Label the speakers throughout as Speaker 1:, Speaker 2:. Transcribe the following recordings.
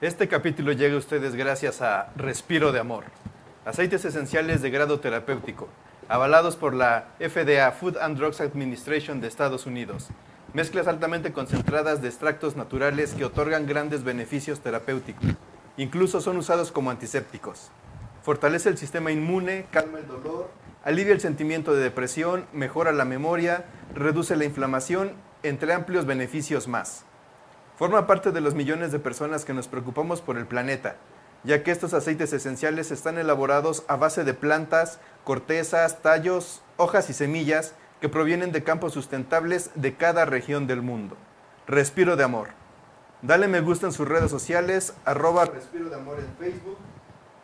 Speaker 1: Este capítulo llega a ustedes gracias a Respiro de Amor, aceites esenciales de grado terapéutico, avalados por la FDA Food and Drugs Administration de Estados Unidos. Mezclas altamente concentradas de extractos naturales que otorgan grandes beneficios terapéuticos. Incluso son usados como antisépticos. Fortalece el sistema inmune, calma el dolor, alivia el sentimiento de depresión, mejora la memoria, reduce la inflamación, entre amplios beneficios más. Forma parte de los millones de personas que nos preocupamos por el planeta, ya que estos aceites esenciales están elaborados a base de plantas, cortezas, tallos, hojas y semillas que provienen de campos sustentables de cada región del mundo. Respiro de amor. Dale me gusta en sus redes sociales, arroba Respiro de Amor en Facebook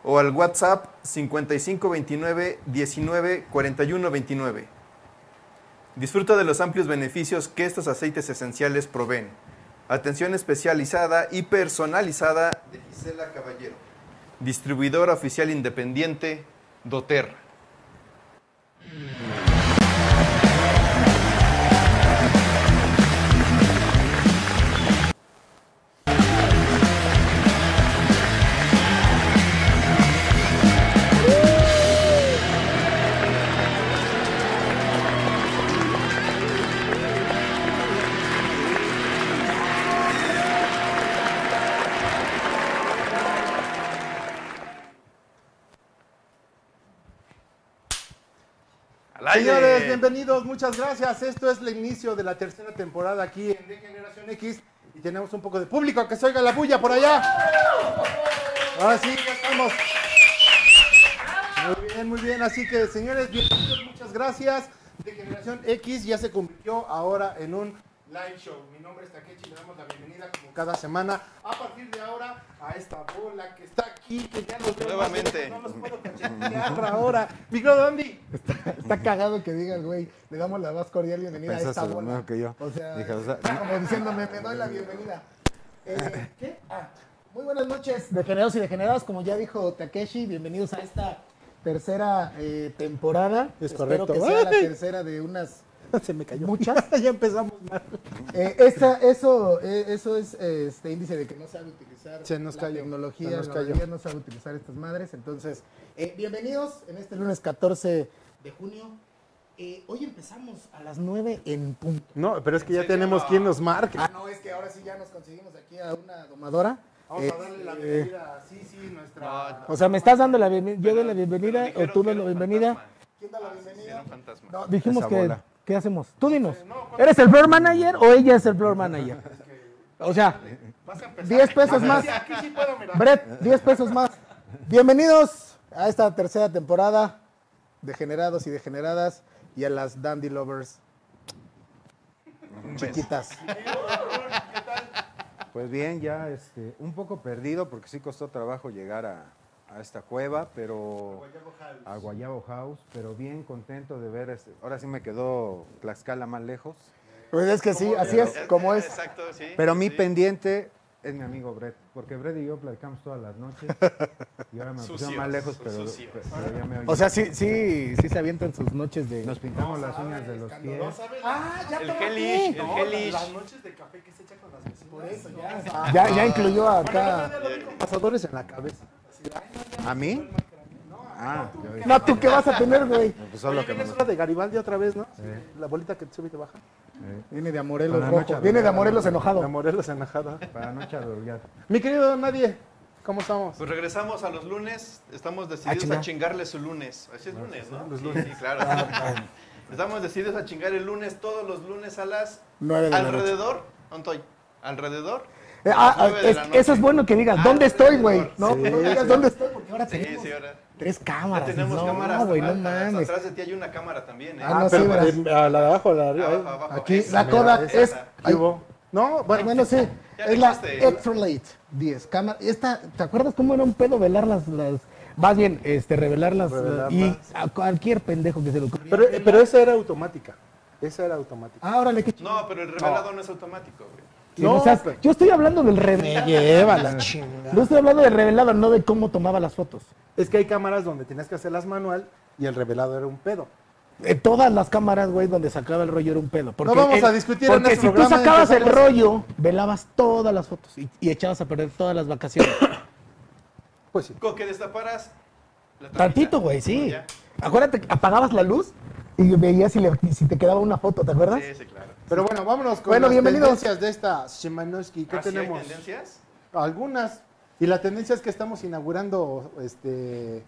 Speaker 1: o al WhatsApp 5529 19 41 29. Disfruta de los amplios beneficios que estos aceites esenciales proveen atención especializada y personalizada de Gisela Caballero, distribuidora oficial independiente Doterra. Al aire.
Speaker 2: Señores, bienvenidos, muchas gracias. Esto es el inicio de la tercera temporada aquí en De Generación X y tenemos un poco de público que se oiga la bulla por allá. Ahora sí, ya estamos. Muy bien, muy bien. Así que, señores, bienvenidos, muchas gracias. De Generación X ya se convirtió ahora en un live show. Mi nombre es Takechi, le damos la bienvenida como cada semana a partir de ahora a esta bola que está aquí, que ya nos veo más
Speaker 1: Nuevamente.
Speaker 2: lejos, no los puedo cachetear ahora. Mi querido Andy.
Speaker 3: Está cagado que digas, güey, le damos la más cordial bienvenida a
Speaker 4: Pensaste
Speaker 3: esta
Speaker 4: lo
Speaker 3: bola.
Speaker 4: mismo que yo.
Speaker 3: O sea,
Speaker 4: Dije, o sea,
Speaker 3: está como diciéndome, me doy la bienvenida. Eh, ¿Qué? Ah, muy buenas noches, degenerados y degeneradas. Como ya dijo Takeshi, bienvenidos a esta tercera eh, temporada.
Speaker 2: Es
Speaker 3: Espero
Speaker 2: correcto.
Speaker 3: que sea la
Speaker 2: ¡Ay!
Speaker 3: tercera de unas
Speaker 2: Se me cayó.
Speaker 3: muchas.
Speaker 2: ya empezamos mal.
Speaker 3: Eh, esa- eso, eh, eso es eh, este índice de que no sabe utilizar
Speaker 2: Se nos
Speaker 3: la
Speaker 2: cayó,
Speaker 3: tecnología,
Speaker 2: se nos
Speaker 3: la
Speaker 2: cayó.
Speaker 3: mayoría no sabe utilizar estas madres. Entonces, eh, bienvenidos en este lunes 14 de junio. Eh, hoy empezamos a las 9 en punto.
Speaker 2: No, pero es que ya tenemos quien nos marque.
Speaker 3: Ah, no, es que ahora sí ya nos conseguimos aquí a una domadora.
Speaker 2: Vamos
Speaker 3: Eh,
Speaker 2: a darle la
Speaker 3: eh,
Speaker 2: bienvenida a Sisi, nuestra.
Speaker 3: O sea, me estás dando la bienvenida, yo doy la
Speaker 1: Pero- pero
Speaker 3: bienvenida o
Speaker 1: dijeron
Speaker 3: tú
Speaker 1: que
Speaker 3: das la
Speaker 1: era un
Speaker 3: bienvenida.
Speaker 1: fantasma.
Speaker 3: ¿Quién da la
Speaker 1: Era
Speaker 3: bienvenida?
Speaker 1: un fantasma.
Speaker 3: No, dijimos
Speaker 4: Esa
Speaker 3: que,
Speaker 4: bola.
Speaker 3: ¿qué hacemos? Tú dinos. ¿Eres el floor manager o ella es el floor manager? O sea, 10 pesos más.
Speaker 2: Aquí sí puedo, mira.
Speaker 3: Brett, 10 pesos más. Bienvenidos a esta tercera temporada, degenerados y degeneradas, y a las Dandy Lovers chiquitas.
Speaker 4: Pues bien, ya este, un poco perdido porque sí costó trabajo llegar a, a esta cueva, pero a Guayabo House, pero bien contento de ver, este, ahora sí me quedó Tlaxcala más lejos,
Speaker 3: Pues es que sí, así es, como es.
Speaker 1: Exacto, sí.
Speaker 4: pero mi
Speaker 1: sí.
Speaker 4: pendiente es mi amigo Brett, porque Brett y yo platicamos todas las noches y ahora me pusieron
Speaker 1: Sucios,
Speaker 4: más lejos, pero,
Speaker 1: sucios.
Speaker 4: pe- pero ya me oyen.
Speaker 3: O sea, sí, sí, sí se avientan sus noches de...
Speaker 4: nos pintamos las uñas de los pies.
Speaker 2: Ah, ya
Speaker 1: El
Speaker 2: tomaste.
Speaker 1: Hellish, el
Speaker 2: No,
Speaker 1: Hellish.
Speaker 2: Las noches de café que se echa con las vecinas. Por eso, ya.
Speaker 3: Ya, ya incluyó
Speaker 2: Acá.
Speaker 3: acá...
Speaker 2: Pasadores en la cabeza.
Speaker 4: ¿A mí? Ah, yo dije,
Speaker 3: No, tú qué vas a tener, güey.
Speaker 4: pues solo que me...
Speaker 2: Es la de Garibaldi otra vez, ¿no? La bolita que sube y te baja.
Speaker 3: Viene de Amorelos
Speaker 4: Con la noche
Speaker 3: rojo, pues, viene de
Speaker 4: arrugada.
Speaker 3: Amorelos
Speaker 2: La
Speaker 3: enojado.
Speaker 2: Morelos enajada.
Speaker 4: Para no charolgar.
Speaker 2: Mi querido Nadie, ¿cómo estamos?
Speaker 1: Pues regresamos a los lunes, estamos decididos
Speaker 3: Ah, chinga.
Speaker 1: a chingarle su lunes. Así es lunes, ¿no? Sí, sí, claro.
Speaker 2: Ah,
Speaker 1: estamos decididos a chingar el lunes, todos los lunes a las
Speaker 3: Nueve de la noche.
Speaker 1: alrededor, ¿ontoy? Alrededor.
Speaker 3: Eh, ah, ah,
Speaker 1: Nueve de
Speaker 3: es-
Speaker 1: la noche.
Speaker 3: eso es bueno que digas, ¿dónde estoy, güey? No,
Speaker 4: Sí,
Speaker 3: no digas
Speaker 4: sí.
Speaker 3: dónde estoy, porque ahora
Speaker 1: Sí,
Speaker 3: tenemos
Speaker 1: sí, ahora.
Speaker 3: tres
Speaker 1: Ya
Speaker 3: cámaras.
Speaker 1: tenemos
Speaker 3: no,
Speaker 1: cámaras.
Speaker 3: güey, no
Speaker 1: hasta- hasta
Speaker 3: mames.
Speaker 1: Atrás de ti hay una cámara también, ¿eh?
Speaker 3: Ah, no, sí, verás.
Speaker 2: a la de abajo, la de arriba. ¿eh?
Speaker 1: Abajo, abajo.
Speaker 3: Aquí
Speaker 1: Esa,
Speaker 3: la
Speaker 1: mira,
Speaker 3: Kodak
Speaker 1: esa.
Speaker 3: es.
Speaker 2: Ahí
Speaker 3: ay,
Speaker 2: hubo. No,
Speaker 3: bueno,
Speaker 2: bueno,
Speaker 3: bueno, sí.
Speaker 1: Ya
Speaker 3: Es la
Speaker 1: dijiste.
Speaker 3: Extralate 10. Cámara. Esta, ¿Te acuerdas cómo era un pedo velar las. las más bien, este, revelar las.
Speaker 2: Revelar
Speaker 3: y
Speaker 2: las-
Speaker 3: a cualquier pendejo que se lo ocurriera.
Speaker 2: pero, pero esa era automática. Esa era automática.
Speaker 3: Ah, órale, qué chido.
Speaker 1: No, pero el revelado no, es automático, güey.
Speaker 3: Sí, no
Speaker 2: no,
Speaker 3: seas-
Speaker 2: pero-
Speaker 3: yo estoy hablando del revelado.
Speaker 2: lleva la chingada.
Speaker 3: Yo estoy hablando del revelado, no de cómo tomaba las fotos.
Speaker 2: Es que hay cámaras donde tenías que hacerlas manual y el revelado era un pedo.
Speaker 5: En todas las cámaras, güey, donde sacaba el rollo era un pedo. Porque
Speaker 2: vamos
Speaker 5: el-
Speaker 2: a discutir en
Speaker 5: Porque
Speaker 2: este
Speaker 5: si tú
Speaker 2: programa,
Speaker 5: sacabas el
Speaker 2: empezamos-
Speaker 5: rollo, velabas todas las fotos y, y echabas a perder todas las vacaciones.
Speaker 2: Pues sí.
Speaker 6: Con que destaparas la
Speaker 5: Tantito,
Speaker 6: tapita.
Speaker 5: güey, sí.
Speaker 6: Ya.
Speaker 5: Acuérdate, que apagabas la luz y veías si, le- si te quedaba una foto, ¿te acuerdas?
Speaker 6: Sí, sí, claro.
Speaker 2: Pero bueno, vámonos con
Speaker 5: Bueno,
Speaker 2: las
Speaker 5: bienvenidos.
Speaker 2: tendencias de esta Shimanovsky. ¿Qué
Speaker 6: Ah, ¿sí hay
Speaker 2: tenemos?
Speaker 6: tendencias?
Speaker 2: Algunas. Y la tendencia es que estamos inaugurando este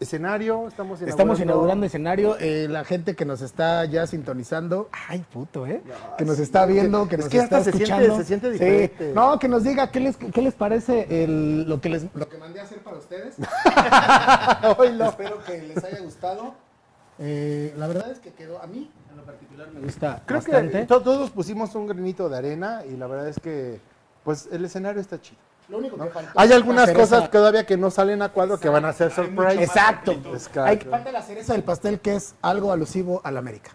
Speaker 2: escenario. Estamos inaugurando.
Speaker 5: Estamos inaugurando escenario. eh, la gente que nos está ya sintonizando, ay puto, ¿eh? que nos está viendo, que
Speaker 2: es
Speaker 5: nos
Speaker 2: que
Speaker 5: está
Speaker 2: hasta se siente-
Speaker 5: escuchando.
Speaker 2: se siente
Speaker 5: Sí.
Speaker 2: diferente.
Speaker 5: No, que nos diga qué les, qué les parece el- lo que les lo que mandé a hacer para ustedes. Espero que les haya gustado. Eh, la verdad es que quedó a mí en lo particular me gusta
Speaker 2: Creo
Speaker 5: bastante.
Speaker 2: que to- todos pusimos un granito de arena y la verdad es que, pues, el escenario está chido.
Speaker 5: Lo único que faltó
Speaker 2: Hay
Speaker 5: es la
Speaker 2: algunas
Speaker 5: cereza.
Speaker 2: cosas que todavía que no salen a cuadro que van a ser
Speaker 6: Hay mucho
Speaker 2: surprise.
Speaker 6: más
Speaker 5: Exacto.
Speaker 6: escrito.
Speaker 2: Es
Speaker 5: Hay
Speaker 2: claro.
Speaker 5: falta la cereza del pastel que es algo alusivo a la América.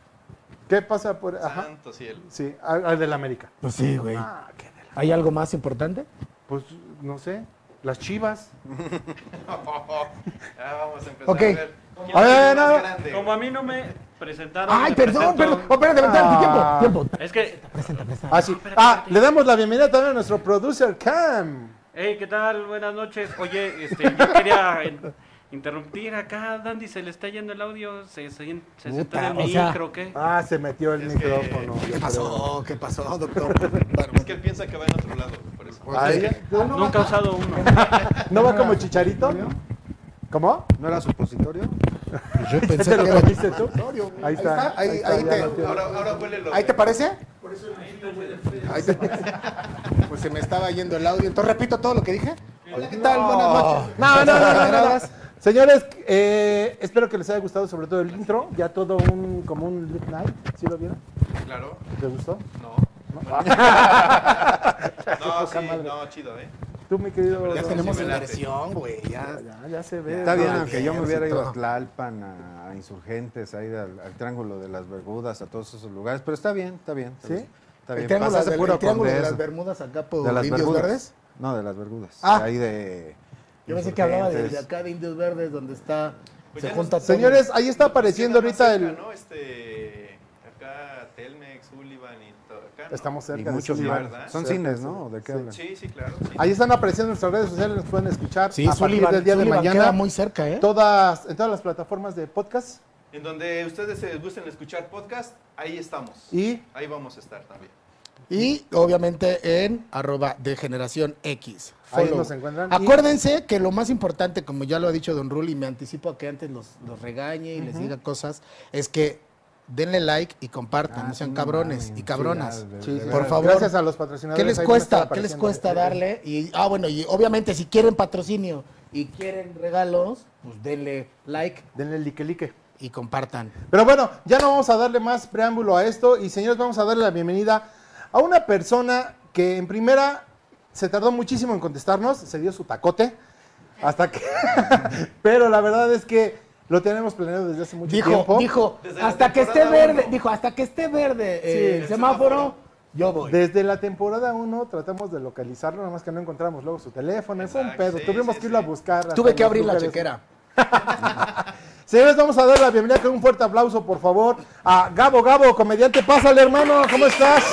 Speaker 2: ¿Qué pasa por.? Ajá.
Speaker 6: Santo cielo.
Speaker 2: Sí, al, al del América.
Speaker 5: Pues sí, güey.
Speaker 2: Ah, qué de la-
Speaker 5: ¿Hay algo más importante?
Speaker 2: Pues, no sé. Las chivas.
Speaker 6: Ah, vamos a empezar
Speaker 5: Ok.
Speaker 6: a ver. ¿Quién
Speaker 2: A ver,
Speaker 6: es el
Speaker 2: Ah, no,
Speaker 6: más
Speaker 2: no.
Speaker 6: grande?
Speaker 7: Como a mí no me presentaron.
Speaker 5: Ay,
Speaker 7: me
Speaker 5: perdón,
Speaker 7: presento.
Speaker 5: perdón. Oh, espérate, espérate,
Speaker 2: Ah.
Speaker 5: tiempo, tiempo.
Speaker 7: Es que,
Speaker 5: Presenta, presenta.
Speaker 2: Ah, sí. Ah, le damos la bienvenida también a nuestro producer, Cam.
Speaker 7: hey, ¿qué tal? Buenas noches. Oye, este, yo quería en- interrumpir acá. a Dandy se le está yendo el audio. Se, se, se sentó en
Speaker 5: Puta,
Speaker 7: el
Speaker 5: o sea-
Speaker 7: micro, ¿qué?
Speaker 2: Ah, se metió el
Speaker 6: Es que-
Speaker 2: micrófono.
Speaker 5: ¿Qué
Speaker 2: yo creo.
Speaker 5: pasó? ¿Qué pasó, doctor? Bueno,
Speaker 6: Es que él piensa que va en otro lado, por eso.
Speaker 2: Ah,
Speaker 4: es
Speaker 2: ¿ya?
Speaker 4: que-
Speaker 2: ¿No, no,
Speaker 7: Nunca he usado uno.
Speaker 2: no va como chicharito? ¿Cómo?
Speaker 4: ¿No era supositorio?
Speaker 5: Pues yo
Speaker 2: ¿Te
Speaker 5: pensé que
Speaker 2: lo
Speaker 5: era
Speaker 2: comiste tú?
Speaker 5: Ahí está, ahí- ahí
Speaker 2: ya
Speaker 5: te-
Speaker 2: lo tiene.
Speaker 6: Ahora, ahora huélelo.
Speaker 5: ¿Ahí te parece? Ahí te parece. Pues se me estaba yendo el audio. Entonces repito todo lo que dije. Hola, ¿qué tal? Buenas noches.
Speaker 2: No, no, no, no, no, no. Señores, eh, espero que les haya gustado sobre todo el intro. Ya todo un, como un late night. ¿Sí lo vieron?
Speaker 6: Claro.
Speaker 2: ¿Te gustó?
Speaker 6: No.
Speaker 2: Qué
Speaker 6: No,
Speaker 2: poca
Speaker 6: sí,
Speaker 2: madre.
Speaker 6: no, chido, ¿eh?
Speaker 2: Tú, mi querido.
Speaker 5: Ya
Speaker 6: sí
Speaker 5: tenemos
Speaker 6: me late.
Speaker 5: inversión, güey. Ya.
Speaker 2: Ya, ya se ve.
Speaker 4: Está bien,
Speaker 5: Ah,
Speaker 4: aunque yo me
Speaker 5: bien,
Speaker 4: hubiera
Speaker 5: sí,
Speaker 4: ido
Speaker 5: todo.
Speaker 4: a Tlalpan, a, a Insurgentes, a ir al, al Triángulo de las Bermudas, a todos esos lugares, pero está bien, está bien. Está
Speaker 2: ¿Sí?
Speaker 4: bien, está
Speaker 5: El
Speaker 4: bien.
Speaker 5: triángulo,
Speaker 4: Pasaste
Speaker 5: de,
Speaker 4: puro
Speaker 5: el triángulo de
Speaker 4: Condesa.
Speaker 5: las Bermudas acá por
Speaker 4: ¿De las
Speaker 5: Indios
Speaker 4: Bermudas?
Speaker 5: Verdes.
Speaker 4: No, de las Bermudas.
Speaker 2: Ah.
Speaker 4: Ahí de...
Speaker 5: Yo pensé que hablaba de, de
Speaker 4: Insurgentes.
Speaker 5: acá de Indios Verdes, donde está.
Speaker 6: Pues
Speaker 5: se
Speaker 6: ya
Speaker 5: junta todo.
Speaker 2: Señores, ahí está apareciendo
Speaker 6: Más
Speaker 2: ahorita
Speaker 6: cerca,
Speaker 2: el.
Speaker 6: ¿no? Este, acá Telmex, Sullivan y todo acá. ¿no?
Speaker 2: Estamos
Speaker 4: Y
Speaker 2: cerca. de
Speaker 4: muchos
Speaker 6: sí,
Speaker 4: más.
Speaker 6: ¿verdad?
Speaker 4: Son
Speaker 2: Sí,
Speaker 4: cines,
Speaker 2: sí,
Speaker 4: ¿no? ¿De
Speaker 2: sí.
Speaker 4: qué hablan?
Speaker 6: Sí, sí, claro. Sí.
Speaker 2: Ahí están apareciendo nuestras redes sociales, nos pueden escuchar
Speaker 5: sí,
Speaker 2: a
Speaker 5: Sullivan,
Speaker 2: partir del día de
Speaker 5: Sullivan queda
Speaker 2: mañana.
Speaker 5: muy cerca, ¿eh?
Speaker 2: Todas, en todas las plataformas de podcast
Speaker 6: En donde ustedes se gusten escuchar podcast, ahí estamos.
Speaker 2: y
Speaker 6: Ahí vamos a estar también.
Speaker 5: Y obviamente en arroba de generación X.
Speaker 2: Ahí
Speaker 5: Follow.
Speaker 2: nos encuentran.
Speaker 5: Acuérdense que lo más importante, como ya lo ha dicho Don Rul, y me anticipo a que antes los, los regañe y les diga cosas, es que denle like y compartan,
Speaker 4: Ah,
Speaker 5: no sean
Speaker 4: no
Speaker 5: cabrones
Speaker 4: mames,
Speaker 5: y cabronas.
Speaker 4: sí, ya, de-
Speaker 2: Sí,
Speaker 4: de
Speaker 2: sí,
Speaker 4: veras.
Speaker 5: Por
Speaker 2: sí.
Speaker 5: favor.
Speaker 2: Gracias a los patrocinadores.
Speaker 5: ¿Qué les
Speaker 2: ahí nos está
Speaker 5: cuesta? ¿Qué les
Speaker 2: apareciendo. ¿eh?
Speaker 5: cuesta darle? Y, ah, bueno, y obviamente si quieren patrocinio y quieren regalos, pues denle like
Speaker 2: Denle like, like.
Speaker 5: y compartan.
Speaker 2: Pero bueno, ya no vamos a darle más preámbulo a esto y señores, vamos a darle la bienvenida a una persona que en primera se tardó muchísimo en contestarnos, se dio su tacote hasta que pero la verdad es que lo tenemos planeado desde hace mucho
Speaker 5: Dijo,
Speaker 2: tiempo.
Speaker 5: dijo,
Speaker 6: Desde la
Speaker 5: hasta que esté
Speaker 6: temporada
Speaker 5: verde,
Speaker 6: uno.
Speaker 5: dijo, hasta que esté verde eh,
Speaker 2: Sí,
Speaker 5: el
Speaker 6: el
Speaker 5: semáforo,
Speaker 6: semáforo.
Speaker 5: yo voy.
Speaker 2: Desde la temporada 1 tratamos de localizarlo, nada más que no encontramos luego su teléfono, fue un
Speaker 6: Exacto,
Speaker 2: pedo,
Speaker 6: sí,
Speaker 2: tuvimos
Speaker 6: sí,
Speaker 2: que irlo
Speaker 6: sí.
Speaker 2: a buscar. hasta
Speaker 5: Tuve que
Speaker 2: los
Speaker 5: abrir la
Speaker 2: lugares.
Speaker 5: chequera.
Speaker 2: Señores, vamos a dar la bienvenida con un fuerte aplauso, por favor, a Gabo Gabo, comediante. Pásale, hermano, ¿cómo estás?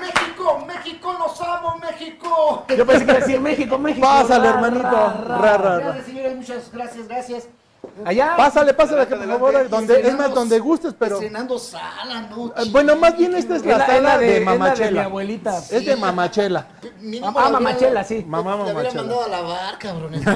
Speaker 3: México, México, los amo, México.
Speaker 5: Yo pensé que iba a decir México, México.
Speaker 2: Pásale,
Speaker 5: ra,
Speaker 2: hermanito.
Speaker 5: ra,
Speaker 2: Ra,
Speaker 5: ra.
Speaker 2: ra, ra.
Speaker 3: Gracias, señores, muchas gracias, gracias.
Speaker 5: Allá.
Speaker 2: Pásale, pásale, que por
Speaker 6: Adelante,
Speaker 2: favor,
Speaker 6: adelante.
Speaker 2: donde, es más, donde gustes, pero.
Speaker 3: Estrenando sala, ¿no?
Speaker 2: Eh, Bueno, más bien esta es
Speaker 5: Es
Speaker 2: la
Speaker 5: la- es la
Speaker 2: sala
Speaker 5: de-
Speaker 2: de
Speaker 5: es la de mi
Speaker 2: mamachela.
Speaker 5: abuelita.
Speaker 2: Es de mamachela.
Speaker 3: Mínimo
Speaker 5: Ah,
Speaker 3: la hubiera-
Speaker 5: mamachela, sí.
Speaker 2: este Mamá
Speaker 3: la hubiera mandado
Speaker 2: mamachela.
Speaker 3: a lavar, cabrones.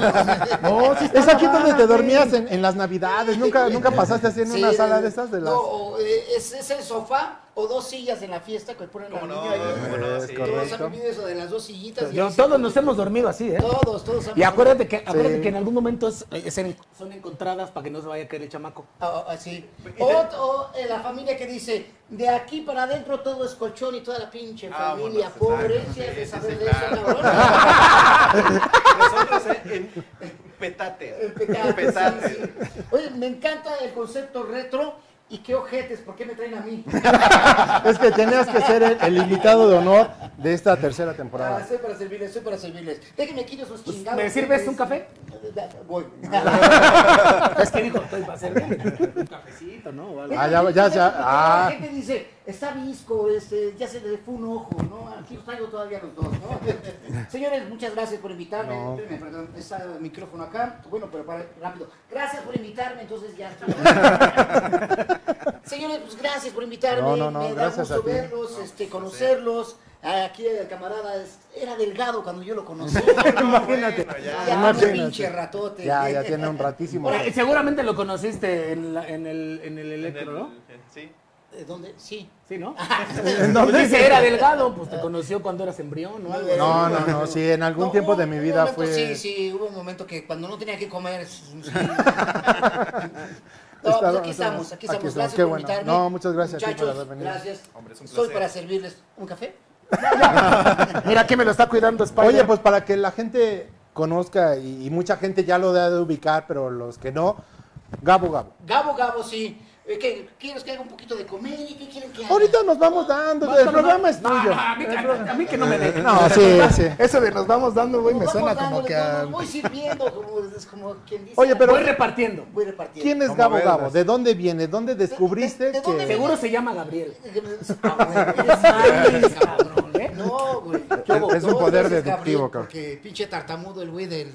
Speaker 5: No, sí está
Speaker 2: Es aquí donde te
Speaker 5: grabada,
Speaker 2: dormías en, en las navidades. Nunca, nunca pasaste así en
Speaker 3: Sí,
Speaker 2: una sala de esas de las.
Speaker 3: No, o, eh, es, es el sofá o dos sillas en la fiesta que ponen la
Speaker 6: ¿Cómo no?
Speaker 3: niña ahí.
Speaker 6: ¿Cómo no?
Speaker 2: Es
Speaker 6: Sí.
Speaker 3: Todos
Speaker 2: correcto.
Speaker 3: han vivido eso de las dos sillitas.
Speaker 5: güey.
Speaker 3: y
Speaker 5: Yo-
Speaker 3: ahí se-
Speaker 5: todos nos hemos dormido así, ¿eh?
Speaker 3: Todos, todos han
Speaker 5: Y acuérdate que, acuérdate
Speaker 2: Sí.
Speaker 5: que en algún momento es- es en- son encontradas para que no se vaya a caer el chamaco.
Speaker 3: Ah, ah, sí. O, o, eh, la familia que dice, de aquí para adentro todo es colchón y toda la pinche
Speaker 6: Vámonos,
Speaker 3: familia
Speaker 6: exacto.
Speaker 3: pobre.
Speaker 6: Ah, Sí,
Speaker 3: si has de
Speaker 6: sí,
Speaker 3: saber
Speaker 6: sí,
Speaker 3: de
Speaker 6: claro.
Speaker 3: eso, cabrón.
Speaker 6: Nosotros en, en- en petate.
Speaker 3: El pecado,
Speaker 6: Petate.
Speaker 3: sí, sí. Oye, me encanta el concepto retro y qué ojetes, ¿por qué me traen a mí?
Speaker 2: Es que tenías que ser el, el invitado de honor de esta tercera
Speaker 5: Ah,
Speaker 2: temporada.
Speaker 5: estoy para servirles, estoy para servirles. Déjenme quito sus chingados.
Speaker 3: Pues, ¿Me sirves un café?
Speaker 5: Voy.
Speaker 3: Es que dijo, estoy para servir. Un cafecito, ¿no? O algo.
Speaker 2: Ah, ya- ya- ya- ah.
Speaker 5: La gente dice, está visco, este, ya se le fue un ojo, ¿no? Aquí os traigo todavía los dos, ¿no? Señores, muchas gracias por invitarme.
Speaker 2: No.
Speaker 5: Espérenme, Perdón, está el micrófono acá. Bueno, pero para rápido. Gracias por invitarme, entonces ya estoy. Señores, pues gracias por invitarme.
Speaker 2: No, no, no,
Speaker 5: Me
Speaker 2: gracias
Speaker 5: da gusto
Speaker 2: a ti. pues,
Speaker 5: verlos, este, conocerlos. Aquí el camarada es- era delgado cuando yo lo conocí.
Speaker 2: Imagínate.
Speaker 5: Ya,
Speaker 2: Imagínate.
Speaker 5: un pinche ratote.
Speaker 2: Ya, ya tiene un ratísimo.
Speaker 3: Ahora, eh, seguramente lo conociste en, la- en el, en el electro, ¿no?
Speaker 1: Sí.
Speaker 5: Eh, ¿Dónde? Sí.
Speaker 3: Sí, ¿no? Pues dice, era delgado, pues te conoció cuando eras embrión, ¿no? Algo así.
Speaker 2: No, no, no, sí, en algún
Speaker 5: No,
Speaker 2: tiempo
Speaker 5: hubo-
Speaker 2: de mi
Speaker 5: hubo
Speaker 2: vida
Speaker 5: un momento,
Speaker 2: fue...
Speaker 5: Sí, sí, hubo un momento que cuando no tenía que comer. sí. No, pues
Speaker 2: Estaba-
Speaker 5: aquí estamos, aquí estamos.
Speaker 2: estamos.
Speaker 5: Gracias
Speaker 2: Qué
Speaker 5: por
Speaker 2: bueno.
Speaker 5: invitarme.
Speaker 2: No, muchas gracias a ti por
Speaker 5: Muchachos,
Speaker 2: haber venido.
Speaker 5: Gracias.
Speaker 1: Hombre, es un
Speaker 5: Estoy
Speaker 1: placer.
Speaker 5: para servirles un café.
Speaker 3: Mira que me lo está cuidando Spider.
Speaker 2: Oye, pues para que la gente conozca y, y mucha gente ya lo debe de ubicar, pero los que no, Gabo Gabo.
Speaker 5: Gabo, Gabo, sí. Eh, ¿Qué, ¿Quieres que haga un poquito de comedia? ¿Qué quieren que haga?
Speaker 2: Ahorita nos vamos dando, el programa es
Speaker 3: No,
Speaker 2: tuyo.
Speaker 3: no, a, mí, a- a mí que Eh, no me dé.
Speaker 2: No, sí, sí.
Speaker 3: Eso de nos vamos dando, güey,
Speaker 5: Nos vamos dándole, nos Voy sirviendo, como, es como quien dice.
Speaker 2: Oye, pero-
Speaker 3: Voy repartiendo.
Speaker 5: Voy repartiendo.
Speaker 2: ¿Quién es
Speaker 4: Como
Speaker 2: Gabo
Speaker 4: ves,
Speaker 2: Gabo?
Speaker 4: las-
Speaker 2: ¿De dónde viene? ¿Dónde descubriste
Speaker 5: de dónde
Speaker 2: que...?
Speaker 5: viene?
Speaker 3: Seguro se llama Gabriel.
Speaker 5: Ah, güey, eres mal, cabrón, ¿eh? No, güey.
Speaker 4: Es- es un
Speaker 5: No,
Speaker 4: poder
Speaker 5: gracias,
Speaker 4: deductivo,
Speaker 5: Gabriel,
Speaker 4: cabrón.
Speaker 5: Porque pinche tartamudo el güey del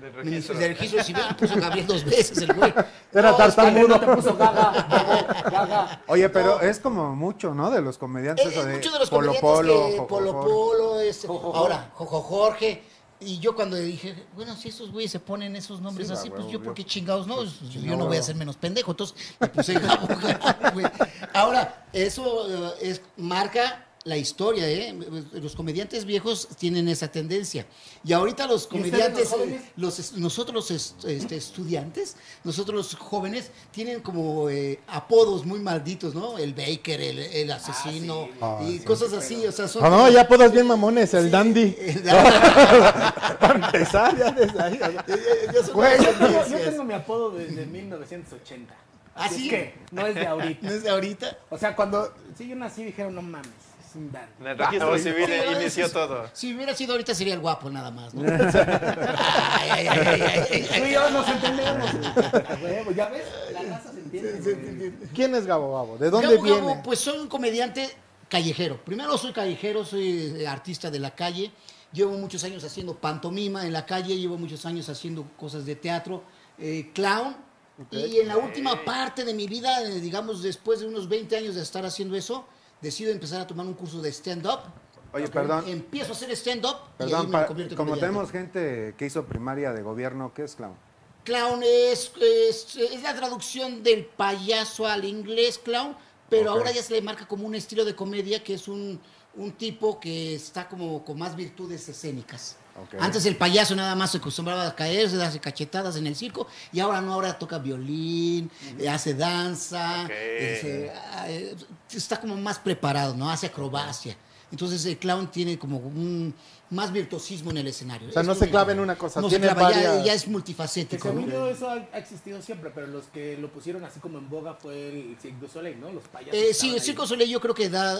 Speaker 1: Del registro.
Speaker 5: del registro civil puso Gabriel dos veces el güey.
Speaker 2: Era
Speaker 5: No,
Speaker 2: tartamudo.
Speaker 3: Gabriel no te puso gaga, gaga, gaga.
Speaker 4: Oye, pero es como mucho, ¿no? De los comediantes.
Speaker 5: es-
Speaker 4: eso
Speaker 5: es
Speaker 4: de
Speaker 5: Eh, muchos de los
Speaker 4: Polo
Speaker 5: comediantes que-
Speaker 4: Polo,
Speaker 5: Polo
Speaker 4: Jojo.
Speaker 5: Polo, este,
Speaker 3: Jojo.
Speaker 5: ahora Jojo Jorge. Y yo cuando dije, bueno, si esos güeyes se ponen esos nombres
Speaker 4: Sí,
Speaker 5: así,
Speaker 4: a
Speaker 5: pues
Speaker 4: huevo, Pues,
Speaker 5: yo,
Speaker 4: obvio.
Speaker 5: ¿por qué chingados no? pues, yo
Speaker 4: a
Speaker 5: no voy a
Speaker 4: huevo.
Speaker 5: ser menos pendejo. Entonces me puse Gabo, Gabo, güey. Ahora, eso eh, es, marca la historia, ¿eh? Los comediantes viejos tienen esa tendencia. Y ahorita los comediantes,
Speaker 3: los
Speaker 5: eh,
Speaker 3: jóvenes?
Speaker 5: los es- nosotros los est- este, estudiantes, nosotros los jóvenes, tienen como eh, apodos muy malditos, ¿no? El Baker, el, el asesino, y cosas así, o sea, son... Eh,
Speaker 2: Ah, no, ya podas bien mamones, el
Speaker 5: Sí,
Speaker 2: dandy.
Speaker 5: el dandy.
Speaker 2: Para empezar, ya desde ahí.
Speaker 5: Ya- ya- ya son
Speaker 2: Güey,
Speaker 3: Yo, yo- yo
Speaker 5: tendencias.
Speaker 3: tengo mi apodo desde 1980.
Speaker 5: ¿Ah,
Speaker 3: Así
Speaker 5: sí?
Speaker 3: es que no es de ahorita.
Speaker 5: ¿No es de ahorita?
Speaker 3: O sea, cuando sí yo nací dijeron, no mames, es un dan.
Speaker 1: En el registro civil
Speaker 5: Sí, no,
Speaker 1: inició
Speaker 5: es-
Speaker 1: todo.
Speaker 5: Si hubiera sido ahorita sería el guapo nada más, ¿no? Ay, ay, ay, ay, ay,
Speaker 3: Tú
Speaker 5: ay.
Speaker 3: y yo nos entendemos. güey. A huevo, ya ves, la raza se entiende. güey.
Speaker 2: ¿Quién es Gabo Gabo? ¿De dónde
Speaker 5: Gabo,
Speaker 2: viene?
Speaker 5: Gabo, pues soy un comediante callejero. Primero soy callejero, soy eh, artista de la calle. Llevo muchos años haciendo pantomima en la calle, llevo muchos años haciendo cosas de teatro, eh, clown. Y en la última parte de mi vida, eh, digamos, después de unos 20 años de estar haciendo eso, decido empezar a tomar un curso de stand-up.
Speaker 4: Oye,
Speaker 5: Ok,
Speaker 4: perdón.
Speaker 5: Empiezo a hacer stand-up y ahí
Speaker 4: Perdón,
Speaker 5: me
Speaker 4: para-
Speaker 5: convierto en
Speaker 4: como
Speaker 5: comediante.
Speaker 4: tenemos gente que hizo primaria de gobierno, ¿qué es clown?
Speaker 5: Clown es, es, es la traducción del payaso al inglés, clown, pero
Speaker 4: Ok.
Speaker 5: ahora ya se le marca como un estilo de comedia que es un, un tipo que está como con más virtudes escénicas.
Speaker 4: Ok.
Speaker 5: Antes el payaso nada más se acostumbraba a caerse, darse cachetadas en el circo, y ahora no, ahora toca violín, eh, hace danza,
Speaker 1: Ok.
Speaker 5: eh, se- ah, eh, está como más preparado, ¿no? Hace acrobacia. Entonces el clown tiene como un más virtuosismo en el escenario.
Speaker 2: O sea,
Speaker 5: Es
Speaker 2: no
Speaker 5: lo
Speaker 2: se
Speaker 5: que-
Speaker 2: clava en una cosa,
Speaker 5: no se
Speaker 2: tiene
Speaker 5: clava, ya-
Speaker 2: varias-
Speaker 5: ya es
Speaker 3: Que
Speaker 5: multifacético. ¿no?
Speaker 3: según yo eso ha, ha existido siempre, pero los que lo pusieron así como en boga fue el Cirque du Soleil, ¿no? Los payasos.
Speaker 5: Eh,
Speaker 3: estaban
Speaker 5: sí,
Speaker 3: ahí.
Speaker 5: el Circo Soleil yo creo que da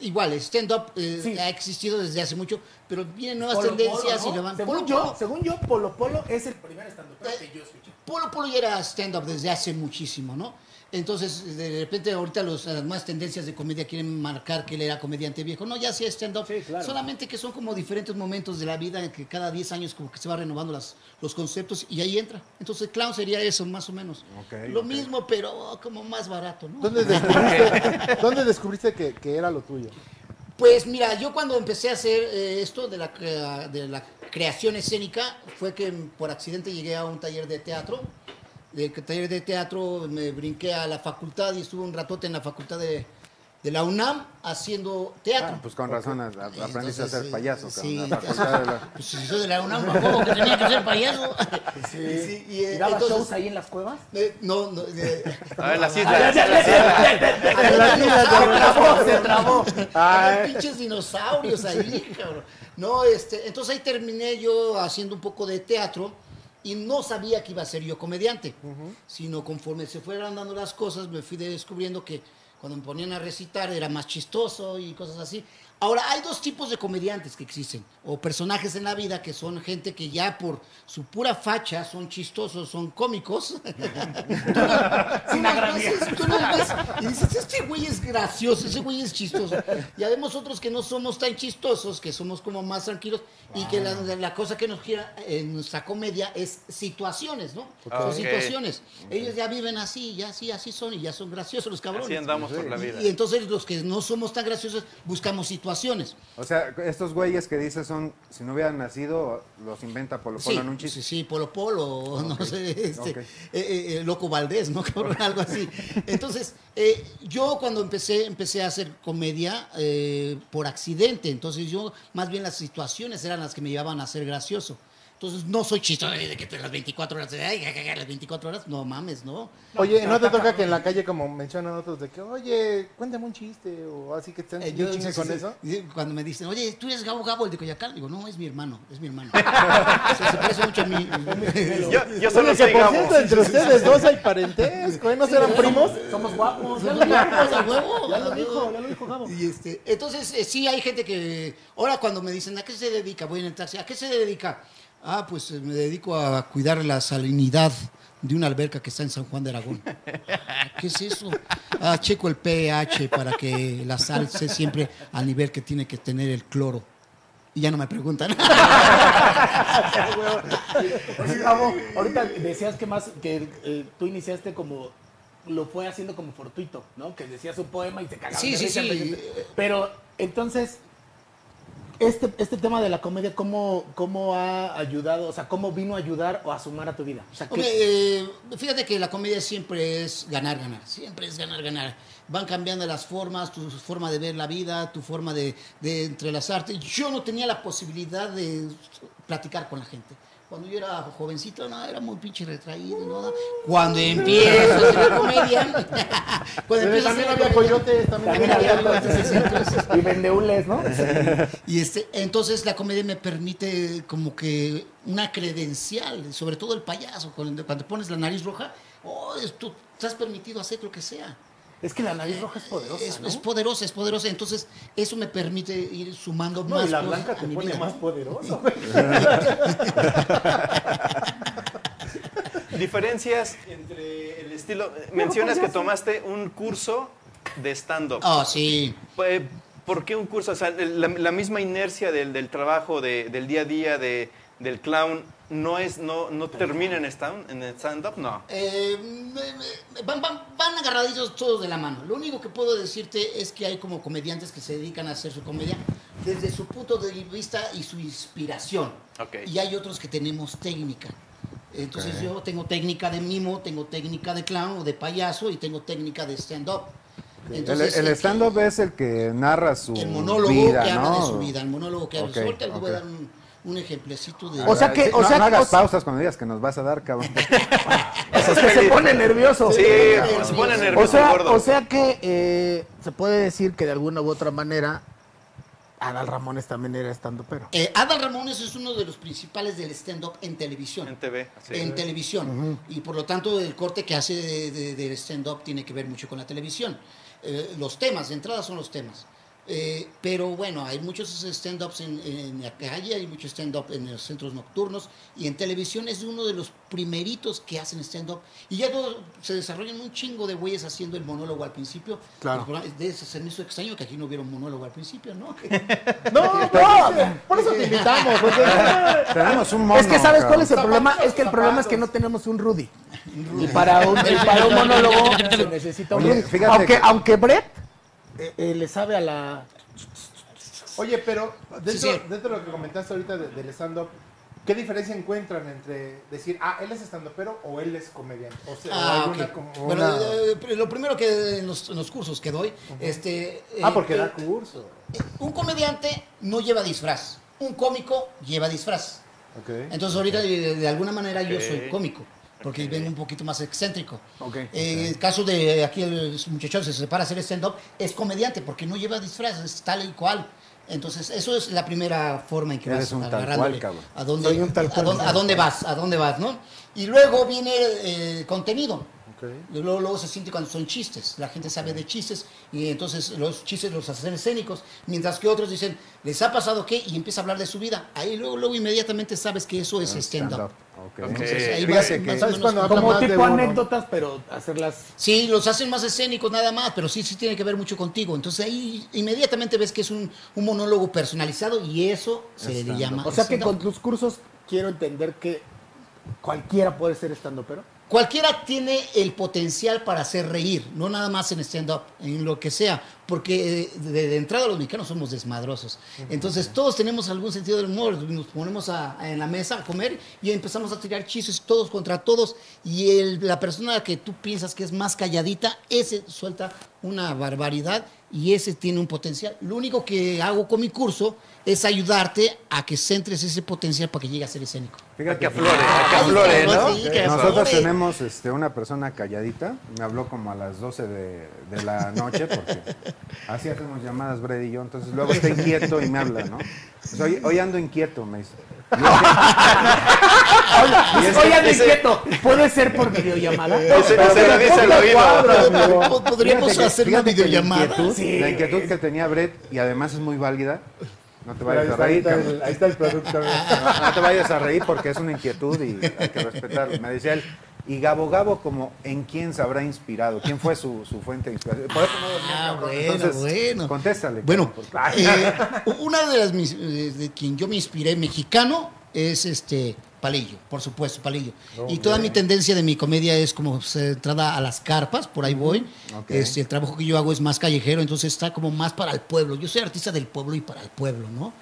Speaker 5: igual, stand-up eh,
Speaker 3: Sí.
Speaker 5: ha existido desde hace mucho, pero vienen nuevas
Speaker 3: Polo Polo,
Speaker 5: tendencias
Speaker 3: ¿no?
Speaker 5: y le van.
Speaker 3: según,
Speaker 5: Polo
Speaker 3: yo,
Speaker 5: Polo,
Speaker 3: según yo, Polo Polo es el primer estando que yo escuché.
Speaker 5: Polo Polo ya era stand-up desde hace muchísimo, ¿no? Entonces, de repente, ahorita los, las nuevas tendencias de comedia quieren marcar que él era comediante viejo. No, ya sí es stand-up.
Speaker 3: Sí, claro.
Speaker 5: Solamente que son como diferentes momentos de la vida en que cada 10 años como que se va renovando las, los conceptos y ahí entra. Entonces, clown sería eso, más o menos.
Speaker 4: Ok,
Speaker 5: Lo
Speaker 4: ok.
Speaker 5: mismo, pero como más barato, ¿no?
Speaker 2: ¿Dónde descubriste, dónde descubriste que, que era lo tuyo?
Speaker 5: Pues mira, yo cuando empecé a hacer eh, esto de la, crea- de la creación escénica fue que mm, por accidente llegué a un taller de teatro. Del que- taller de teatro me brinqué a la facultad y estuve un ratote en la facultad de, de la UNAM haciendo teatro.
Speaker 4: Ah, pues con razón a- a- aprendiste a
Speaker 5: Entonces,
Speaker 4: ser
Speaker 5: eh,
Speaker 4: payaso,
Speaker 5: sí,
Speaker 4: cabrón, en la facultad de la-
Speaker 5: Pues si soy de la UNAM, ¿a poco que tenía que ser payaso? Y sí, y, eh,
Speaker 3: ¿Y daba
Speaker 5: entonces,
Speaker 3: shows ahí en las cuevas?
Speaker 5: eh, no, no. eh,
Speaker 1: A ver, las
Speaker 3: Ah, ya,
Speaker 1: islas.
Speaker 3: ya, ya, ya, ya, ya.
Speaker 5: se trabó.
Speaker 2: Ah,
Speaker 5: Había pinches dinosaurios ahí, cabrón. No, este, entonces ahí terminé yo haciendo un poco de teatro y no sabía que iba a ser yo comediante, sino conforme se fueran dando las cosas me fui descubriendo que cuando me ponían a recitar era más chistoso y cosas así. Ahora, hay dos tipos de comediantes que existen, o personajes en la vida que son gente que ya por su pura facha son chistosos, son cómicos. Tú los ves, tú los ves y dices, este güey es gracioso, ese güey es chistoso. Y habemos otros que no somos tan chistosos, que somos como más tranquilos y que la,
Speaker 1: Ah.
Speaker 5: la cosa que nos gira en nuestra comedia es situaciones, ¿no? Son
Speaker 1: Ok.
Speaker 5: situaciones. Ellos ya viven así, ya así, así son y ya son graciosos los cabrones.
Speaker 1: Así andamos por la
Speaker 5: Y-
Speaker 1: vida.
Speaker 5: Y, entonces los que no somos tan graciosos buscamos situaciones.
Speaker 4: O sea, estos güeyes que dices son, si no hubieran nacido, los inventa Polo Polo
Speaker 5: Sí,
Speaker 4: en un
Speaker 5: sí,
Speaker 4: chiste.
Speaker 5: sí, Polo Polo, o no sé, este,
Speaker 4: ok.
Speaker 5: eh, eh, eh, Loco Valdés, ¿no? Cabrón, algo así. Entonces, eh, yo cuando empecé, empecé a hacer comedia eh, por accidente. Entonces, yo, más bien las situaciones eran las que me llevaban a ser gracioso. Entonces, no soy chistoso ay, de que te las 24 horas, ay, ja, ja, ja, las 24 horas, no mames, ¿no?
Speaker 2: Oye, ¿no te toca que en la calle, como mencionan otros, de que, oye, cuéntame un chiste o así que estén
Speaker 5: Eh,
Speaker 2: yo,
Speaker 5: yo, sí, sí,
Speaker 2: con
Speaker 5: sí.
Speaker 2: eso?
Speaker 5: Sí, Cuando me dicen, oye, ¿tú eres Gabo Gabo, el de Coyacán? Digo, no, es mi hermano, es mi hermano. se, se parece mucho a eh, mí.
Speaker 1: Yo, yo solo
Speaker 2: Oye, que
Speaker 1: soy
Speaker 2: por
Speaker 1: Gabo.
Speaker 2: cierto, entre ustedes dos hay parentesco, ¿eh? ¿No serán primos?
Speaker 3: Somos guapos.
Speaker 5: Ya
Speaker 3: Ya
Speaker 5: lo dijo, a
Speaker 3: lo,
Speaker 5: huevo.
Speaker 3: ya lo dijo, ya lo dijo Gabo.
Speaker 5: Y este, entonces, eh, sí, hay gente que. Ahora, cuando me dicen, ¿a qué se dedica? Voy en el taxi, ¿a qué se dedica? Ah, pues eh, me dedico a cuidar la salinidad de una alberca que está en San Juan de Aragón. Ah, ¿Qué es eso? Ah, checo el pH para que la sal esté siempre al nivel que tiene que tener el cloro. Y ya no me preguntan.
Speaker 3: Oye, Pues Gabo, ahorita decías que más que eh, tú iniciaste como lo fue haciendo como fortuito, ¿no? Que decías un poema y te cagaban
Speaker 5: Sí,
Speaker 3: de
Speaker 5: sí,
Speaker 3: risa,
Speaker 5: sí.
Speaker 3: pero- Pero entonces este, este tema de la comedia, ¿cómo, ¿cómo ha ayudado? O sea, ¿cómo vino a ayudar o a sumar a tu vida? O sea, ¿qué-
Speaker 5: Hombre, eh, fíjate que la comedia siempre es ganar, ganar. Siempre es ganar, ganar. Van cambiando las formas, tu forma de ver la vida, tu forma de, de entrelazarte. Yo no tenía la posibilidad de platicar con la gente. Cuando yo era jovencito, no, era muy pinche retraído. ¿no? Cuando empiezo a hacer la comedia. cuando
Speaker 2: Pero también
Speaker 5: empiezo a hacer la
Speaker 2: había
Speaker 5: comedia-
Speaker 2: coyotes, también
Speaker 3: También
Speaker 2: había
Speaker 3: había
Speaker 2: gatos.
Speaker 5: coyotes, sí, entonces-
Speaker 3: y vendeules, ¿no?
Speaker 5: y este, entonces la comedia me permite como que una credencial, sobre todo el payaso, cuando, cuando pones la nariz roja, oh, es- tú estás permitido hacer lo que sea.
Speaker 3: Es que la nariz roja es poderosa.
Speaker 5: es,
Speaker 3: ¿no?
Speaker 5: es poderosa, es poderosa. Entonces eso me permite ir sumando
Speaker 2: No,
Speaker 5: más.
Speaker 2: y la
Speaker 5: cosas
Speaker 2: blanca
Speaker 5: a
Speaker 2: te
Speaker 5: mi
Speaker 2: pone
Speaker 5: vida.
Speaker 2: más poderoso.
Speaker 1: Diferencias entre el estilo. Mencionas que tomaste un curso de stand-up.
Speaker 5: Ah, sí.
Speaker 1: Eh, ¿Por qué un curso? O sea, el- la, la misma inercia del, del trabajo, de- del día a día, de, del clown, no es, no, no termina en stand- en el stand-up, no.
Speaker 5: Eh, me- me- van, van, van agarraditos todos de la mano. Lo único que puedo decirte es que hay como comediantes que se dedican a hacer su comedia desde su punto de vista y su inspiración.
Speaker 1: Ok.
Speaker 5: Y hay otros que tenemos técnica. Entonces yo tengo técnica de mimo, tengo técnica de clown o de payaso y tengo técnica de stand-up.
Speaker 4: El,
Speaker 5: Entonces,
Speaker 4: el
Speaker 5: eh,
Speaker 4: stand-up es el que narra su
Speaker 5: el monólogo
Speaker 4: vida,
Speaker 5: que habla de
Speaker 4: ¿no?
Speaker 5: su vida, el monólogo que habla.
Speaker 4: Ok,
Speaker 5: Ahorita les voy a
Speaker 4: ok.
Speaker 5: dar un, un ejemplecito de...
Speaker 3: O sea que-
Speaker 4: Ah, no,
Speaker 3: o sea
Speaker 4: no
Speaker 3: que-
Speaker 4: hagas
Speaker 3: o-
Speaker 4: pausas cuando digas que nos vas a dar, cabrón.
Speaker 3: Esos que se pone nervioso.
Speaker 1: Sí,
Speaker 5: cabrón.
Speaker 1: se pone nervioso
Speaker 3: O sea,
Speaker 1: gordo.
Speaker 3: o sea que eh, se puede decir que de alguna u otra manera Adal Ramones también era estando pero.
Speaker 5: Eh, Adal Ramones es uno de los principales del stand-up en televisión.
Speaker 1: en TV. así.
Speaker 5: en televisión. Y por lo tanto, el corte que hace de- de- del stand-up tiene que ver mucho con la televisión. Eh, los temas, de entrada son los temas. Eh, pero bueno, hay muchos stand-ups en, en la calle, hay muchos stand-up en los centros nocturnos y en televisión es uno de los primeritos que hacen stand-up. Y ya luego se desarrollan un chingo de güeyes haciendo el monólogo al principio.
Speaker 3: Claro.
Speaker 5: Los- De ese se me hizo extraño que aquí no hubiera un monólogo al principio, ¿no?
Speaker 2: No, no, por eso te invitamos. porque-
Speaker 4: Tenemos un mono.
Speaker 3: es que sabes cuál
Speaker 4: cabrón.
Speaker 3: es el problema, es que el problema es que no tenemos un Rudy. Y para un, y para un monólogo se necesita un
Speaker 4: Oye,
Speaker 3: Rudy.
Speaker 4: fíjate
Speaker 3: Aunque,
Speaker 4: que-
Speaker 3: aunque Brett eh, eh, le sabe a la.
Speaker 2: Oye, pero dentro,
Speaker 5: Sí, sí.
Speaker 2: dentro de lo que comentaste ahorita de- del stand-up, ¿qué diferencia encuentran entre decir, ah, él es stand pero o él es comediante? O sea,
Speaker 5: Ah,
Speaker 2: o alguna
Speaker 5: ok.
Speaker 2: como
Speaker 5: Bueno,
Speaker 2: una-
Speaker 5: eh, eh, lo primero que en los, en los cursos que doy, este, eh,
Speaker 2: Ah, porque
Speaker 5: eh,
Speaker 2: da curso.
Speaker 5: un comediante no lleva disfraz, un cómico lleva disfraz.
Speaker 2: Ok.
Speaker 5: Entonces ahorita de, de alguna manera yo soy
Speaker 1: Ok.
Speaker 5: cómico, porque
Speaker 1: Ok.
Speaker 5: vengo un poquito más excéntrico. Eh,
Speaker 3: Ok.
Speaker 5: En el caso de aquí el muchacho se separa a hacer stand-up, es comediante porque no lleva disfraz, es tal y cual. Entonces, eso es la primera forma en que
Speaker 4: Eres
Speaker 5: vas
Speaker 4: un tal
Speaker 5: agarrándole
Speaker 4: cual, cabrón.
Speaker 5: a dónde,
Speaker 2: Soy un tal
Speaker 5: a
Speaker 2: cual.
Speaker 5: dónde, a dónde vas, a dónde vas, ¿no? Y luego viene eh, el contenido.
Speaker 2: Ok.
Speaker 5: Y Luego, luego se siente cuando son chistes. La gente sabe de chistes y entonces los chistes los hacen escénicos. Mientras que otros dicen, ¿les ha pasado qué? Y empieza a hablar de su vida. Ahí luego, luego inmediatamente sabes que eso es stand-up.
Speaker 4: Ok.
Speaker 5: Entonces, ahí
Speaker 4: Fíjate
Speaker 5: vas-
Speaker 4: que-
Speaker 5: más o
Speaker 2: ¿Sabes
Speaker 5: menos
Speaker 2: cuando habla
Speaker 3: Como
Speaker 2: más de
Speaker 3: tipo
Speaker 2: uno?
Speaker 3: anécdotas, pero hacerlas
Speaker 5: Sí, los hacen más escénicos nada más, pero sí, sí tiene que ver mucho contigo. Entonces ahí inmediatamente ves que es un, un monólogo personalizado y eso se le
Speaker 4: Stand-up.
Speaker 5: llama.
Speaker 3: O sea que con
Speaker 5: stand-up.
Speaker 3: tus cursos quiero entender que cualquiera puede ser estando, pero
Speaker 5: Cualquiera tiene el potencial para hacer reír, no nada más en stand-up, en lo que sea, porque eh, de, de entrada los mexicanos somos desmadrosos. Entonces todos tenemos algún sentido del humor, nos ponemos a- a- en la mesa a comer y empezamos a tirar chistes todos contra todos y el- la persona que tú piensas que es más calladita, ese suelta una barbaridad y ese tiene un potencial. Lo único que hago con mi curso es ayudarte a que centres ese potencial para que llegue a ser escénico.
Speaker 1: A que
Speaker 4: Fíjate
Speaker 1: aflore, a que aflore, ¿no?
Speaker 5: Pues Sí, que
Speaker 4: Nosotros
Speaker 5: aflore.
Speaker 4: tenemos este, una persona calladita, me habló como a las 12 de, de la noche, porque así hacemos llamadas Brad y yo, entonces luego está inquieto y me habla, ¿no? Pues, hoy, hoy ando inquieto, me dice. Y es
Speaker 5: Ah,
Speaker 4: que- y es que-
Speaker 3: Oigan,
Speaker 1: ese-
Speaker 3: inquieto, ¿puede ser por videollamada?
Speaker 1: Se, se lo dice al oído.
Speaker 5: Pod- Podríamos
Speaker 4: Fíjate que-
Speaker 5: hacer una
Speaker 4: fíjate que la
Speaker 5: videollamada.
Speaker 4: inquietud- La inquietud que tenía Brett, y además es muy válida, no te
Speaker 2: Pero ahí
Speaker 4: vayas a
Speaker 2: está- Ahí
Speaker 4: reír,
Speaker 2: está
Speaker 4: cabrón.
Speaker 2: el- ahí está el producto.
Speaker 4: No, no te vayas a reír porque es una inquietud y hay que respetarlo. Me decía él, y Gabo Gabo, como en quién se habrá inspirado, quién fue su, su fuente de inspiración. Por eso no dormía,
Speaker 5: Ah,
Speaker 4: cabrón.
Speaker 5: bueno,
Speaker 4: Entonces,
Speaker 5: bueno.
Speaker 4: Contéstale.
Speaker 5: Bueno,
Speaker 4: cabrón, porque- Ay,
Speaker 5: eh, una de las mis- eh, de quien yo me inspiré mexicano es este Palillo, por supuesto, Palillo. y toda mi tendencia de mi comedia es como centrada a las carpas, por ahí voy.
Speaker 4: Ok.
Speaker 5: Este, el trabajo que yo hago es más callejero, entonces está como más para el pueblo. Yo soy artista del pueblo y para el pueblo, ¿no?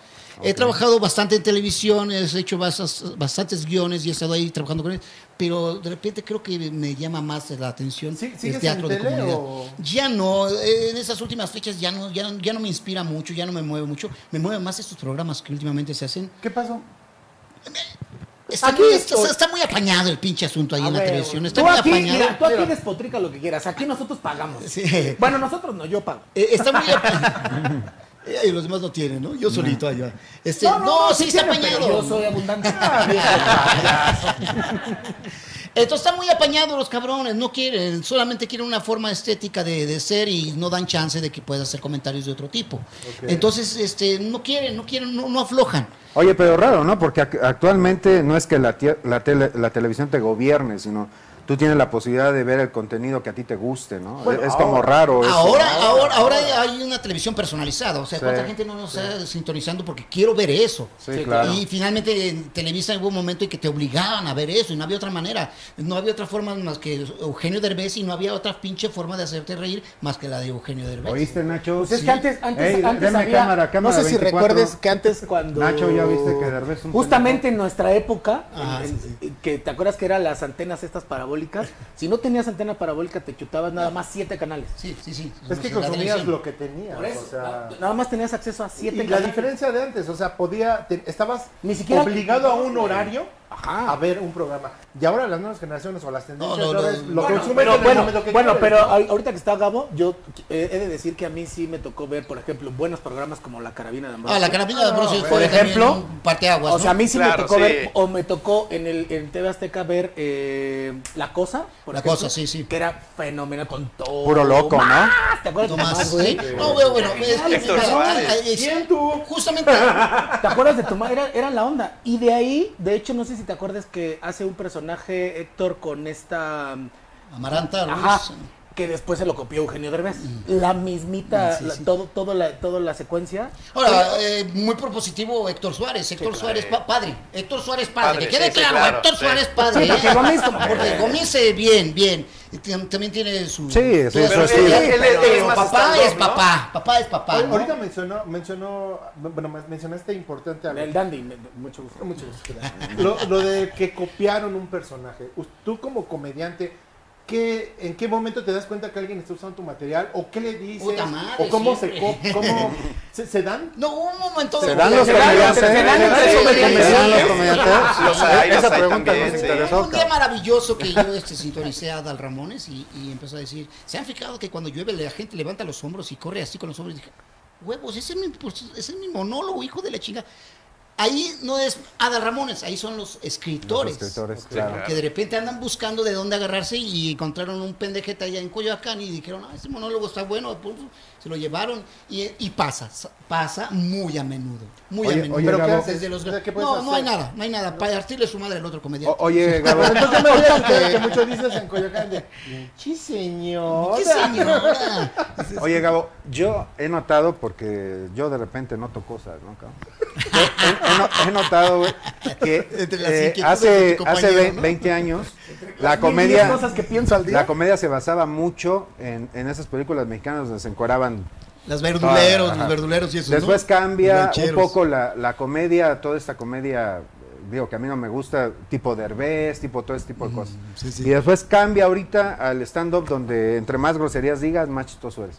Speaker 5: He trabajado bastante en televisión, he hecho basas- bastantes guiones y he estado ahí trabajando con él, pero de repente creo que me llama más la atención
Speaker 2: ¿Sí-
Speaker 5: el
Speaker 2: sigues
Speaker 5: teatro
Speaker 2: en
Speaker 5: de
Speaker 2: tele
Speaker 5: comunidad.
Speaker 2: o-
Speaker 5: Ya no, eh, en esas últimas fechas ya no, ya, ya no me inspira mucho, ya no me mueve mucho. Me mueven más estos programas que últimamente se hacen.
Speaker 2: ¿Qué pasó?
Speaker 5: Está,
Speaker 3: Aquí
Speaker 5: muy,
Speaker 3: estoy.
Speaker 5: está, está muy apañado el pinche asunto ahí
Speaker 3: A
Speaker 5: en la
Speaker 3: ver,
Speaker 5: televisión. Está
Speaker 3: Tú
Speaker 5: muy
Speaker 3: aquí,
Speaker 5: apañado.
Speaker 3: mira, tú aquí despotrica lo que quieras. Aquí nosotros pagamos.
Speaker 5: Sí.
Speaker 3: Bueno, nosotros no, yo pago.
Speaker 5: Eh, está muy apañado. Eh, los demás no tienen, ¿no? Yo solito allá. Este, no, sí, está
Speaker 3: tiene, pero
Speaker 5: apañado.
Speaker 3: Yo soy abundante.
Speaker 5: Entonces están muy apañados los cabrones, no quieren, solamente quieren una forma estética de, de ser y no dan chance de que puedas hacer comentarios de otro tipo. Entonces, este, no quieren, no quieren, no, no aflojan.
Speaker 4: Oye, pero raro, ¿no? Porque ac- actualmente no es que la, tie- la, tele- la televisión te gobierne, sino tú tienes la posibilidad de ver el contenido que a ti te guste, ¿no? es es como raro. eso.
Speaker 5: Ahora, ahora, ahora hay una televisión personalizada, o sea,
Speaker 4: Sí.
Speaker 5: cuánta gente no nos está sintonizando porque quiero ver eso.
Speaker 4: Sí, claro.
Speaker 5: Y finalmente en Televisa hubo un momento en que te obligaban a ver eso y no había otra manera, no había otra forma más que Eugenio Derbez y no había otra pinche forma de hacerte reír más que la de Eugenio Derbez.
Speaker 4: ¿Oíste, Nacho?
Speaker 3: Pues es
Speaker 4: Sí.
Speaker 3: que antes, antes,
Speaker 4: Ey,
Speaker 3: antes
Speaker 4: deme
Speaker 3: había-
Speaker 4: cámara, cámara
Speaker 3: no sé si
Speaker 4: 24.
Speaker 3: recuerdes que antes cuando...
Speaker 4: Nacho, ya viste que Derbez es un
Speaker 3: Justamente en nuestra época,
Speaker 5: Ah,
Speaker 3: en-
Speaker 5: sí,
Speaker 3: en- que te acuerdas que eran las antenas estas parabólicas, si no tenías antena parabólica te chutabas nada más siete canales.
Speaker 5: Sí, sí, sí.
Speaker 2: Es que
Speaker 5: La
Speaker 2: consumías
Speaker 5: televisión.
Speaker 2: lo que tenías.
Speaker 3: Por eso, ah,
Speaker 2: o sea,
Speaker 3: na- nada más tenías acceso a siete
Speaker 2: y la
Speaker 3: canales.
Speaker 2: diferencia de antes, o sea, podía, te- estabas
Speaker 3: Ni siquiera-
Speaker 2: obligado a un horario
Speaker 3: Ajá.
Speaker 2: a ver un programa. Y ahora las nuevas generaciones o las tendencias
Speaker 5: No, no,
Speaker 2: otra vez,
Speaker 5: no,
Speaker 2: lo
Speaker 3: Bueno,
Speaker 2: consumen
Speaker 3: pero
Speaker 2: en el
Speaker 3: bueno,
Speaker 2: momento que
Speaker 3: bueno,
Speaker 2: quieres,
Speaker 3: pero
Speaker 2: ¿no?
Speaker 3: ahor- ahorita que está Gabo, yo eh, he de decir que a mí sí me tocó ver, por ejemplo, buenos programas como La Carabina de Ambrosio.
Speaker 5: Ah, la carabina de Ambrosio
Speaker 2: por
Speaker 5: fue
Speaker 3: ejemplo,
Speaker 5: también un parteaguas,
Speaker 3: O sea, a
Speaker 5: ¿no?
Speaker 3: mí sí me
Speaker 1: Claro,
Speaker 3: tocó
Speaker 1: sí.
Speaker 3: ver, o me tocó en el en TV Azteca ver eh, La Cosa. por
Speaker 5: La
Speaker 3: ejemplo,
Speaker 5: Cosa, sí, sí.
Speaker 3: Que era fenomenal con todo.
Speaker 4: Puro loco, ¿no?
Speaker 3: más, ¿Te acuerdas
Speaker 5: No
Speaker 3: de
Speaker 5: más,
Speaker 3: güey?
Speaker 5: sí. No, bueno, bueno, es que-
Speaker 1: Héctor Suárez.
Speaker 5: Ah, es-
Speaker 2: ¿Quién tú?
Speaker 5: Justamente,
Speaker 3: ¿Te acuerdas de tu madre? Era, era la onda. Y de ahí, de hecho, no sé si te acuerdas que hace un personaje Héctor con esta. mm,
Speaker 5: Amaranta Ruiz.
Speaker 3: Ajá. Que después se lo copió Eugenio Derbez. La mismita,
Speaker 5: Ah, sí,
Speaker 3: la-
Speaker 5: sí.
Speaker 3: todo, todo la, toda la secuencia.
Speaker 5: Ahora, eh, muy propositivo Héctor Suárez, Héctor Suárez pa- padre, Héctor Suárez padre,
Speaker 1: Padre,
Speaker 5: que quede
Speaker 1: sí, sí,
Speaker 5: claro,
Speaker 1: claro,
Speaker 5: Héctor
Speaker 1: sí.
Speaker 5: Suárez padre. ¿eh?
Speaker 3: Sí, porque Gómez como-
Speaker 5: Porque Gómez, eh, bien, bien, Y tam- también tiene su...
Speaker 4: Sí, sí,
Speaker 5: toda
Speaker 4: eso
Speaker 5: su-
Speaker 4: sí.
Speaker 5: pero-
Speaker 1: Él- él- él es más
Speaker 5: papá
Speaker 1: stand-up,
Speaker 5: es
Speaker 1: ¿no?
Speaker 5: papá, papá es papá,
Speaker 2: Oye,
Speaker 5: ¿no?
Speaker 2: Ahorita mencionó, mencionó, bueno, men- mencionaste importante algo.
Speaker 3: El Dandy, me- mucho gusto.
Speaker 2: Mucho gusto. lo, lo de que copiaron un personaje. Us- Tú como comediante, ¿qué, ¿en qué momento te das cuenta que alguien está usando tu material? ¿O qué le dices?
Speaker 5: Puta madre,
Speaker 2: ¿O cómo se
Speaker 5: siempre.
Speaker 2: co- cómo se, se dan?
Speaker 5: No, un momento...
Speaker 4: ¿Se dan los
Speaker 2: Se dan los-
Speaker 4: comediantes?
Speaker 2: se dan los
Speaker 4: ¿Se dan los
Speaker 1: comediantes.
Speaker 4: comediantes?
Speaker 1: Los hay, los
Speaker 4: Esa
Speaker 1: hay
Speaker 4: pregunta
Speaker 1: también,
Speaker 4: nos
Speaker 1: sí.
Speaker 4: interesó.
Speaker 5: Un día maravilloso que yo este, sintonicé a Dal Ramones y, y empezó a decir, ¿se han fijado que cuando llueve la gente levanta los hombros y corre así con los hombros? Y dije, huevos, ese es mi, pues, ese es mi monólogo, hijo de la chinga. Ahí no es Adal Ramones, ahí son los escritores.
Speaker 4: Los escritores,
Speaker 1: Sí,
Speaker 4: claro.
Speaker 1: claro.
Speaker 5: Que de repente andan buscando de dónde agarrarse y encontraron un pendejeta allá en Coyoacán y dijeron, ah, este monólogo está bueno, pum, pum, se lo llevaron y, y pasa, sa- pasa muy a menudo, muy a
Speaker 4: Oye,
Speaker 5: menudo.
Speaker 4: oye,
Speaker 5: Pero
Speaker 4: Gabo,
Speaker 5: desde los-
Speaker 2: o sea, ¿qué puedes
Speaker 5: no, no hay
Speaker 2: hacer?
Speaker 5: nada, no hay nada, para partirle su madre al otro
Speaker 4: O-
Speaker 5: comediante.
Speaker 4: oye, Gabo,
Speaker 2: Entonces me voy a enterar que muchos dices en Coyoacán de, sí señor.
Speaker 5: ¡Qué señora!
Speaker 4: oye, Gabo, yo he notado, porque yo de repente noto cosas, ¿no, cabrón? Yo He, he no- he notado, güey, que
Speaker 5: Entre las
Speaker 4: eh,
Speaker 5: inquietudes de
Speaker 4: hace,
Speaker 5: tu
Speaker 4: hace
Speaker 5: compañero,
Speaker 4: ve-
Speaker 5: ¿no?
Speaker 4: 20 años la
Speaker 3: Diez
Speaker 4: comedia,
Speaker 3: cosas que pienso al
Speaker 4: la
Speaker 3: día.
Speaker 4: comedia se basaba mucho en, en esas películas mexicanas donde se encueraban
Speaker 5: Las verduleros,
Speaker 4: Ah,
Speaker 5: los verduleros y eso.
Speaker 4: Después
Speaker 5: Pues, ¿no? Los
Speaker 4: cambia un
Speaker 5: rancheros.
Speaker 4: poco la, la comedia, toda esta comedia, eh, digo que a mí no me gusta, tipo Derbez, tipo todo este tipo de cosas.
Speaker 5: sí, sí.
Speaker 4: Y después cambia ahorita al stand-up donde entre más groserías digas, más chistoso eres.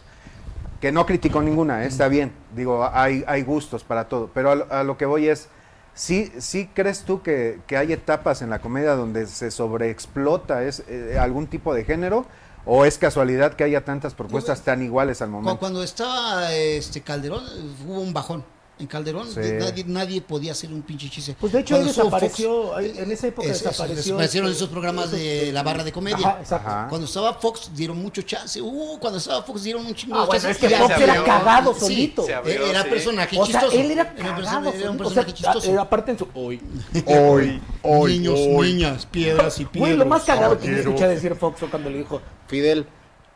Speaker 4: Que no critico ninguna, eh, está bien. Digo, hay, hay gustos para todo. Pero a, lo- a lo que voy es, ¿sí, sí crees tú que, que hay etapas en la comedia donde se sobreexplota es, eh, algún tipo de género? ¿O es casualidad que haya tantas propuestas tan iguales al
Speaker 5: Cu-
Speaker 4: momento?
Speaker 5: Cuando estaba este Calderón, eh, hubo un bajón. En Calderón
Speaker 4: Sí.
Speaker 5: de- nadie, nadie podía hacer un pinche chiste.
Speaker 3: Pues de hecho ahí
Speaker 5: Cuando estuvo Fox,
Speaker 3: desapareció, ahí- en esa época
Speaker 5: es- es-
Speaker 3: desapareció.
Speaker 5: desaparecieron
Speaker 3: este,
Speaker 5: esos programas
Speaker 3: esos-
Speaker 5: de la barra de comedia.
Speaker 3: Ajá, exacto.
Speaker 4: Ajá.
Speaker 5: Cuando estaba Fox dieron mucho chance. Uh, cuando estaba Fox dieron un chingo
Speaker 3: Ah,
Speaker 5: de
Speaker 3: bueno,
Speaker 5: chance.
Speaker 3: es que
Speaker 5: Y
Speaker 1: Ya
Speaker 3: Fox
Speaker 5: hasta-
Speaker 1: se
Speaker 3: era
Speaker 1: abrió.
Speaker 3: cagado
Speaker 5: Sí,
Speaker 3: solito.
Speaker 1: se abrió.
Speaker 5: era
Speaker 1: sí.
Speaker 5: personaje
Speaker 3: O sea,
Speaker 5: chistoso.
Speaker 3: él era
Speaker 5: un persona-
Speaker 3: cagado.
Speaker 5: era un
Speaker 3: solito. O
Speaker 5: personaje
Speaker 3: sea,
Speaker 5: chistoso.
Speaker 3: eh, aparte en su... Hoy.
Speaker 4: Hoy,
Speaker 5: Niños, niñas, piedras y piedras.
Speaker 3: Güey, lo más cagado que yo
Speaker 6: Caballero.
Speaker 3: escuché decir Fox fue cuando le dijo...
Speaker 6: Fidel,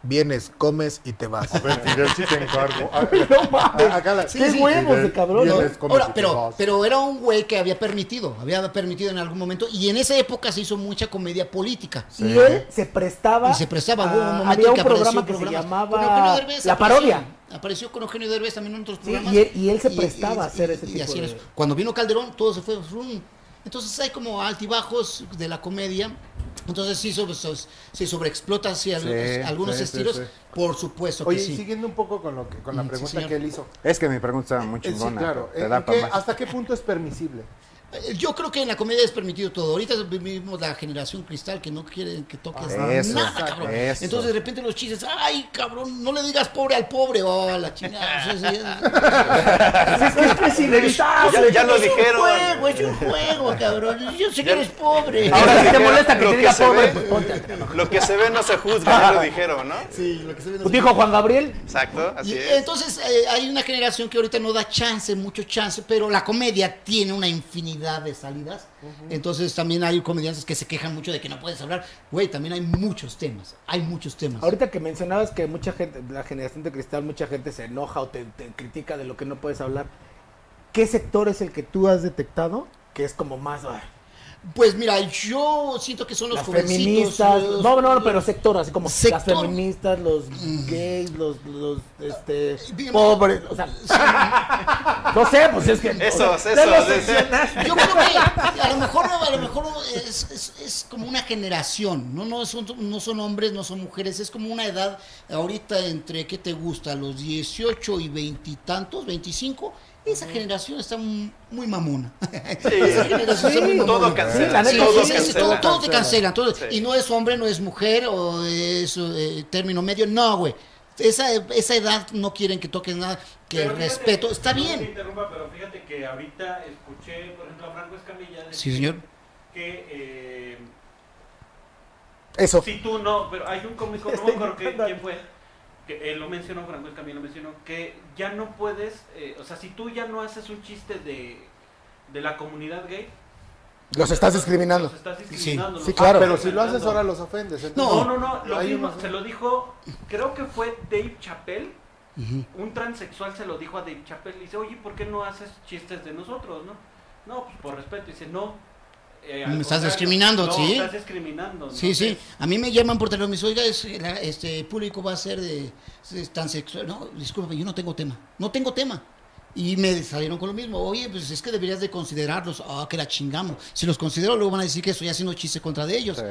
Speaker 6: vienes, comes y te vas.
Speaker 8: A ver, Fidel, sí te encargo. Ah,
Speaker 3: No mames,
Speaker 6: Acá la-
Speaker 3: qué huevos de
Speaker 8: Fidel,
Speaker 3: cabrón. ¿no?
Speaker 8: vienes, comes
Speaker 5: Ahora,
Speaker 8: y te
Speaker 5: pero,
Speaker 8: vas.
Speaker 5: pero era un güey que había permitido, había permitido en algún momento, y en esa época se hizo mucha comedia política.
Speaker 3: Y él se prestaba.
Speaker 5: Y se prestaba hubo
Speaker 3: a-
Speaker 5: un momento
Speaker 3: Había
Speaker 5: en
Speaker 3: un
Speaker 5: que apareció
Speaker 3: programa que se
Speaker 5: programas. Con Eugenio
Speaker 3: llamaba
Speaker 5: Derbez
Speaker 3: La
Speaker 5: apareció-
Speaker 3: Parodia.
Speaker 5: Apareció con Eugenio Derbez también en otros
Speaker 3: Sí,
Speaker 5: programas.
Speaker 3: y él- y él se prestaba a hacer ese tipo
Speaker 5: hacían
Speaker 3: de-
Speaker 5: eso. Cuando vino Calderón, todo se fue. rum. Entonces hay como altibajos de la comedia. Entonces sí sobre- so- se sobreexplota hacia
Speaker 4: Sí,
Speaker 5: algunos- algunos
Speaker 4: sí, sí,
Speaker 5: estilos,
Speaker 4: sí.
Speaker 5: por supuesto que
Speaker 2: Oye,
Speaker 5: sí.
Speaker 2: y siguiendo un poco con, lo que, con la
Speaker 5: Mm, sí,
Speaker 2: pregunta
Speaker 5: señor.
Speaker 2: que él hizo.
Speaker 4: Es que mi pregunta estaba muy
Speaker 2: Eh, Sí,
Speaker 4: chingona.
Speaker 2: claro.
Speaker 4: Te
Speaker 2: ¿En
Speaker 4: da pa'
Speaker 2: qué-
Speaker 4: más.
Speaker 2: ¿Hasta qué punto es permisible?
Speaker 5: Eh, Yo creo que en la comedia es permitido todo. Ahorita vivimos la generación cristal que no quiere que toques
Speaker 4: Ah, eso,
Speaker 5: nada, cabrón.
Speaker 4: eso.
Speaker 5: Entonces de repente los chistes, ay, cabrón, no le digas pobre al pobre, oh, la chingada. O sea, sí,
Speaker 3: Es que esto es inevitable.
Speaker 1: Ya- ya lo
Speaker 5: es
Speaker 1: dijeron.
Speaker 5: un juego, es un juego, cabrón. Yo sé que eres pobre.
Speaker 3: Ahora sí te
Speaker 1: Lo
Speaker 3: molesta que
Speaker 1: que
Speaker 3: te diga
Speaker 1: se
Speaker 3: pobre,
Speaker 1: ve.
Speaker 3: pues ponte a trabajar.
Speaker 1: Lo que se ve no se juzga, ya lo dijeron, ¿no?
Speaker 5: Sí, lo que se ve no
Speaker 3: Pues
Speaker 5: se-
Speaker 3: dijo Juan Gabriel.
Speaker 1: Exacto,
Speaker 5: Y
Speaker 1: así es.
Speaker 5: entonces eh, hay una generación que ahorita no da chance, mucho chance, pero la comedia tiene una infinidad de salidas. Entonces también hay comediantes que se quejan mucho de que no puedes hablar. Güey, también hay muchos temas, hay muchos temas.
Speaker 3: Ahorita que mencionabas que mucha gente, la generación de cristal, mucha gente se enoja o te, te critica de lo que no puedes hablar. ¿Qué sector es el que tú has detectado que es como más ah,
Speaker 5: Pues mira, yo siento que son los
Speaker 3: las
Speaker 5: jovencitos,
Speaker 3: feministas?
Speaker 5: los-
Speaker 3: no, no, no, pero sector, así como las
Speaker 5: Sector. Mm.
Speaker 3: feministas, los gays, los, los, este,
Speaker 5: Dime.
Speaker 3: pobres, o sea, no sé, pues es que
Speaker 1: Esos,
Speaker 3: te lo
Speaker 1: esos,
Speaker 3: mencionaste.
Speaker 5: Yo creo que a lo mejor, a lo mejor es, es- es como una generación, ¿no? No son, no son hombres, no son mujeres, es como una edad ahorita entre, ¿qué te gusta? Los 18 y veintitantos, 25. Esa generación está m- muy mamona. Esa generación está muy
Speaker 3: Sí,
Speaker 5: mamona.
Speaker 1: Todo cancela,
Speaker 3: Sí, la neta,
Speaker 1: todo
Speaker 3: sí, sí, sí,
Speaker 1: cancela.
Speaker 5: todo, todo te cancela. todo.
Speaker 1: Sí.
Speaker 5: Y no es hombre, no es mujer, o es eh, término medio. No, güey. Esa, esa edad no quieren que toques nada, que el
Speaker 7: Pero fíjate,
Speaker 5: respeto. Está
Speaker 7: no te
Speaker 5: bien.
Speaker 7: interrumpa, pero fíjate que ahorita escuché, por ejemplo, a Franco Escamilla
Speaker 5: Sí,
Speaker 7: decir
Speaker 5: señor.
Speaker 7: que eh,
Speaker 6: Eso.
Speaker 7: si tú no, pero hay un cómico, no me acuerdo que- quién fue, que él lo mencionó, Franco Escamilla lo mencionó, que ya no puedes, eh, o sea, si tú ya no haces un chiste de, de la comunidad gay,
Speaker 6: Los estás discriminando.
Speaker 7: los estás discriminando.
Speaker 6: Sí,
Speaker 7: los
Speaker 6: claro.
Speaker 7: estás
Speaker 2: Pero si lo haces
Speaker 7: señalando.
Speaker 2: ahora los ofendes. entonces-
Speaker 7: No, no, no, lo
Speaker 2: Hay
Speaker 7: mismo,
Speaker 2: una-
Speaker 7: se lo dijo, creo que fue Dave Chappelle, un transexual se lo dijo a Dave Chappelle, le dice, oye, ¿por qué no haces chistes de nosotros, no? No, pues por respeto, dice, no. eh, al
Speaker 5: Me estás
Speaker 7: contrario,
Speaker 5: discriminando,
Speaker 7: no,
Speaker 5: sí.
Speaker 7: estás discriminando.
Speaker 5: Sí, sí. A mí me llaman por teléfono y me dicen, oiga, es- la- este el público va a ser de, es tan sexual. No, disculpe, yo no tengo tema. No tengo tema. Y me salieron con lo mismo. Oye, pues es que deberías de considerarlos. Ah, que la chingamos. Si los considero, luego van a decir que estoy haciendo chiste contra de ellos.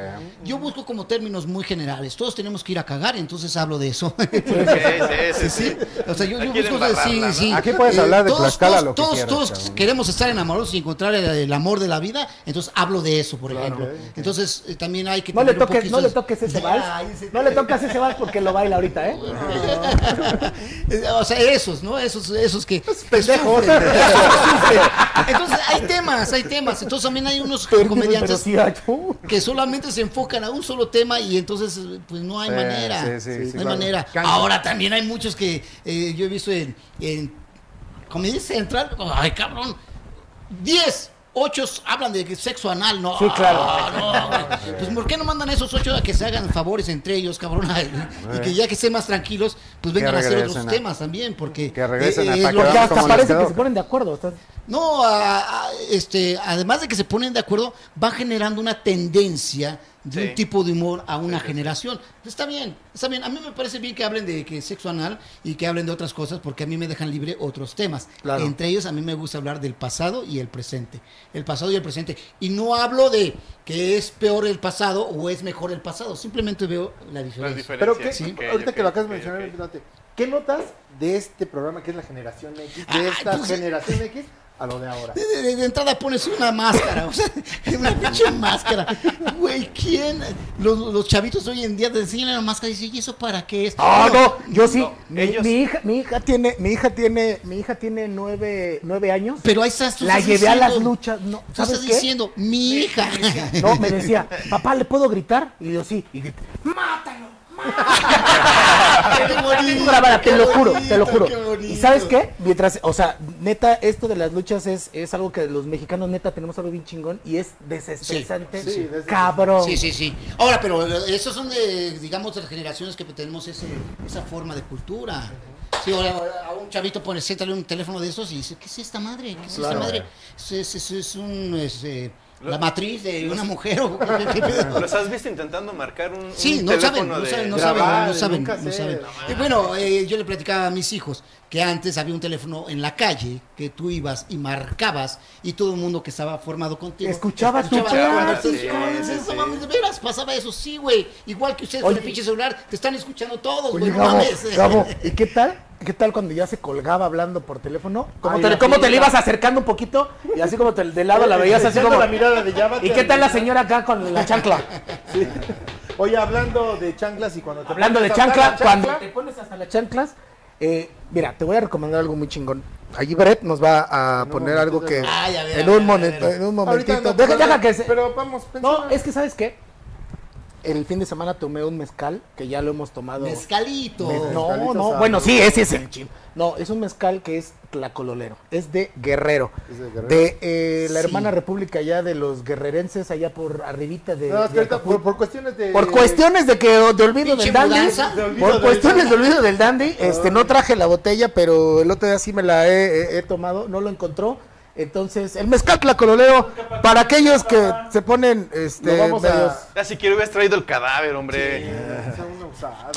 Speaker 5: Yo busco como términos muy generales. Todos tenemos que ir a cagar, entonces hablo de eso.
Speaker 1: Sí, sí, sí, sí.
Speaker 5: O sea, yo, yo
Speaker 1: Aquí en
Speaker 5: busco de- sí,
Speaker 1: embarrarla,
Speaker 5: sí. Eh,
Speaker 1: ¿no?
Speaker 4: Aquí puedes hablar de Tlaxcala
Speaker 5: todos,
Speaker 4: lo que
Speaker 5: todos,
Speaker 4: quieras,
Speaker 5: todos
Speaker 4: cabrón.
Speaker 5: queremos estar enamorados y encontrar el, el amor de la vida, entonces hablo de eso, por ejemplo. Entonces eh, también hay que
Speaker 3: No le
Speaker 5: tener un
Speaker 3: toques,
Speaker 5: poquito
Speaker 3: no le
Speaker 5: de- Ah,
Speaker 3: toques ese
Speaker 5: Ya, ahí
Speaker 3: vals.
Speaker 5: se-
Speaker 3: No le tocas ese vals porque lo baila ahorita, ¿eh?
Speaker 5: o sea, esos, ¿no? Esos, esos que.
Speaker 3: pendejos.
Speaker 5: que sufren, esos que sufren. Entonces, hay temas, hay temas. Entonces, también hay unos
Speaker 3: Pero
Speaker 5: comediantes
Speaker 3: sí, ay, tú.
Speaker 5: que solamente se enfocan a un solo tema y entonces, eh, pues no hay
Speaker 4: Sí,
Speaker 5: manera.
Speaker 4: sí, sí, sí,
Speaker 5: no hay
Speaker 4: claro.
Speaker 5: manera.
Speaker 4: Cansa.
Speaker 5: Ahora también hay muchos que eh, yo he visto en. en Comedia Central, ay cabrón, 10, 8 hablan de sexo anal, no. Ah,
Speaker 3: Sí, claro.
Speaker 5: no, güey. pues ¿por qué no mandan esos 8 a que se hagan favores entre ellos, cabrón? Ay, Y que ya que estén más tranquilos, pues vengan a hacer otros
Speaker 4: Eh. regresen a-
Speaker 5: temas también, porque.
Speaker 4: que regresen
Speaker 5: eh,
Speaker 4: a
Speaker 5: es
Speaker 4: pa'
Speaker 5: lo
Speaker 4: que
Speaker 3: Porque
Speaker 5: que-
Speaker 4: Quedamos
Speaker 3: hasta
Speaker 4: como
Speaker 3: parece
Speaker 4: les
Speaker 3: que
Speaker 4: quedó.
Speaker 3: se ponen de acuerdo. o sea,
Speaker 5: no, a- a- este, además de que se ponen de acuerdo, va generando una tendencia de
Speaker 1: Sí.
Speaker 5: un tipo de humor a una generación. Está bien, está bien. A mí me parece bien que hablen de que sexo anal y que hablen de otras cosas porque a mí me dejan libre otros temas.
Speaker 6: Claro.
Speaker 5: Entre ellos a mí me gusta hablar del pasado y el presente. El pasado y el presente. Y no hablo de que es peor el pasado o es mejor el pasado. Simplemente veo la
Speaker 1: Las
Speaker 5: diferencia.
Speaker 1: diferencias.
Speaker 2: Pero que,
Speaker 1: Sí.
Speaker 2: ahorita
Speaker 1: Ok,
Speaker 2: que lo
Speaker 1: ok,
Speaker 2: acabas de
Speaker 1: ok,
Speaker 2: mencionar,
Speaker 1: ok.
Speaker 2: espérate, ¿qué notas de este programa que es la generación X, de
Speaker 5: Ah,
Speaker 2: esta
Speaker 5: entonces-
Speaker 2: generación X a lo de ahora?
Speaker 5: De, de- de entrada pones una máscara, o sea, una pinche máscara. Güey, ¿quién? Los, los chavitos hoy en día te enseñan la máscara y dicen, ¿y eso para qué es?
Speaker 3: Ah, no, yo sí.
Speaker 1: No,
Speaker 3: mi,
Speaker 1: ellos-
Speaker 3: mi hija, mi hija tiene, mi hija tiene, mi hija tiene nueve, nueve años.
Speaker 5: Pero ahí estás tú.
Speaker 3: la
Speaker 5: estás
Speaker 3: llevé a las
Speaker 5: diciendo-
Speaker 3: luchas. No,
Speaker 5: Tú
Speaker 3: ¿sabes
Speaker 5: estás
Speaker 3: qué?
Speaker 5: diciendo, mi hija.
Speaker 3: No, me decía, papá, ¿le puedo gritar? Y yo sí. Y grité,
Speaker 5: Qué bonito,
Speaker 3: Bárbara, te
Speaker 5: qué
Speaker 3: lo juro,
Speaker 5: bonito,
Speaker 3: te lo juro.
Speaker 5: bonito.
Speaker 3: ¿Y sabes qué? Mientras, o sea, neta, esto de las luchas es, es algo que los mexicanos, neta, tenemos algo bien chingón y es desestresante.
Speaker 2: Sí, sí, desde-
Speaker 3: Cabrón.
Speaker 5: Sí, sí, sí. Ahora, pero eh, esos son, de, digamos, de las generaciones que tenemos ese, esa forma de cultura. Sí, ahora a un chavito pone, séntale un teléfono de esos y dice, ¿qué es esta madre? ¿Qué es esta madre? Es, es- es- es un, es, eh, la matriz de una mujer. o- ¿qué pedo?
Speaker 1: ¿Los has visto intentando marcar un, un
Speaker 5: Sí, no saben,
Speaker 1: teléfono
Speaker 5: no
Speaker 1: de-
Speaker 5: saben, no saben,
Speaker 2: grabar,
Speaker 5: no saben,
Speaker 2: nunca
Speaker 5: no
Speaker 2: sé,
Speaker 5: saben.
Speaker 2: no
Speaker 5: Y bueno, eh, yo le platicaba a mis hijos que antes había un teléfono en la calle que tú ibas y marcabas y todo el mundo que estaba formado contigo
Speaker 3: Escuchaba tu
Speaker 1: chat,
Speaker 5: Sí,
Speaker 1: sí,
Speaker 5: no,
Speaker 1: sí,
Speaker 5: no
Speaker 1: sí.
Speaker 5: mames, de veras pasaba eso, sí, güey. Igual que ustedes con
Speaker 3: Oye.
Speaker 5: el pinche celular, te están escuchando todos, güey,
Speaker 3: Oye,
Speaker 5: no
Speaker 3: Gabo,
Speaker 5: mames.
Speaker 3: Gabo, ¿y qué tal? ¿Qué tal cuando ya se colgaba hablando por teléfono? ¿Cómo,
Speaker 2: Ay,
Speaker 3: te,
Speaker 2: la
Speaker 3: cómo te le
Speaker 2: pinta.
Speaker 3: ibas acercando un poquito? Y así como te, de lado la veías así
Speaker 2: Echando
Speaker 3: como...
Speaker 2: la mirada de ya
Speaker 3: ¿Y
Speaker 2: vete
Speaker 3: qué
Speaker 2: a-
Speaker 3: tal la señora acá con la chancla?
Speaker 2: Sí. Oye, hablando de chanclas y cuando te
Speaker 3: Hablando de
Speaker 2: pones a
Speaker 3: chancla,
Speaker 2: hablar la
Speaker 3: cuando te pones hasta las chanclas, eh, mira, te voy a recomendar algo muy chingón. Allí Brett nos va a poner algo que
Speaker 5: Ay, a ver,
Speaker 6: En
Speaker 5: a ver,
Speaker 6: un,
Speaker 5: a ver, a
Speaker 6: momento,
Speaker 5: ver.
Speaker 6: en un
Speaker 2: Ahorita
Speaker 6: momentito.
Speaker 2: no,
Speaker 6: Deja-
Speaker 2: pero-
Speaker 3: deja que se-
Speaker 2: Pero vamos, pensando.
Speaker 3: No, es que ¿sabes qué? El fin de semana tomé un mezcal que ya lo hemos tomado.
Speaker 5: Mezcalito.
Speaker 3: No,
Speaker 2: Mezcalito
Speaker 3: no,
Speaker 2: sabroso.
Speaker 3: bueno, sí, ese es el chip. No, es un mezcal que es tlacololero, es de Guerrero,
Speaker 2: Es
Speaker 3: de,
Speaker 2: de Guerrero.
Speaker 3: eh, la
Speaker 5: Sí.
Speaker 3: hermana república allá de los guerrerenses, allá por arribita de...
Speaker 2: No, es que
Speaker 3: de
Speaker 2: ahorita por,
Speaker 3: Acapulco.
Speaker 2: por cuestiones de...
Speaker 3: Por cuestiones de que de olvido
Speaker 5: Eh, Pinche
Speaker 3: del dandy,
Speaker 5: mudanza.
Speaker 2: De olvido
Speaker 3: por
Speaker 2: del Ah.
Speaker 3: cuestiones
Speaker 2: dandy.
Speaker 3: de olvido del dandy, este no traje la botella, pero el otro día sí me la he, he- he tomado, no lo encontró. Entonces, el mezcal tlacololeo, para aquellos que se ponen este
Speaker 2: Lo vamos a-
Speaker 3: medios-
Speaker 1: Ya Ah, si quiero hubieras traído el cadáver, hombre.
Speaker 2: Eh, sea una usada.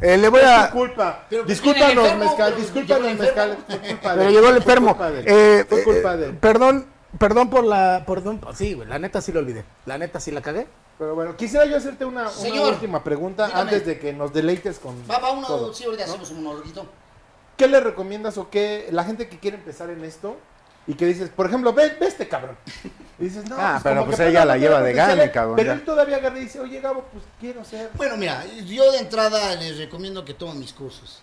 Speaker 3: eh, le voy
Speaker 2: Es tu
Speaker 3: a
Speaker 2: culpa.
Speaker 5: Pero, pues, viene el
Speaker 2: Discúlpanos,
Speaker 5: enfermo,
Speaker 2: mezcal.
Speaker 5: pero
Speaker 2: Discúlpanos,
Speaker 5: llegó el
Speaker 2: mezcal.
Speaker 5: enfermo.
Speaker 2: Fue culpa de
Speaker 3: Pero
Speaker 2: él.
Speaker 3: llegó el
Speaker 2: Fue
Speaker 3: enfermo.
Speaker 2: culpa de él.
Speaker 3: Eh,
Speaker 2: Fue
Speaker 3: eh,
Speaker 2: culpa de él.
Speaker 3: Perdón, perdón por la. Perdón, sí, güey, la neta sí lo olvidé. La neta sí la cagué.
Speaker 2: Pero bueno, quisiera yo hacerte una, una
Speaker 5: Señor,
Speaker 2: última pregunta
Speaker 5: dígame.
Speaker 2: antes de que nos deleites con.
Speaker 5: Va, va, uno,
Speaker 2: todo,
Speaker 5: sí, ahorita
Speaker 2: ¿no?
Speaker 5: hacemos un monologuito.
Speaker 2: ¿Qué le recomiendas o qué la gente que quiere empezar en esto y que dices, por ejemplo, ve, ve este cabrón? Y dices, no,
Speaker 4: Ah, pero
Speaker 2: como
Speaker 4: pues
Speaker 2: que
Speaker 4: ella
Speaker 2: perdón,
Speaker 4: la
Speaker 2: no
Speaker 4: lleva
Speaker 2: quiero
Speaker 4: de
Speaker 2: que se
Speaker 4: gane,
Speaker 2: le-
Speaker 4: cabrón,
Speaker 2: Pero
Speaker 4: ya.
Speaker 2: él todavía agarra y dice, oye, Gabo, pues quiero ser.
Speaker 5: Bueno, mira, yo de entrada les recomiendo que tomen mis cursos.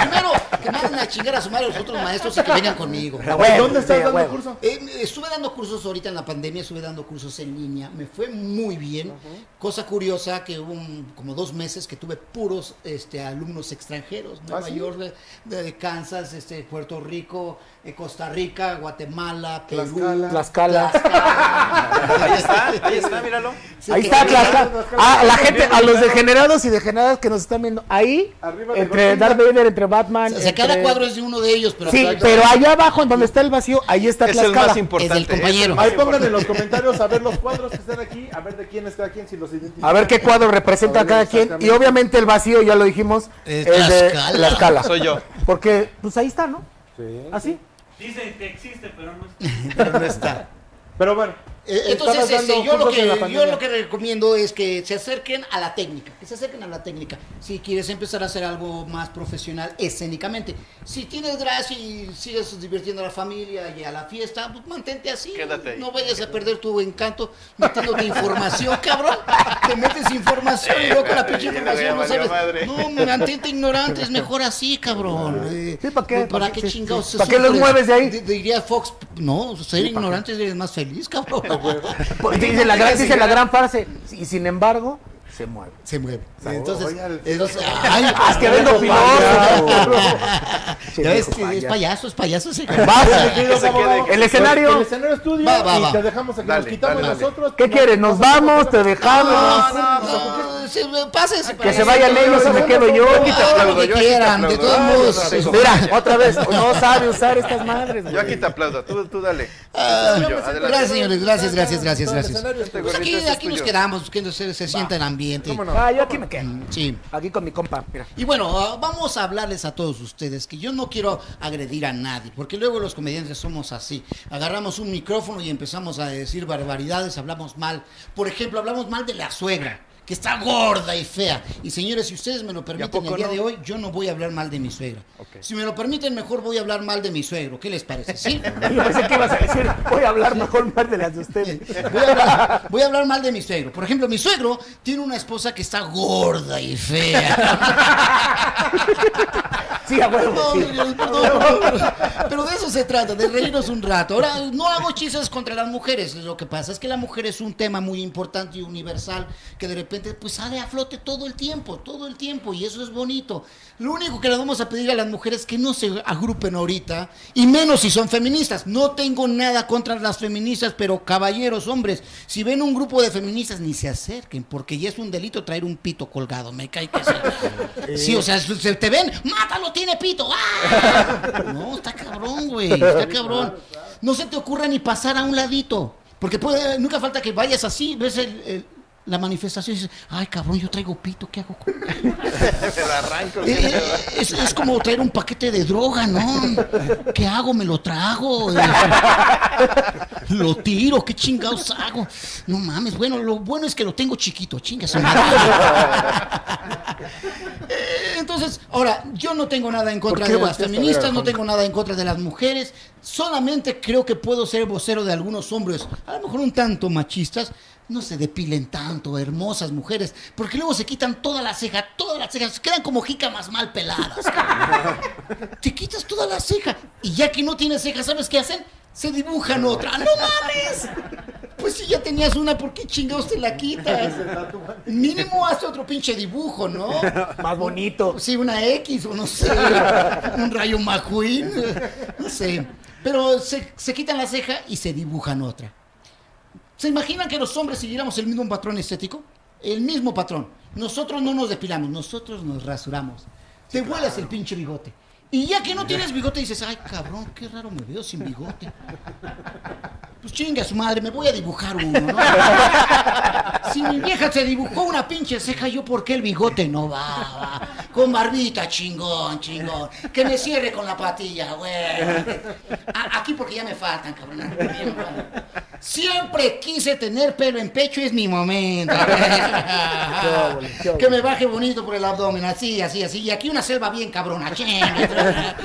Speaker 5: Primero, que manden a chingar a su madre a los otros maestros y que vengan conmigo.
Speaker 2: ¿Dónde estás
Speaker 3: sí,
Speaker 2: dando
Speaker 3: bueno.
Speaker 2: curso?
Speaker 5: Eh, me- estuve dando cursos ahorita en la pandemia, estuve dando cursos en línea, me fue muy bien. Cosa curiosa que hubo un- como dos meses que tuve puros este, alumnos extranjeros, Nueva
Speaker 2: ¿sí?
Speaker 5: York, de, de Kansas, este, Puerto Rico, eh, Costa Rica, Guatemala, Perú,
Speaker 2: Tlaxcala.
Speaker 6: Tlaxcala.
Speaker 1: Ahí está, ahí está, míralo.
Speaker 5: Sí,
Speaker 6: ahí
Speaker 5: que-
Speaker 6: está Tlaxcala. A la gente, a los degenerados y degeneradas que nos están viendo ahí,
Speaker 2: Arriba de
Speaker 6: entre
Speaker 2: Godzilla.
Speaker 6: Darth Vader, entre Batman.
Speaker 5: O sea, cada
Speaker 6: entre-
Speaker 5: cuadro es de uno de ellos, pero
Speaker 6: Sí, pero allá abajo, en donde está el vacío, ahí está
Speaker 1: Es el más
Speaker 6: Tlaxcala.
Speaker 1: importante. ¿eh?
Speaker 5: Es del compañero.
Speaker 1: el más
Speaker 2: Ahí pongan en
Speaker 1: importante.
Speaker 2: los comentarios a ver los cuadros que están aquí, a ver de quién es cada quien, si los identifican.
Speaker 6: A ver qué cuadro representa
Speaker 2: A ver,
Speaker 6: cada quien. Y
Speaker 2: exactamente.
Speaker 6: obviamente el vacío, ya lo dijimos,
Speaker 5: Es
Speaker 6: es, de
Speaker 5: Tlaxcala.
Speaker 6: Tlaxcala.
Speaker 1: Soy yo.
Speaker 6: Porque, pues ahí está, ¿no?
Speaker 4: Sí.
Speaker 3: Ah,
Speaker 6: Así.
Speaker 7: Dicen que existe, pero no está.
Speaker 5: pero no está.
Speaker 2: Pero bueno,
Speaker 5: Eh, Entonces,
Speaker 2: Estabas dando
Speaker 5: este, yo, lo
Speaker 2: cursos
Speaker 5: que,
Speaker 2: en la
Speaker 5: yo
Speaker 2: pandemia.
Speaker 5: lo que recomiendo es que se acerquen a la técnica, que se acerquen a la técnica. Si quieres empezar a hacer algo más profesional escénicamente, si tienes gracia y sigues divirtiendo a la familia y a la fiesta, pues mantente así.
Speaker 1: Quédate ahí.
Speaker 5: No vayas a perder tu encanto metiéndote información, cabrón. Te metes información y luego con la pinche
Speaker 1: Sí, pero ya
Speaker 5: información no
Speaker 1: valió madre.
Speaker 5: sabes. No, mantente ignorante, es mejor así, cabrón. Eh,
Speaker 6: Ah. Sí, ¿para qué?
Speaker 5: ¿Para,
Speaker 6: ¿Para
Speaker 5: qué
Speaker 6: qué?
Speaker 5: chingados? se
Speaker 6: ¿Para qué los
Speaker 5: sufre?
Speaker 6: mueves de ahí?
Speaker 5: Di- Diría Fox, no, ser ignorante eres más feliz, cabrón.
Speaker 6: Pues dice la gran, dice la gran frase. Y sin embargo, se mueve.
Speaker 5: se mueve. Entonces,
Speaker 2: oye, al-
Speaker 5: entonces, ay, pues,
Speaker 6: Es que vendo
Speaker 5: ya ves que es payaso, es payaso ese cabrón.
Speaker 1: Que se quede.
Speaker 6: El
Speaker 2: el
Speaker 6: escenario.
Speaker 2: escenario estudio
Speaker 5: Va, va,
Speaker 2: y
Speaker 5: va.
Speaker 2: te dejamos aquí,
Speaker 1: Dale,
Speaker 2: nos quitamos
Speaker 1: dale, dale.
Speaker 2: nosotros.
Speaker 6: ¿Qué quieres? ¿Nos vamos? ¿Te dejamos?
Speaker 5: No, no, no, se me pase, se
Speaker 6: Que
Speaker 5: pase.
Speaker 6: se vayan ellos o me quedo yo.
Speaker 5: Todo lo que
Speaker 1: yo aquí te
Speaker 5: quieran, de
Speaker 1: aplaudo.
Speaker 5: todos
Speaker 1: Ah,
Speaker 5: modos.
Speaker 1: no, no, no.
Speaker 6: Mira, otra vez, no sabe usar estas madres,
Speaker 1: Yo aquí
Speaker 6: güey.
Speaker 1: te aplaudo, tú, tú dale.
Speaker 5: Ah,
Speaker 1: Soy yo, adelante.
Speaker 5: Gracias, señores, gracias, gracias, gracias, gracias.
Speaker 1: Este
Speaker 5: Pues aquí,
Speaker 1: gorrito es
Speaker 5: aquí nos
Speaker 1: tuyo.
Speaker 5: quedamos, que se, se sienta el ambiente. Mm,
Speaker 6: Ah, yo aquí me quedo.
Speaker 5: Sí.
Speaker 6: Aquí con mi compa, mira.
Speaker 5: Y bueno, ah, vamos a hablarles a todos ustedes que yo no quiero agredir a nadie, porque luego los comediantes somos así. Agarramos un micrófono y empezamos a decir barbaridades, hablamos mal. Por ejemplo, hablamos mal de la suegra, que está gorda y fea. Y señores, si ustedes me lo permiten,
Speaker 1: poco
Speaker 5: el día
Speaker 1: no?
Speaker 5: de hoy yo no voy a hablar mal de mi suegra. Si me lo permiten, mejor voy a hablar mal de mi suegro. ¿Qué les parece? ¿Sí?
Speaker 6: Yo pensé que ibas a decir, voy a hablar mejor más de las de ustedes.
Speaker 5: Voy a, hablar, voy a hablar mal de mi suegro. Por ejemplo, mi suegro tiene una esposa que está gorda y fea.
Speaker 6: Sí, a huevo.
Speaker 5: No,
Speaker 6: sí.
Speaker 5: no, no, no. pero de eso se trata, de reírnos un rato. Ahora, no hago chistes contra las mujeres. Lo que pasa es que la mujer es un tema muy importante y universal que de repente pues sale a flote todo el tiempo, todo el tiempo, y eso es bonito. Lo único que le vamos a pedir a las mujeres es que no se agrupen ahorita, y menos si son feministas. No tengo nada contra las feministas, pero caballeros, hombres, si ven un grupo de feministas, ni se acerquen, porque ya es un delito traer un pito colgado. Me cae que
Speaker 1: Eh.
Speaker 5: sí. Eh, Sí, o sea, se te ven, mátalo, tiene pito. ¡Ah! No, está cabrón, güey, está cabrón. No se te ocurra ni pasar a un ladito, porque puede- nunca falta que vayas así, ves el- el- la manifestación y dices, ay cabrón, yo traigo pito, ¿qué hago con
Speaker 1: Me la arranco.
Speaker 5: eh, eh, es, es como traer un paquete de droga, ¿no? ¿Qué hago? ¿Me lo trago? Eh, ¿Lo tiro? ¿Qué chingados hago? No mames, bueno, lo bueno es que lo tengo chiquito, chingas. Eh, Entonces, ahora, yo no tengo nada en contra
Speaker 6: qué
Speaker 5: de las
Speaker 6: volteaste a ver
Speaker 5: feministas,
Speaker 6: al
Speaker 5: no tengo nada en contra de las mujeres, solamente creo que puedo ser vocero de algunos hombres, a lo mejor un tanto machistas, no se depilen tanto, hermosas mujeres, porque luego se quitan toda la ceja, todas las cejas, quedan como jícamas mal peladas. cabrón. Te quitas toda la ceja y ya que no tienes ceja, ¿sabes qué hacen? Se dibujan otra. ¡No mames! Pues si ya tenías una, ¿por qué chingados te la quitas? Mínimo haz otro pinche dibujo, ¿no?
Speaker 6: Más bonito.
Speaker 5: Sí, una X o no sé, un rayo McQueen, no sé. Pero se, se quitan la ceja y se dibujan otra. ¿Se imaginan que los hombres siguiéramos el mismo patrón estético? El mismo patrón. Nosotros no nos depilamos, nosotros nos rasuramos. Te vuelas el pinche bigote. Y ya que no tienes bigote dices, ay cabrón, qué raro me veo sin bigote. Pues chinga su madre, me voy a dibujar uno, ¿no? Si mi vieja se dibujó una pinche ceja, yo por qué el bigote no va, va? Con barbita, chingón, chingón. Que me cierre con la patilla, güey. A- Aquí porque ya me faltan, cabrón. Siempre quise tener pelo en pecho, es mi momento. Que me baje bonito por el abdomen, así, así, así. Y aquí una selva bien cabrona, chinga.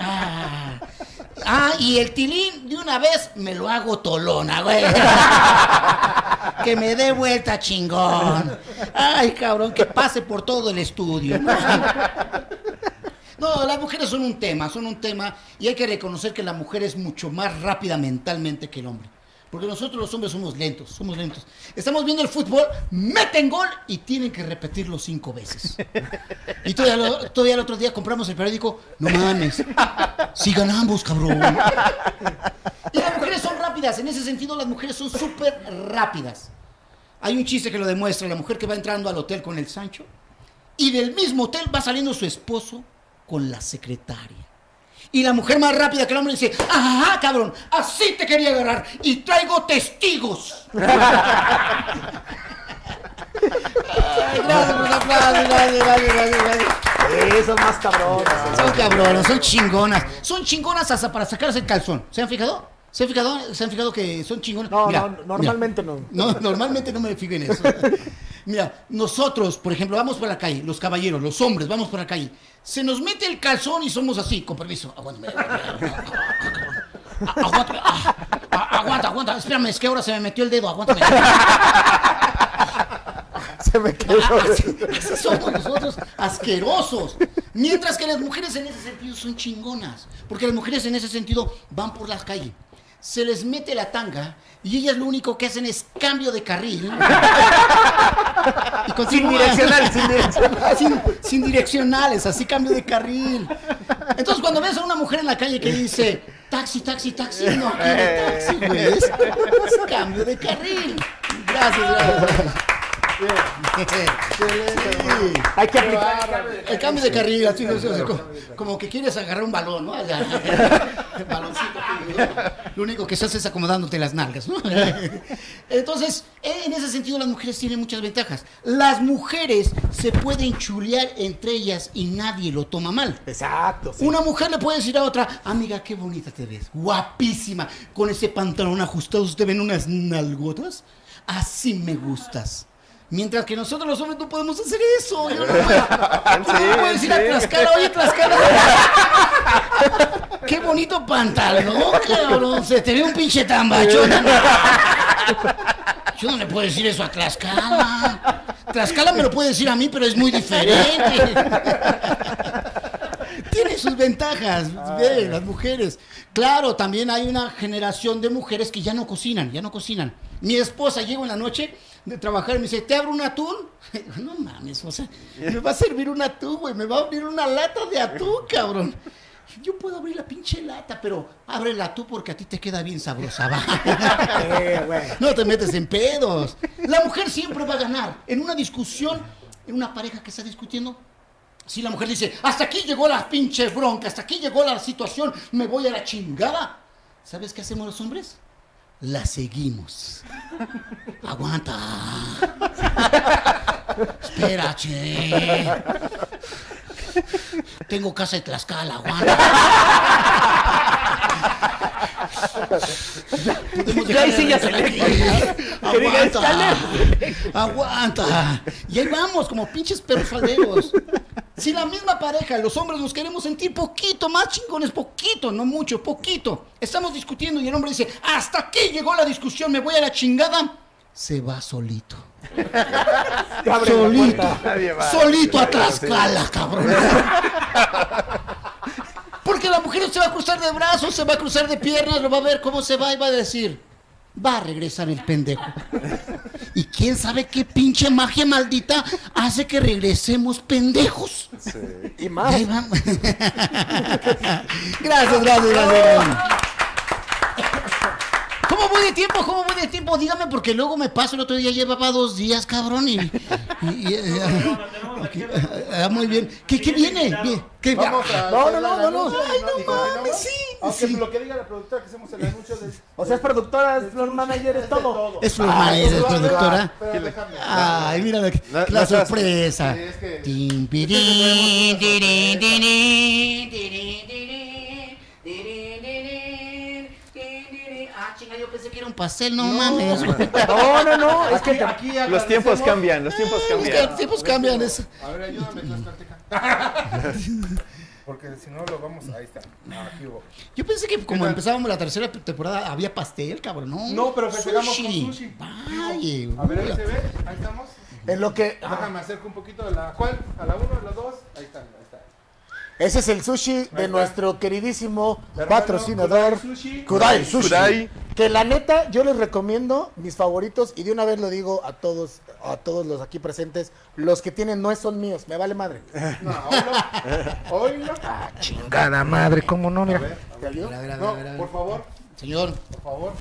Speaker 5: Ah. Ah, y el tilín de una vez me lo hago tolona, güey. Que me dé vuelta chingón. Ay, cabrón, que pase por todo el estudio. No, No, las mujeres son un tema, son un tema. Y hay que reconocer que la mujer es mucho más rápida mentalmente que el hombre. Porque nosotros los hombres somos lentos, somos lentos. Estamos viendo el fútbol, meten gol y tienen que repetirlo cinco veces. Y todavía, lo- todavía el otro día compramos el periódico, no mames, si ganamos, cabrón. Y las mujeres son rápidas, en ese sentido las mujeres son súper rápidas. Hay un chiste que lo demuestra, la mujer que va entrando al hotel con el Sancho y del mismo hotel va saliendo su esposo con la secretaria. Y la mujer más rápida que el hombre dice, ajá, cabrón, así te quería agarrar y traigo testigos. Ay, gracias por los aplausos, gracias, gracias, gracias, gracias.
Speaker 6: Sí, son más cabronas.
Speaker 5: Son cabronas, son chingonas. Son chingonas hasta para sacarse el calzón. ¿Se han fijado? ¿Se han fijado, ¿Se han fijado que son chingonas?
Speaker 3: No,
Speaker 5: Mira,
Speaker 3: no,
Speaker 5: mira.
Speaker 3: normalmente no.
Speaker 5: No, normalmente no me fijo en eso. Mira, nosotros, por ejemplo, vamos por la calle, los caballeros, los hombres, vamos por la calle. Se nos mete el calzón y somos así, con permiso. Aguántame. aguántame, Aguántame. ah, ah, Aguanta, aguanta. Espérame, es que ahora se me metió el dedo. Aguántame.
Speaker 3: Se me quedó.
Speaker 5: Así, así somos nosotros, asquerosos. Mientras que las mujeres en ese sentido son chingonas. Porque las mujeres en ese sentido van por las calles. Se les mete la tanga y ellas lo único que hacen es cambio de carril. Y continúan.
Speaker 6: direccional, sin direccional.
Speaker 5: Sin, sin direccionales, así cambio de carril. Entonces cuando ves a una mujer en la calle que dice, taxi, taxi, taxi, no, aquí no hay taxi, güey.
Speaker 6: Eh.
Speaker 5: Es, es cambio de carril. Gracias, gracias. Sí.
Speaker 6: Hay que aplicar.
Speaker 5: El cambio de carril, así, no sé, así como, como que quieres agarrar un balón, ¿no? O sea, el baloncito. ¿no? Lo único que se hace es acomodándote las nalgas, ¿no? Entonces, en ese sentido, las mujeres tienen muchas ventajas. Las mujeres se pueden chulear entre ellas y nadie lo toma mal.
Speaker 6: Exacto. sí.
Speaker 5: Una mujer le puede decir a otra, amiga, qué bonita te ves, guapísima, con ese pantalón ajustado, ¿usted ven unas nalgotas? Así me gustas. Mientras que nosotros los hombres no podemos hacer eso. Yo no puedo, yo no puedo decir a Tlaxcala, oye Tlaxcala. Qué bonito pantalón, cabrón. Se te ve un pinche tambacho. Yo no le puedo decir eso a Tlaxcala. Tlaxcala me lo puede decir a mí, pero es muy diferente. Tiene sus ventajas, ve, las mujeres. Claro, también hay una generación de mujeres que ya no cocinan, ya no cocinan. Mi esposa llega en la noche de trabajar y me dice, ¿te abro un atún? No mames, o sea, me va a servir un atún, güey, me va a abrir una lata de atún, cabrón. Yo puedo abrir la pinche lata, pero ábrela tú porque a ti te queda bien sabrosa. va.
Speaker 3: Eh, güey.
Speaker 5: No te metes en pedos. La mujer siempre va a ganar. En una discusión, en una pareja que está discutiendo, si la mujer dice, hasta aquí llegó la pinche bronca, hasta aquí llegó la situación, me voy a la chingada. ¿Sabes qué hacemos los hombres? La seguimos. Aguanta. Espérate. Tengo casa en Tlaxcala, aguanta. Podemos
Speaker 6: Ya ahí sí ya
Speaker 5: dejar de
Speaker 6: se
Speaker 5: regresar aquí.
Speaker 6: Que diga,
Speaker 5: Aguanta. Aguanta. Y ahí vamos, como pinches perros falderos. Si la misma pareja, los hombres nos queremos sentir poquito más chingones, poquito, no mucho, poquito. Estamos discutiendo y el hombre dice, hasta aquí llegó la discusión, me voy a la chingada. Se va solito.
Speaker 6: Te abre la
Speaker 5: Solito.
Speaker 6: puerta.
Speaker 1: Nadie va.
Speaker 5: Solito a
Speaker 1: Nadie va, sí.
Speaker 5: Tlaxcala, cabrón. Porque la mujer se va a cruzar de brazos, se va a cruzar de piernas, lo va a ver cómo se va y va a decir, va a regresar el pendejo. Y quién sabe qué pinche magia maldita hace que regresemos pendejos.
Speaker 3: Y
Speaker 5: Y
Speaker 3: más.
Speaker 5: ahí vamos. gracias, gracias, gracias, gracias. ¿Cómo voy de tiempo? ¿Cómo voy de tiempo? Dígame, porque luego me paso el otro día, llevaba dos días, cabrón, y... y- y- Ah, muy bien. ¿Qué, qué viene? Bien, ¿Qué
Speaker 2: Vamos a
Speaker 3: No, no,
Speaker 2: hacer
Speaker 3: no,
Speaker 2: el
Speaker 3: no, no.
Speaker 2: anuncio y
Speaker 5: Ay, no
Speaker 2: y continuamos.
Speaker 5: mames, sí,
Speaker 2: Aunque
Speaker 5: sí.
Speaker 2: Ah, lo que diga la productora que hacemos el anuncio de-
Speaker 3: O sea, es productora, es floor manager, es todo.
Speaker 5: Es Flor
Speaker 2: Ah,
Speaker 5: Maestra, es productora.
Speaker 2: Pero déjame.
Speaker 5: Ay, mira la,
Speaker 4: No,
Speaker 5: la
Speaker 4: no seas-
Speaker 5: sorpresa.
Speaker 2: Sí, es que-
Speaker 5: Tin, pirín, tirín, tirín, tirín, tirín, tirín, tirín, tirín, tirín. Ah, chinga, yo pensé que era un pastel, no, mames.
Speaker 2: pues,
Speaker 5: Pues, güey.
Speaker 3: No, no, no. Es que
Speaker 2: Aquí
Speaker 1: Los
Speaker 2: agradecemos-
Speaker 1: tiempos cambian, los tiempos
Speaker 5: Es que
Speaker 1: cambian.
Speaker 5: los tiempos cambian. Es...
Speaker 2: A ver, ayúdame, Tlaxcalteca. Porque si no lo vamos. Ahí está. Ah, Aquí hubo.
Speaker 5: Yo pensé que como
Speaker 2: tal?
Speaker 5: empezábamos la tercera temporada había pastel, cabrón. No,
Speaker 2: No, pero festejamos con sushi.
Speaker 5: Vaya,
Speaker 2: A ver, ahí
Speaker 5: güey. Ah.
Speaker 2: se ve. Ahí estamos.
Speaker 3: en lo que.
Speaker 2: Déjame acerco un poquito a la. ¿Cuál? ¿A la 1? ¿A la 2? Ahí está, ahí está.
Speaker 3: Ese es el sushi de nuestro queridísimo patrocinador.
Speaker 2: Kudai Sushi.
Speaker 3: Kudai Sushi.
Speaker 1: Kudai.
Speaker 3: Que la neta, yo les recomiendo mis favoritos y de una vez lo digo a todos, a todos los aquí presentes, los que tienen no son míos, me vale madre.
Speaker 2: No, hoy no. Hoy no.
Speaker 5: Ah,
Speaker 3: Chingada madre, cómo no,
Speaker 2: A ver,
Speaker 3: ¿Te ayudo?
Speaker 5: A ver, a ver, a ver, a
Speaker 2: No,
Speaker 5: ver.
Speaker 2: por favor.
Speaker 5: Señor,
Speaker 2: por favor.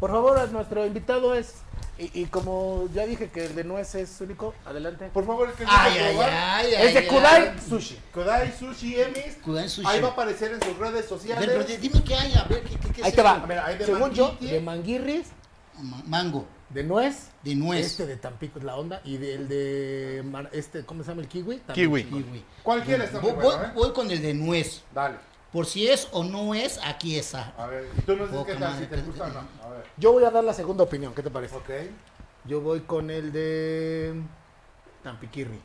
Speaker 3: Por favor, nuestro invitado es. Y, y como ya dije que el de nuez es único, adelante.
Speaker 2: Por favor, es que
Speaker 5: ay,
Speaker 2: yo
Speaker 5: ay,
Speaker 2: voy a probar.
Speaker 5: ay, ay.
Speaker 3: Es de
Speaker 5: ay,
Speaker 3: Kudai.
Speaker 5: ay.
Speaker 2: Sushi. Kodai Sushi Emis.
Speaker 5: Kudai Sushi.
Speaker 2: Ahí va a aparecer en sus redes
Speaker 5: A ver, pero di-
Speaker 2: sociales.
Speaker 5: dime qué hay, a ver, qué, qué- qué es
Speaker 3: Ahí te va.
Speaker 2: A ver, hay de
Speaker 3: Según yo,
Speaker 2: manguiti.
Speaker 3: de manguirris,
Speaker 5: Ma- Mango,
Speaker 3: de nuez,
Speaker 5: de nuez.
Speaker 3: este de Tampico es la onda, y del de. mar- este ¿Cómo se llama el kiwi? También
Speaker 1: Kiwi.
Speaker 3: chingón.
Speaker 5: kiwi.
Speaker 2: Cualquiera está muy
Speaker 5: Voy,
Speaker 2: bueno, ¿eh?
Speaker 5: voy- voy con el de nuez.
Speaker 2: Dale.
Speaker 5: Por si es o no es, aquí está.
Speaker 2: A ver, y tú nos dices
Speaker 5: Poca
Speaker 2: qué tal,
Speaker 5: madre,
Speaker 2: si te
Speaker 5: pero-
Speaker 2: gusta o no. A ver.
Speaker 3: Yo voy a dar la segunda opinión, ¿qué te parece?
Speaker 2: Ok.
Speaker 3: Yo voy con el de. Tampiquirri.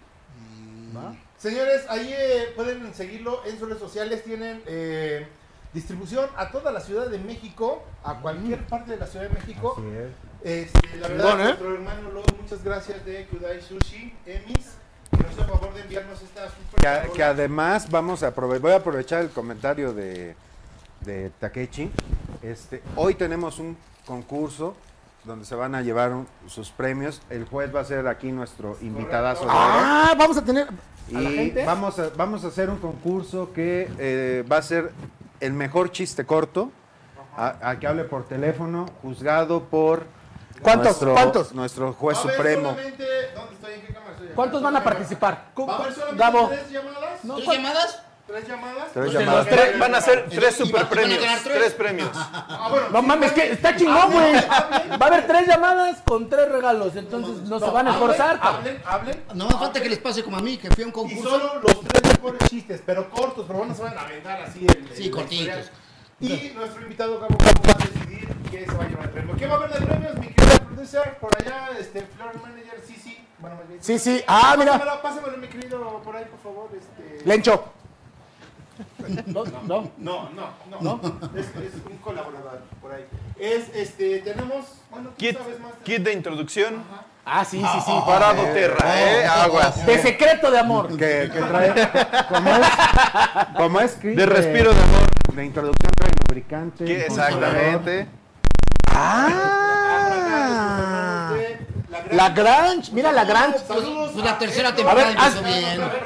Speaker 3: ¿Va?
Speaker 2: Señores, ahí eh, pueden seguirlo en sus redes sociales. Tienen eh, distribución a toda la Ciudad de México, a cualquier parte de la Ciudad de México.
Speaker 4: Así es.
Speaker 2: Este, la verdad,
Speaker 3: Chingón, ¿eh?
Speaker 2: nuestro hermano Lord, muchas gracias de Kudai Sushi, Emis, que nos hizo favor de enviarnos esta super.
Speaker 4: Que, a- que además vamos a aprove- voy a aprovechar el comentario de, de Takechi. Este, hoy tenemos un concurso donde se van a llevar un- sus premios. El juez va a ser aquí nuestro invitadazo de oro.
Speaker 3: Ah, vamos a tener. ¿A la
Speaker 4: Y
Speaker 3: gente?
Speaker 4: vamos a, vamos a hacer un concurso que eh, va a ser el mejor chiste corto. A, a que hable por teléfono, juzgado por
Speaker 3: ¿Cuántos?
Speaker 4: nuestro,
Speaker 3: ¿Cuántos?
Speaker 4: nuestro juez
Speaker 2: Va a haber
Speaker 4: supremo.
Speaker 2: solamente- ¿Dónde estoy? ¿En qué cámara estoy?
Speaker 3: ¿Cuántos van a participar?
Speaker 2: Va a haber solamente
Speaker 3: Gabo.
Speaker 2: tres llamadas.
Speaker 3: No,
Speaker 5: ¿Tres
Speaker 3: ¿cuál-
Speaker 5: llamadas?
Speaker 2: ¿Tres llamadas?
Speaker 4: Tres
Speaker 2: Pues,
Speaker 4: llamadas.
Speaker 1: Los tres- van a ser
Speaker 5: Y-
Speaker 1: tres
Speaker 5: y van-
Speaker 1: super premios.
Speaker 5: van a ganar tres.
Speaker 1: Tres premios.
Speaker 2: Ah, bueno,
Speaker 3: No
Speaker 2: sí,
Speaker 3: mames,
Speaker 2: vale.
Speaker 3: que está chingón,
Speaker 2: Hablen,
Speaker 3: güey.
Speaker 2: hablen.
Speaker 3: Va a haber tres llamadas con tres regalos, entonces no, se van a
Speaker 2: hablen,
Speaker 3: esforzar. cabrón.
Speaker 2: Hablen, hablen.
Speaker 5: No
Speaker 3: Ah,
Speaker 5: me falta que les pase como a mí, que fui a un
Speaker 2: Y
Speaker 5: concurso.
Speaker 2: solo los tres mejores chistes, pero cortos, pero no se van a aventar así el.
Speaker 5: Sí,
Speaker 2: el
Speaker 5: cortitos.
Speaker 2: historial. Y nuestro invitado Gabo Gabo va a decidir qué se va a llevar el premio. ¿Qué va a haber de premios, mi querido producer? Por allá, este, Floor Manager, sí, sí. Bueno, más bien.
Speaker 3: Sí, sí. Ah, mira.
Speaker 2: Pásamelo, pásamelo, mi querido, por ahí, por favor. Este...
Speaker 3: Lencho. No, no.
Speaker 2: No, no, no, Es, es un colaborador por ahí. Es, este, tenemos, bueno, tú
Speaker 1: Kit,
Speaker 2: sabes más.
Speaker 1: kit de introducción
Speaker 3: Ah, sí, sí, sí.
Speaker 1: para Doterra, ¿eh? Aguas.
Speaker 3: De secreto de amor.
Speaker 5: Pues,
Speaker 4: Que, que trae, como es, como es kit
Speaker 1: De respiro de amor.
Speaker 4: de introducción trae lubricante.
Speaker 1: Que-
Speaker 4: consolador.
Speaker 1: Exactamente.
Speaker 2: Ah,
Speaker 3: Ah. La Grange, mira la Grange.
Speaker 2: Saludos.
Speaker 5: Pues la
Speaker 2: a
Speaker 5: tercera
Speaker 2: Héctor.
Speaker 5: temporada
Speaker 3: A ver,
Speaker 5: empezó
Speaker 3: haz-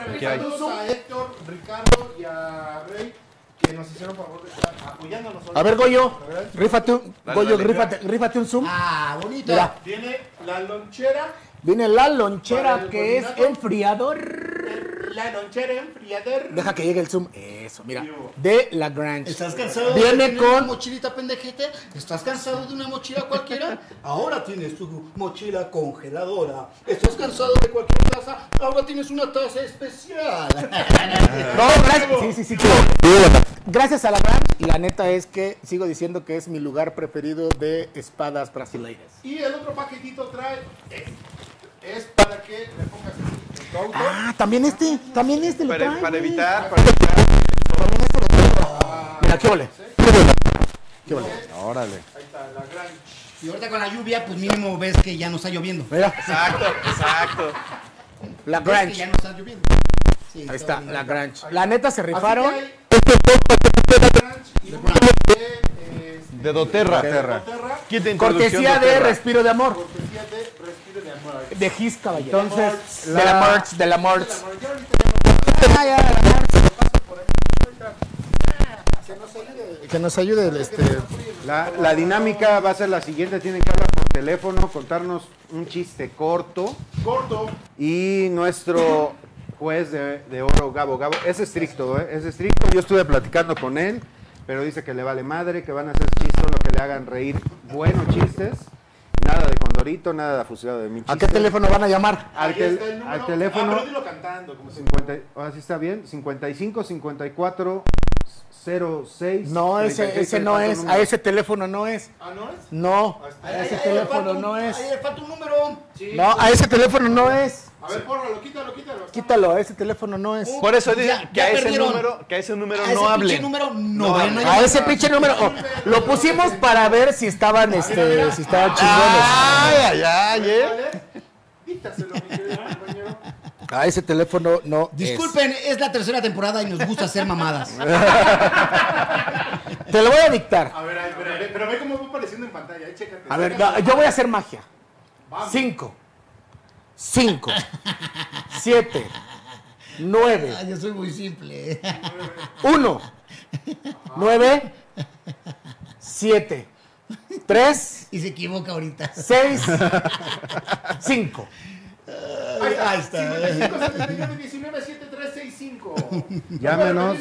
Speaker 5: bien.
Speaker 1: ¿Qué hay?
Speaker 2: Saludos a Héctor, Ricardo y a Rey que nos hicieron favor de estar apoyándonos. hoy.
Speaker 3: A ver, Goyo, rífate un,
Speaker 1: Dale,
Speaker 3: Goyo,
Speaker 1: dale.
Speaker 3: rífate, rífate un zoom.
Speaker 5: Ah, bonito.
Speaker 3: Mira,
Speaker 2: Viene la lonchera,
Speaker 3: viene la
Speaker 2: Para
Speaker 3: lonchera
Speaker 2: el
Speaker 3: que es
Speaker 2: bolinato.
Speaker 3: enfriador.
Speaker 2: la lonchera enfriador.
Speaker 3: Deja que llegue el zoom. Eso, mira.
Speaker 2: Sí, hubo.
Speaker 3: De la Grange.
Speaker 5: ¿Estás cansado de
Speaker 3: Viene
Speaker 5: tener
Speaker 3: con-
Speaker 5: una mochilita pendejete? ¿Estás cansado de una mochila cualquiera? Ahora tienes tu mochila congeladora. ¿Estás cansado de cualquier taza? Ahora tienes una taza especial.
Speaker 3: No, gracias. Sí, sí, sí, chido. Gracias a la Grange. Y la neta es que sigo diciendo que es mi lugar preferido de espadas brasileiras.
Speaker 2: Y el otro paquetito trae es, es para que le pongas así en tu auto.
Speaker 3: Ah, también este, también este lo
Speaker 1: Para,
Speaker 3: trae,
Speaker 1: para
Speaker 3: güey.
Speaker 1: evitar, para evitar.
Speaker 3: También este lo trae. Mira, qué ole. Qué ole.
Speaker 4: Órale.
Speaker 2: Ahí está, la gran.
Speaker 5: Y ahorita con la lluvia, pues mínimo ves que ya no está lloviendo.
Speaker 3: Mira,
Speaker 1: Exacto, exacto.
Speaker 3: la
Speaker 5: Ves que
Speaker 3: Grange.
Speaker 5: ya no está lloviendo. Sí,
Speaker 3: Ahí está,
Speaker 5: bien.
Speaker 3: la Grange. La neta se rifaron.
Speaker 2: y uno de, eh,
Speaker 1: De Doterra.
Speaker 4: Doterra.
Speaker 2: Terra,
Speaker 1: Kit de introducción
Speaker 3: Cortesía de
Speaker 1: Doterra.
Speaker 3: Respiro de Amor.
Speaker 2: cortesía de Respiro de Amor.
Speaker 3: De Gis Caballero.
Speaker 4: Entonces,
Speaker 3: de la March, de la March.
Speaker 2: Amor, ya ahorita ya no-
Speaker 5: Ah,
Speaker 3: Que nos ayude el este.
Speaker 4: La, la dinámica va a ser la siguiente, tienen que hablar por teléfono, contarnos un chiste corto
Speaker 2: Gordo,
Speaker 4: y nuestro juez de, de oro, Gabo Gabo, es estricto, ¿eh? es estricto, yo estuve platicando con él, pero dice que le vale madre, que van a hacer chistes solo que le hagan reír buenos chistes, nada de Condorito, nada de fusilado de mi
Speaker 3: ¿A qué teléfono van a llamar?
Speaker 4: Al,
Speaker 2: ahí
Speaker 4: tel-
Speaker 2: está el número.
Speaker 4: al teléfono,
Speaker 2: Ah, pero dilo cantando, como siempre.
Speaker 4: 50, ahora sí está bien, 55 54 06
Speaker 3: No, ese,
Speaker 4: 36,
Speaker 3: ese no
Speaker 4: tanto
Speaker 3: es. A
Speaker 4: número.
Speaker 3: ese teléfono no es.
Speaker 2: Ah, ¿no es?
Speaker 3: No,
Speaker 2: está.
Speaker 3: a
Speaker 5: Ahí-
Speaker 3: ese
Speaker 5: ahí le falta
Speaker 3: teléfono
Speaker 5: un-
Speaker 3: no es.
Speaker 5: Ahí le falta un número.
Speaker 2: Sí.
Speaker 3: No, a ese teléfono no es.
Speaker 2: A ver, pórralo, quítalo, quítalo.
Speaker 3: Quítalo, a ese teléfono no es.
Speaker 1: Por eso
Speaker 5: Ya-
Speaker 1: dicen que
Speaker 5: ya
Speaker 1: a ese
Speaker 5: perdieron.
Speaker 1: número, que a ese número
Speaker 5: A ese
Speaker 1: no
Speaker 5: pinche
Speaker 1: hablen.
Speaker 5: número no
Speaker 1: No
Speaker 5: van a
Speaker 1: hablen.
Speaker 3: A ese pinche número. oh, lo pusimos para ver si estaban, este, si estaban chingones.
Speaker 1: Ay, ay, ay, eh.
Speaker 2: Dítaselo, mi querido compañero.
Speaker 3: A ese teléfono no. es.
Speaker 5: Disculpen, es la tercera temporada y nos gusta hacer mamadas.
Speaker 3: Te lo voy a dictar.
Speaker 2: A ver, ahí, pero, ve- pero ve cómo va apareciendo en pantalla, ahí, chécate.
Speaker 3: A ver, no, yo voy a hacer magia.
Speaker 2: Vamos.
Speaker 3: Cinco. Cinco. Siete. Nueve.
Speaker 5: Ay, yo soy muy simple.
Speaker 3: Uno. Nueve.
Speaker 6: siete, tres,
Speaker 5: Y se equivoca ahorita.
Speaker 6: seis, cinco.
Speaker 5: Ahí, está.
Speaker 2: 55-79-7365.
Speaker 4: Llámenos.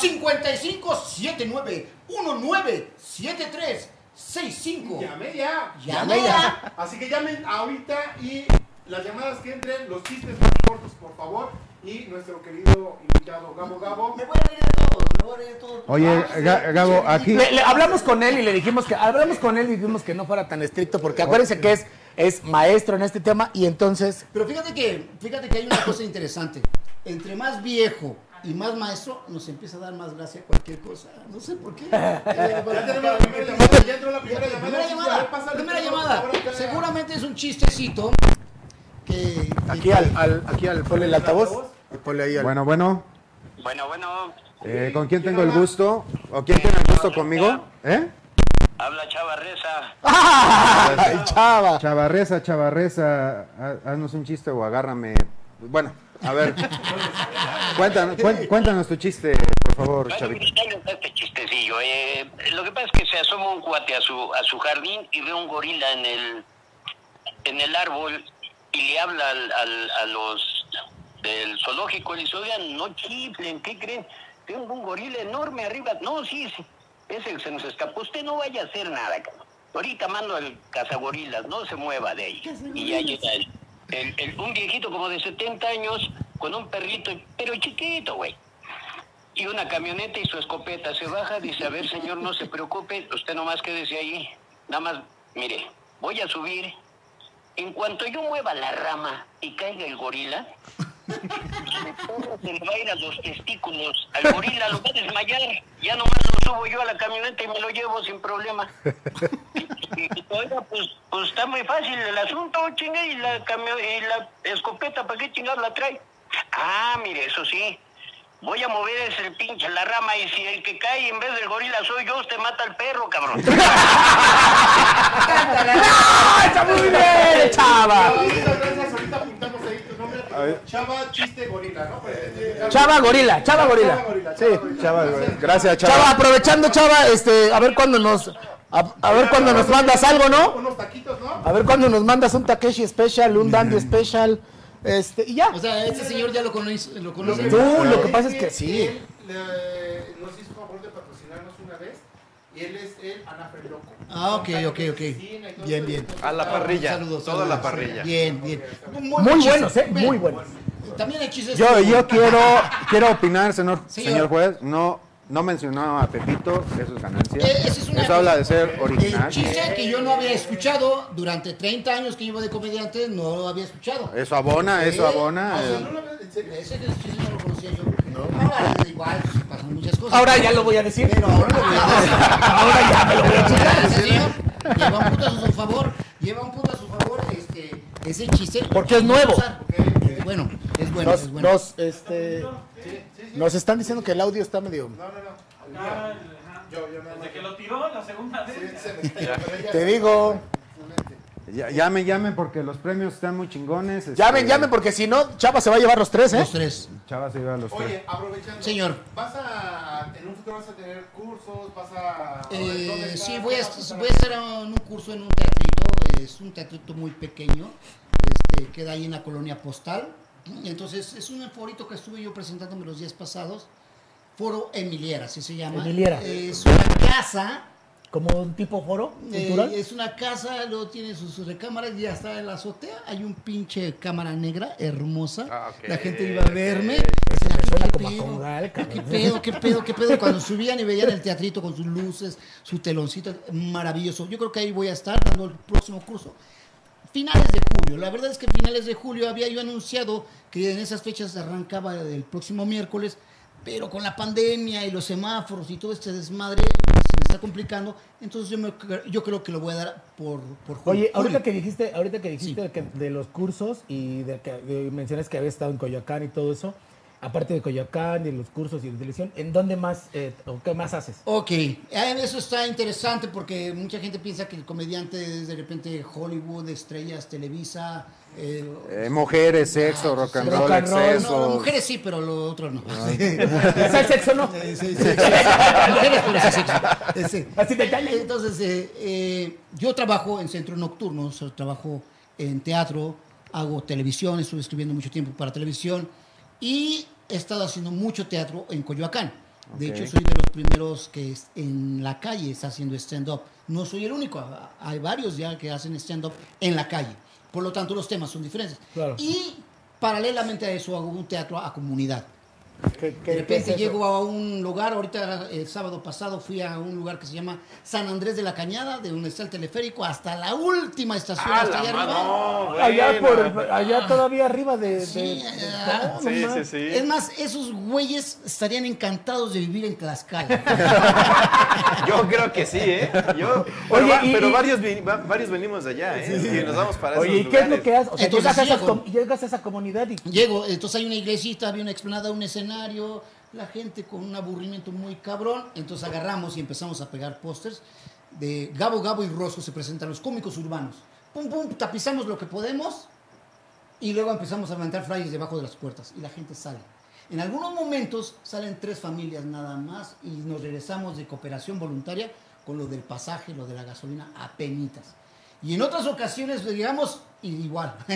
Speaker 5: 55 79 19 73 65.
Speaker 2: Llame ya.
Speaker 5: Llame ya.
Speaker 2: Así que llamen ahorita y las llamadas que entren, los chistes más cortos, por favor. Y nuestro querido invitado Gabo Gabo.
Speaker 5: Me voy a reír de todo, me voy a reír de todo.
Speaker 4: Oye,
Speaker 5: Ah, sí,
Speaker 4: Ga-
Speaker 5: sí,
Speaker 4: Gabo,
Speaker 5: sí,
Speaker 4: aquí-
Speaker 5: sí.
Speaker 6: Le, le hablamos con él y le dijimos que hablamos con él y dijimos que no fuera tan estricto porque acuérdense que es es maestro en este tema y entonces
Speaker 5: Pero fíjate que, fíjate que hay una cosa interesante. Entre más viejo y más maestro, nos empieza a dar más gracia cualquier cosa. No sé por qué. ya
Speaker 2: Ya tenemos la primera llamada. Ya entró la primera llamada.
Speaker 5: Primera
Speaker 2: A ver,
Speaker 5: llamada,
Speaker 2: pásale,
Speaker 5: primera
Speaker 2: por favor,
Speaker 5: llamada.
Speaker 2: ahora que-
Speaker 5: Seguramente es un chistecito que...
Speaker 6: aquí al, al aquí al ponle el altavoz y ponle ahí al-
Speaker 4: Bueno, bueno.
Speaker 9: Bueno, bueno,
Speaker 4: eh, ¿Con quién tengo el gusto? ¿O quién tiene el gusto conmigo? ¿Eh?
Speaker 9: habla Chava Reza.
Speaker 6: ¡Ay, chava!
Speaker 4: Chavarreza, Chavarreza, ha- haznos un chiste o agárrame. Bueno, a ver. cuéntanos, cuen- cuéntanos tu chiste, por favor,
Speaker 9: Bueno,
Speaker 4: Chavito.
Speaker 9: mira, ahí está este chistecillo. eh, lo que pasa es que se asoma un cuate a su, a su jardín y ve un gorila en el, en el árbol y le habla al, al- a los del zoológico y le dice, oigan, no chiflen, ¿qué creen? Tengo un gorila enorme arriba. No, sí, sí, es el que se nos escapó. Usted no vaya a hacer nada, cabrón. Ahorita mando al cazagorilas, no se mueva de ahí. Y ya llega el, el- el- un viejito como de 70 años con un perrito, pero chiquito, güey y una camioneta y su escopeta. Se baja, dice, a ver, señor, no se preocupe, usted nomás quédese ahí. Nada más, mire, voy a subir. En cuanto yo mueva la rama y caiga el gorila, se le va a ir a los testículos. Al gorila lo va a desmayar. Ya nomás lo subo yo a la camioneta y me lo llevo sin problema. Oiga, pues, pues está muy fácil el asunto, chinga, y la, camio- y la escopeta, ¿para qué chingados la trae? Ah, mire, eso sí. Voy a mover ese pinche la rama y si el que cae en vez del gorila soy yo, usted mata al perro, cabrón.
Speaker 6: ¡Ah, está muy bien, chava!
Speaker 2: Ahorita, Ah, gracias, ahorita apuntamos ahí tu nombre. Chava, chiste, gorila, ¿no? Pues,
Speaker 6: Eh, Chava gorila, chava gorila. Sí.
Speaker 2: Chava,
Speaker 8: Gracias,
Speaker 6: Chava,
Speaker 8: Chava.
Speaker 6: aprovechando, chava, este, a ver cuándo nos a, a ver cuándo nos mandas algo, ¿no?
Speaker 2: Unos taquitos, ¿no?
Speaker 6: A ver cuándo nos mandas un Takeshi special, un Dandy special, este, y ya.
Speaker 5: O sea, este señor ya lo conoce. Lo conoce.
Speaker 6: Tú, lo que pasa es que
Speaker 2: Él,
Speaker 6: sí.
Speaker 2: eh, nos hizo favor de patrocinarnos una vez. Y él es el Anafreloco.
Speaker 5: Ah, ok, ok, ok.
Speaker 2: Oficina y todo
Speaker 5: Bien,
Speaker 2: eso.
Speaker 5: bien.
Speaker 1: A la parrilla,
Speaker 5: Saludos,
Speaker 1: toda
Speaker 5: saludos.
Speaker 1: la parrilla.
Speaker 5: Bien, bien.
Speaker 6: Muy buenos, eh, muy buenos.
Speaker 5: También hay chistes.
Speaker 4: Yo, yo quiero, quiero opinar, señor,
Speaker 5: Señor.
Speaker 4: señor juez. No, no mencionó a Pepito, eso es ganancia.
Speaker 5: Eh, esa es una-
Speaker 4: Eso habla de ser
Speaker 5: El
Speaker 4: original.
Speaker 5: chiste que yo no había escuchado durante 30 años que llevo de comediante, no lo había escuchado.
Speaker 4: Eso abona, eso
Speaker 5: Eh,
Speaker 4: abona.
Speaker 2: O sea,
Speaker 4: eh.
Speaker 2: no lo veo en serio.
Speaker 5: Ese chiste no lo conocía yo. Ahora, igual, pasan muchas cosas.
Speaker 6: Ahora ya lo voy a decir.
Speaker 5: Pero ahora lo voy a decir.
Speaker 6: Ahora ya me lo voy a
Speaker 5: Claro,
Speaker 6: chingar.
Speaker 5: señor. Lleva un punto a su favor. Lleva un punto a su favor este, ese chiste.
Speaker 6: Porque es nuevo.
Speaker 5: Es bueno, es bueno,
Speaker 6: Nos,
Speaker 5: es bueno.
Speaker 6: nos, este, nos están diciendo que el audio está medio.
Speaker 7: Ah, ajá. Desde que lo tiró la segunda vez.
Speaker 6: Te digo.
Speaker 4: Ya- Llamen, llamen porque los premios están muy chingones. este,
Speaker 6: Llamen, llamen, porque si no, Chava se va a llevar los tres, ¿eh?
Speaker 5: Los tres.
Speaker 4: Chava se lleva a los
Speaker 2: Oye,
Speaker 4: tres.
Speaker 2: aprovechando.
Speaker 5: Señor.
Speaker 2: ¿Vas a. En un futuro vas a tener cursos? ¿Vas a.?
Speaker 5: Eh,
Speaker 2: ¿dónde
Speaker 5: sí,
Speaker 2: estás?
Speaker 5: voy a,
Speaker 2: ¿Vas estar
Speaker 5: voy a estar en un curso en un teatrito, es un teatrito muy pequeño, este, queda ahí en la colonia postal. Y entonces es un forito que estuve yo presentándome los días pasados, Foro Emiliera, así se llama.
Speaker 6: Emiliera.
Speaker 5: Es una casa,
Speaker 6: Como un tipo foro
Speaker 5: eh,
Speaker 6: cultural.
Speaker 5: es una casa, luego tiene sus, sus recámaras y hasta en la azotea hay un pinche cámara negra hermosa.
Speaker 1: Ah, ok.
Speaker 5: La gente iba a verme.
Speaker 6: me
Speaker 5: decía,
Speaker 6: suena
Speaker 5: "¿Qué
Speaker 6: como a
Speaker 5: pedo?
Speaker 6: Congal, cabrón".
Speaker 5: ¿Qué pedo, qué pedo, qué pedo? Cuando subían y veían el teatrito con sus luces, su teloncito, maravilloso. Yo creo que ahí voy a estar dando el próximo curso. Finales de julio. La verdad es que finales de julio había yo anunciado que en esas fechas arrancaba el próximo miércoles, pero con la pandemia y los semáforos y todo este desmadre se me está complicando. Entonces yo, me- yo creo que lo voy a dar por, por julio.
Speaker 6: Oye, ahorita
Speaker 5: Julio.
Speaker 6: que dijiste, ahorita que dijiste que de los cursos y de que de- mencionas que habías estado en Coyoacán y todo eso, aparte de Coyoacán, de los cursos y de televisión, ¿en dónde más eh, o qué más haces?
Speaker 5: Ok, Ah, eso está interesante porque mucha gente piensa que el comediante es de repente Hollywood, estrellas, Televisa. eh,
Speaker 4: Eh, mujeres, sexo, rock and roll,
Speaker 6: Rock and roll,
Speaker 4: exceso.
Speaker 5: No, mujeres sí, pero lo otro no.
Speaker 6: ¿Sabes sexo no?
Speaker 5: Eh, sí, sí, sí, sí. Mujeres, pero sí, sexo. Eh, sí.
Speaker 6: Así de dale.
Speaker 5: Entonces, eh, eh, yo trabajo en centros nocturnos, eh, trabajo en teatro, hago televisión, estuve escribiendo mucho tiempo para televisión y he estado haciendo mucho teatro en Coyoacán. De
Speaker 4: Ok.
Speaker 5: hecho, soy de los primeros que es- en la calle está haciendo stand-up. No soy el único, ha- hay varios ya que hacen stand-up en la calle. Por lo tanto, los temas son diferentes.
Speaker 6: Claro.
Speaker 5: Y paralelamente a eso, hago un teatro a comunidad.
Speaker 3: ¿Qué- qué-
Speaker 5: De
Speaker 3: qué
Speaker 5: repente
Speaker 3: es eso?
Speaker 5: llego a un lugar, ahorita el sábado pasado fui a un lugar que se llama San Andrés de la Cañada, de donde está el teleférico, hasta la última estación,
Speaker 1: ¡Ah,
Speaker 5: hasta
Speaker 1: la
Speaker 5: allá
Speaker 1: madre!
Speaker 5: arriba.
Speaker 1: No,
Speaker 6: Allá, por,
Speaker 1: bueno.
Speaker 5: Ah.
Speaker 6: allá todavía arriba de... de-
Speaker 5: Sí,
Speaker 6: de-
Speaker 5: ah,
Speaker 6: no
Speaker 1: Sí,
Speaker 6: más.
Speaker 1: sí, sí.
Speaker 5: Es más, esos güeyes estarían encantados de vivir en Tlaxcala.
Speaker 1: Yo creo que sí, ¿eh? Yo, pero
Speaker 6: Oye,
Speaker 1: va-
Speaker 6: y-
Speaker 1: pero
Speaker 6: y-
Speaker 1: varios, vi- va- varios venimos de allá, ¿eh? Y nos vamos para
Speaker 6: Oye,
Speaker 1: esos
Speaker 6: ¿y qué es lo
Speaker 1: lugares.
Speaker 6: que haces? O sea,
Speaker 5: Entonces,
Speaker 6: llegas, a
Speaker 5: sí,
Speaker 6: esas
Speaker 5: hago-
Speaker 6: com- llegas a esa comunidad y...
Speaker 5: Llego, entonces hay una iglesita, había una explanada, un escenario, la gente con un aburrimiento muy cabrón, entonces agarramos y empezamos a pegar pósters de Gabo, Gabo y Rosco se presentan los cómicos urbanos. Pum, pum, tapizamos lo que podemos Y luego empezamos a levantar flyers debajo de las puertas y la gente sale. En algunos momentos salen tres familias nada más y nos regresamos de cooperación voluntaria con lo del pasaje, lo de la gasolina, a penitas. Y en otras ocasiones llegamos y igual.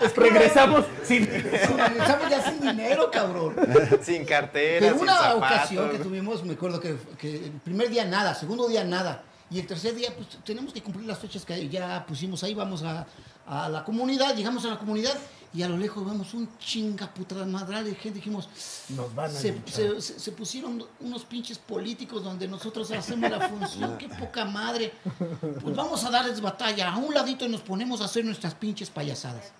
Speaker 5: Es que
Speaker 6: Regresamos sin...
Speaker 5: no, regresamos ya sin dinero, cabrón.
Speaker 1: Sin cartera,
Speaker 5: En
Speaker 1: sin
Speaker 5: una
Speaker 1: zapatos.
Speaker 5: ocasión que tuvimos, me acuerdo que, que el primer día nada, segundo día nada. Y el tercer día, pues tenemos que cumplir las fechas que ya pusimos ahí. Vamos a, a la comunidad, llegamos a la comunidad y a lo lejos vemos un chinga puta madral de gente. Dijimos,
Speaker 6: Nos van a...
Speaker 5: se,
Speaker 6: linchar.
Speaker 5: se- se- se pusieron unos pinches políticos donde nosotros hacemos la función, qué poca madre. Pues vamos a darles batalla a un ladito y nos ponemos a hacer nuestras pinches payasadas.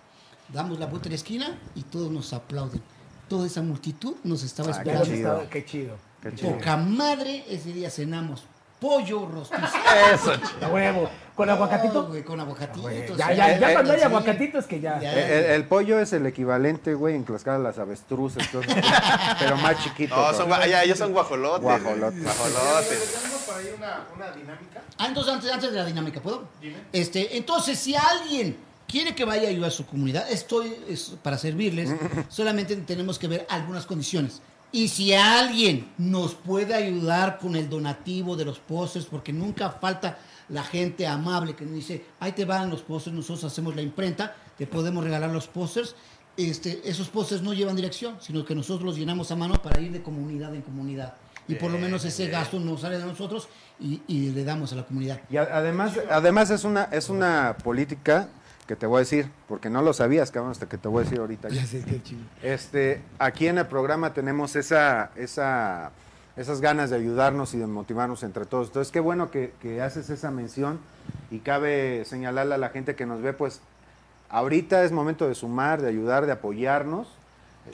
Speaker 5: Damos la vuelta a la esquina y todos nos aplauden. Toda esa multitud nos estaba
Speaker 4: Ah,
Speaker 6: Ya
Speaker 5: esperando.
Speaker 6: nos
Speaker 4: chido.
Speaker 6: estaba- Qué chido.
Speaker 4: Qué chido.
Speaker 5: Poca madre, ese día cenamos pollo rostizado.
Speaker 1: Eso, ch-
Speaker 6: A huevo. ¿Con
Speaker 5: No,
Speaker 6: aguacatito? Ah,
Speaker 5: güey, con aguacatito.
Speaker 6: Güey,
Speaker 5: sí.
Speaker 6: Ya, ya, ya
Speaker 4: eh,
Speaker 6: cuando hay
Speaker 5: sí.
Speaker 6: aguacatitos que ya...
Speaker 5: Ya.
Speaker 4: El, Eh, el- el pollo es el equivalente, güey, en Tlaxcala a las avestruces, todo eso, pero más chiquito.
Speaker 1: No,
Speaker 4: güey.
Speaker 1: son, gua- ya, ellos son guajolotes.
Speaker 4: Guajolotes.
Speaker 1: Guajolotes.
Speaker 2: Tenemos por ahí una, una dinámica.
Speaker 5: Ah, entonces antes, antes de la dinámica, ¿puedo? Este, entonces, si alguien quiere que vaya yo a su comunidad, estoy es para servirles, solamente tenemos que ver algunas condiciones. Y si alguien nos puede ayudar con el donativo de los postres, porque nunca falta la gente amable que nos dice, ahí te van los postres, nosotros hacemos la imprenta, te podemos regalar los postres. Este, esos postres no llevan dirección, sino que nosotros los llenamos a mano para ir de comunidad en comunidad. Y por lo menos ese gasto no sale de nosotros y, y le damos a la comunidad.
Speaker 4: Y a- además, además es una, es una política que te voy a decir, porque no lo sabías, cabrón, hasta que te voy a decir ahorita. Este, aquí en el programa tenemos esa, esa, esas ganas de ayudarnos y de motivarnos entre todos. Entonces, qué bueno que, que haces esa mención y cabe señalarle a la gente que nos ve, pues, ahorita es momento de sumar, de ayudar, de apoyarnos.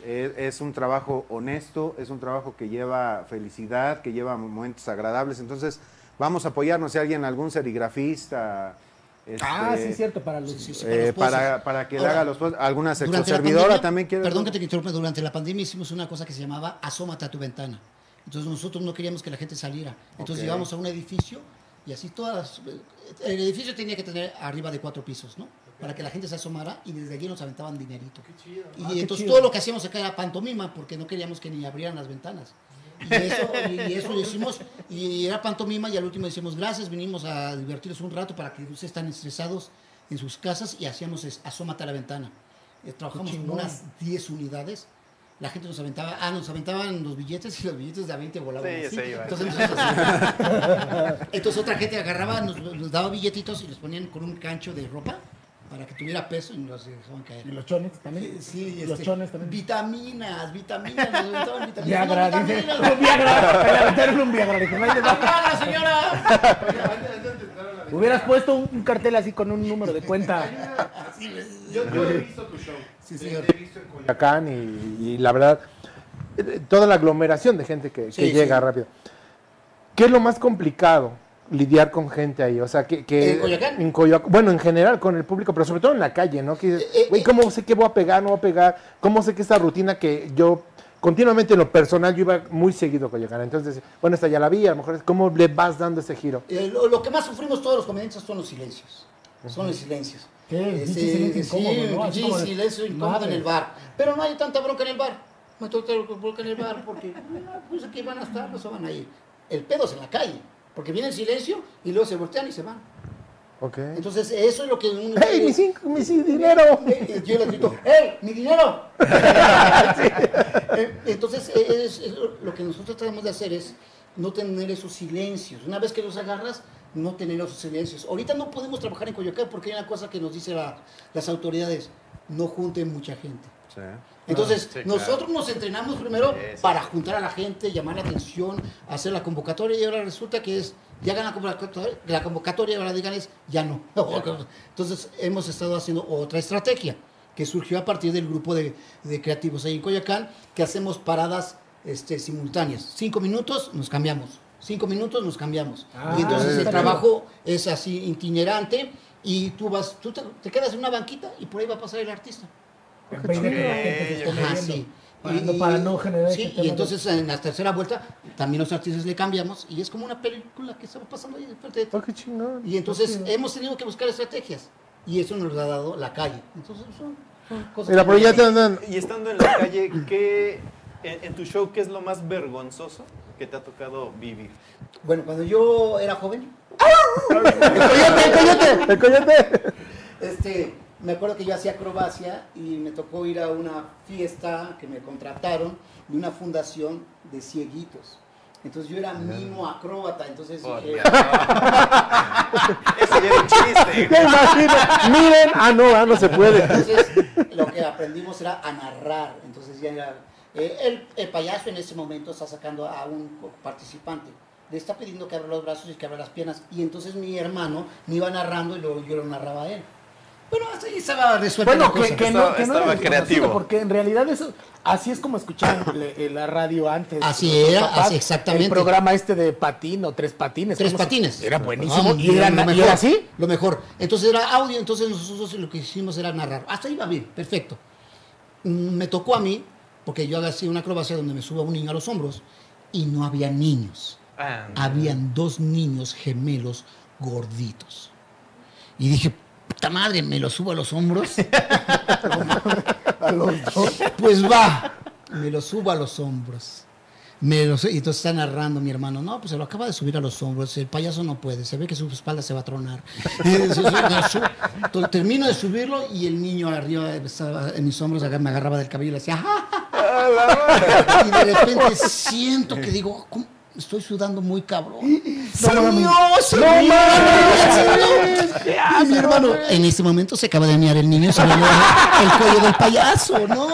Speaker 4: Eh, Es, un trabajo honesto, es un trabajo que lleva felicidad, que lleva momentos agradables. Entonces, vamos a apoyarnos si alguien, algún serigrafista.
Speaker 6: Ah,
Speaker 4: este,
Speaker 6: sí, cierto, para los...
Speaker 5: Sí, sí, sí,
Speaker 4: eh,
Speaker 5: para los
Speaker 4: para,
Speaker 5: pozos.
Speaker 4: para que le
Speaker 5: Ahora,
Speaker 4: haga los pozos. alguna
Speaker 5: Durante la
Speaker 4: servidora
Speaker 5: pandemia-
Speaker 4: también quiere
Speaker 5: Perdón que te interrumpa, durante la pandemia hicimos una cosa que se llamaba Asómate a tu ventana. Entonces nosotros no queríamos que la gente saliera. Entonces
Speaker 4: Ok.
Speaker 5: llevamos a un edificio y así todas... El edificio tenía que tener arriba de cuatro pisos, ¿no? Para que la gente se asomara y desde allí nos aventaban dinerito. Y
Speaker 6: Ah, qué
Speaker 5: entonces
Speaker 6: chido.
Speaker 5: todo lo que hacíamos acá era pantomima porque no queríamos que ni abrieran las ventanas. Y eso, y, y eso lo hicimos, y era pantomima, y al último decíamos gracias, vinimos a divertirnos un rato para que no se están estresados en sus casas y hacíamos es- asómate a la ventana. Eh, trabajamos
Speaker 6: Qué
Speaker 5: con
Speaker 6: chingón.
Speaker 5: unas 10 unidades. La gente nos aventaba, ah, nos aventaban los billetes y los billetes de a 20 volaban.
Speaker 1: Sí,
Speaker 5: así.
Speaker 1: sí, iba.
Speaker 5: Entonces, nosotros- entonces otra gente agarraba, nos, nos daba billetitos y los ponían con un cancho de ropa para que tuviera peso y nos dejaban caer.
Speaker 6: Y los chones también.
Speaker 5: Sí, sí,
Speaker 6: los
Speaker 5: este,
Speaker 6: chones también.
Speaker 5: Vitaminas, vitaminas, nos aventaban vitaminas.
Speaker 6: Viagra,
Speaker 5: ¡No,
Speaker 6: dice.
Speaker 5: vitaminas!
Speaker 6: Un Viagra. Me aventaron un Viagra. Dije, "Ahí les va".
Speaker 5: ¡Viagra, señora!
Speaker 2: Oye, antes, antes de entrar a la dinámica,
Speaker 6: Hubieras puesto un, un cartel así con un número de cuenta.
Speaker 2: Yo, yo he visto tu show.
Speaker 5: Sí,
Speaker 2: Te-
Speaker 5: señor.
Speaker 2: te he visto en Coyoacán.
Speaker 8: Coyoacán y, y la verdad, eh, toda la aglomeración de gente que, que
Speaker 5: Sí,
Speaker 8: llega
Speaker 5: sí.
Speaker 8: rápido. ¿Qué es lo más complicado
Speaker 2: lidiar con gente ahí. O sea, que... que
Speaker 5: ¿En Coyoacán?
Speaker 2: en Coyoac- bueno, en general con el público, pero sobre todo en la calle, ¿no? Que dices,
Speaker 5: Eh, eh,
Speaker 2: güey, ¿cómo sé que voy a pegar, no voy a pegar? ¿Cómo sé que esta rutina que yo... Continuamente en lo personal yo iba muy seguido a Coyoacán. Entonces, bueno, esta ya la vi, a lo mejor es cómo le vas dando ese giro.
Speaker 5: Eh, lo, lo que más sufrimos todos los comediantes son los silencios. Son los silencios.
Speaker 3: ¿Qué?
Speaker 5: Este,
Speaker 3: Pinche silencio
Speaker 5: sí,
Speaker 3: incómodo, ¿no? Así
Speaker 5: sí,
Speaker 3: como de-
Speaker 5: silencio incómodo en
Speaker 3: Madre.
Speaker 5: el bar. Pero no hay tanta bronca en el bar. No hay tanta bronca en el bar porque no, pues aquí van a estar, no se van a ir. El pedo es en la calle. Porque viene el silencio y luego se voltean y se van.
Speaker 2: Ok.
Speaker 5: Entonces, eso es lo que uno.
Speaker 2: ¡Hey, mi cinco, mi cinco dinero!
Speaker 5: Eh, Yo les grito, ¡Hey, mi dinero! Eh, Entonces, eh, es- es lo- lo que nosotros tratamos de hacer es no tener esos silencios. Una vez que los agarras, no tener esos silencios. Ahorita no podemos trabajar en Coyoacán porque hay una cosa que nos dicen las autoridades, no junten mucha gente.
Speaker 4: Sí.
Speaker 5: Ah, Entonces,
Speaker 1: Sí, claro.
Speaker 5: nosotros nos entrenamos primero para juntar a la gente, llamar la atención, hacer la convocatoria y ahora resulta que es, ya hagan la convocatoria, la convocatoria y ahora digan es, ya no. Entonces, hemos estado haciendo otra estrategia que surgió a partir del grupo de, de creativos ahí en Coyacán, que hacemos paradas este, simultáneas. Cinco minutos, nos cambiamos. Cinco minutos, nos cambiamos.
Speaker 3: Ah,
Speaker 5: y entonces el
Speaker 3: está
Speaker 5: trabajo es así itinerante y tú vas, tú te, te quedas en una banquita y por ahí va a pasar el artista.
Speaker 3: Veinte
Speaker 1: Ok,
Speaker 3: gente se está
Speaker 1: ok.
Speaker 5: Ajá,
Speaker 3: moviendo.
Speaker 5: sí.
Speaker 3: Para no- para no generar
Speaker 5: Sí,
Speaker 3: este tema
Speaker 5: y
Speaker 3: de-
Speaker 5: entonces en la tercera vuelta también los artistas le cambiamos y es como una película que estamos pasando ahí enfrente de ti.
Speaker 3: Pues
Speaker 2: Oh, qué chingón.
Speaker 5: Y entonces hemos tenido que buscar estrategias y eso nos lo ha dado la calle. Entonces son, son
Speaker 3: Ah.
Speaker 5: cosas.
Speaker 2: Mira,
Speaker 5: que-
Speaker 2: pero ya te andan.
Speaker 1: Y estando en la calle, ¿qué, en, en tu show, ¿qué es lo más vergonzoso que te ha tocado vivir?
Speaker 5: Bueno, cuando yo era joven,
Speaker 2: ¡El coyote! ¡El coyote!
Speaker 5: este, me acuerdo que yo hacía acrobacia y me tocó ir a una fiesta que me contrataron de una fundación de cieguitos. Entonces yo era mimo acróbata, entonces
Speaker 1: Por
Speaker 5: dije,
Speaker 1: Dios. Eso ya era un chiste.
Speaker 2: ¡Qué imagino! ¡Miren! ¡Ah, no! ¡Ah, no se puede!
Speaker 5: Entonces, lo que aprendimos era a narrar. Entonces, ya era. eh, el, el payaso en ese momento está sacando a un co- participante. Le está pidiendo que abra los brazos y que abra las piernas. Y entonces mi hermano me iba narrando y luego yo lo narraba a él. Bueno, hasta ahí estaba resuelta la
Speaker 6: Bueno,
Speaker 5: cosa.
Speaker 6: que, que
Speaker 1: Estaba-
Speaker 6: no, que no
Speaker 1: estaba
Speaker 6: era desconocido,
Speaker 1: creativo.
Speaker 6: Porque en realidad eso, así es como escuchar la radio antes.
Speaker 5: Así
Speaker 6: Nuestros
Speaker 5: era,
Speaker 6: papás,
Speaker 5: así exactamente.
Speaker 6: El programa este de patín o tres patines.
Speaker 5: Tres
Speaker 6: ¿cómo se-
Speaker 5: patines.
Speaker 6: Era buenísimo.
Speaker 5: Vamos,
Speaker 6: y era,
Speaker 5: lo
Speaker 6: na- y
Speaker 5: mejor,
Speaker 6: era así.
Speaker 5: Lo mejor. Entonces era audio, entonces nosotros lo que hicimos era narrar. Hasta ahí va bien, perfecto. Mm, Me tocó a mí, porque yo hacía una acrobacia donde me suba un niño a los hombros y no había niños.
Speaker 1: Ah, no.
Speaker 5: Habían dos niños gemelos gorditos. Y dije, puta madre, me los subo a los hombros.
Speaker 3: A los dos.
Speaker 5: Pues va, me lo subo a los hombros. Me lo, y entonces está narrando mi hermano, no, pues se lo acaba de subir a los hombros, el payaso no puede, se ve que su espalda se va a tronar. Eh, se- se- lo sub- to- Termino de subirlo y el niño arriba estaba en mis hombros, aga- me agarraba del cabello y le decía, "Ah, "Ja, ja, ja". y de repente siento que digo, "¿Cómo? estoy sudando muy cabrón. ¡Salió! ¡Salió! Y mi hermano, en este momento se acaba de mear el niño, se me dio el cuello del payaso. ¡No!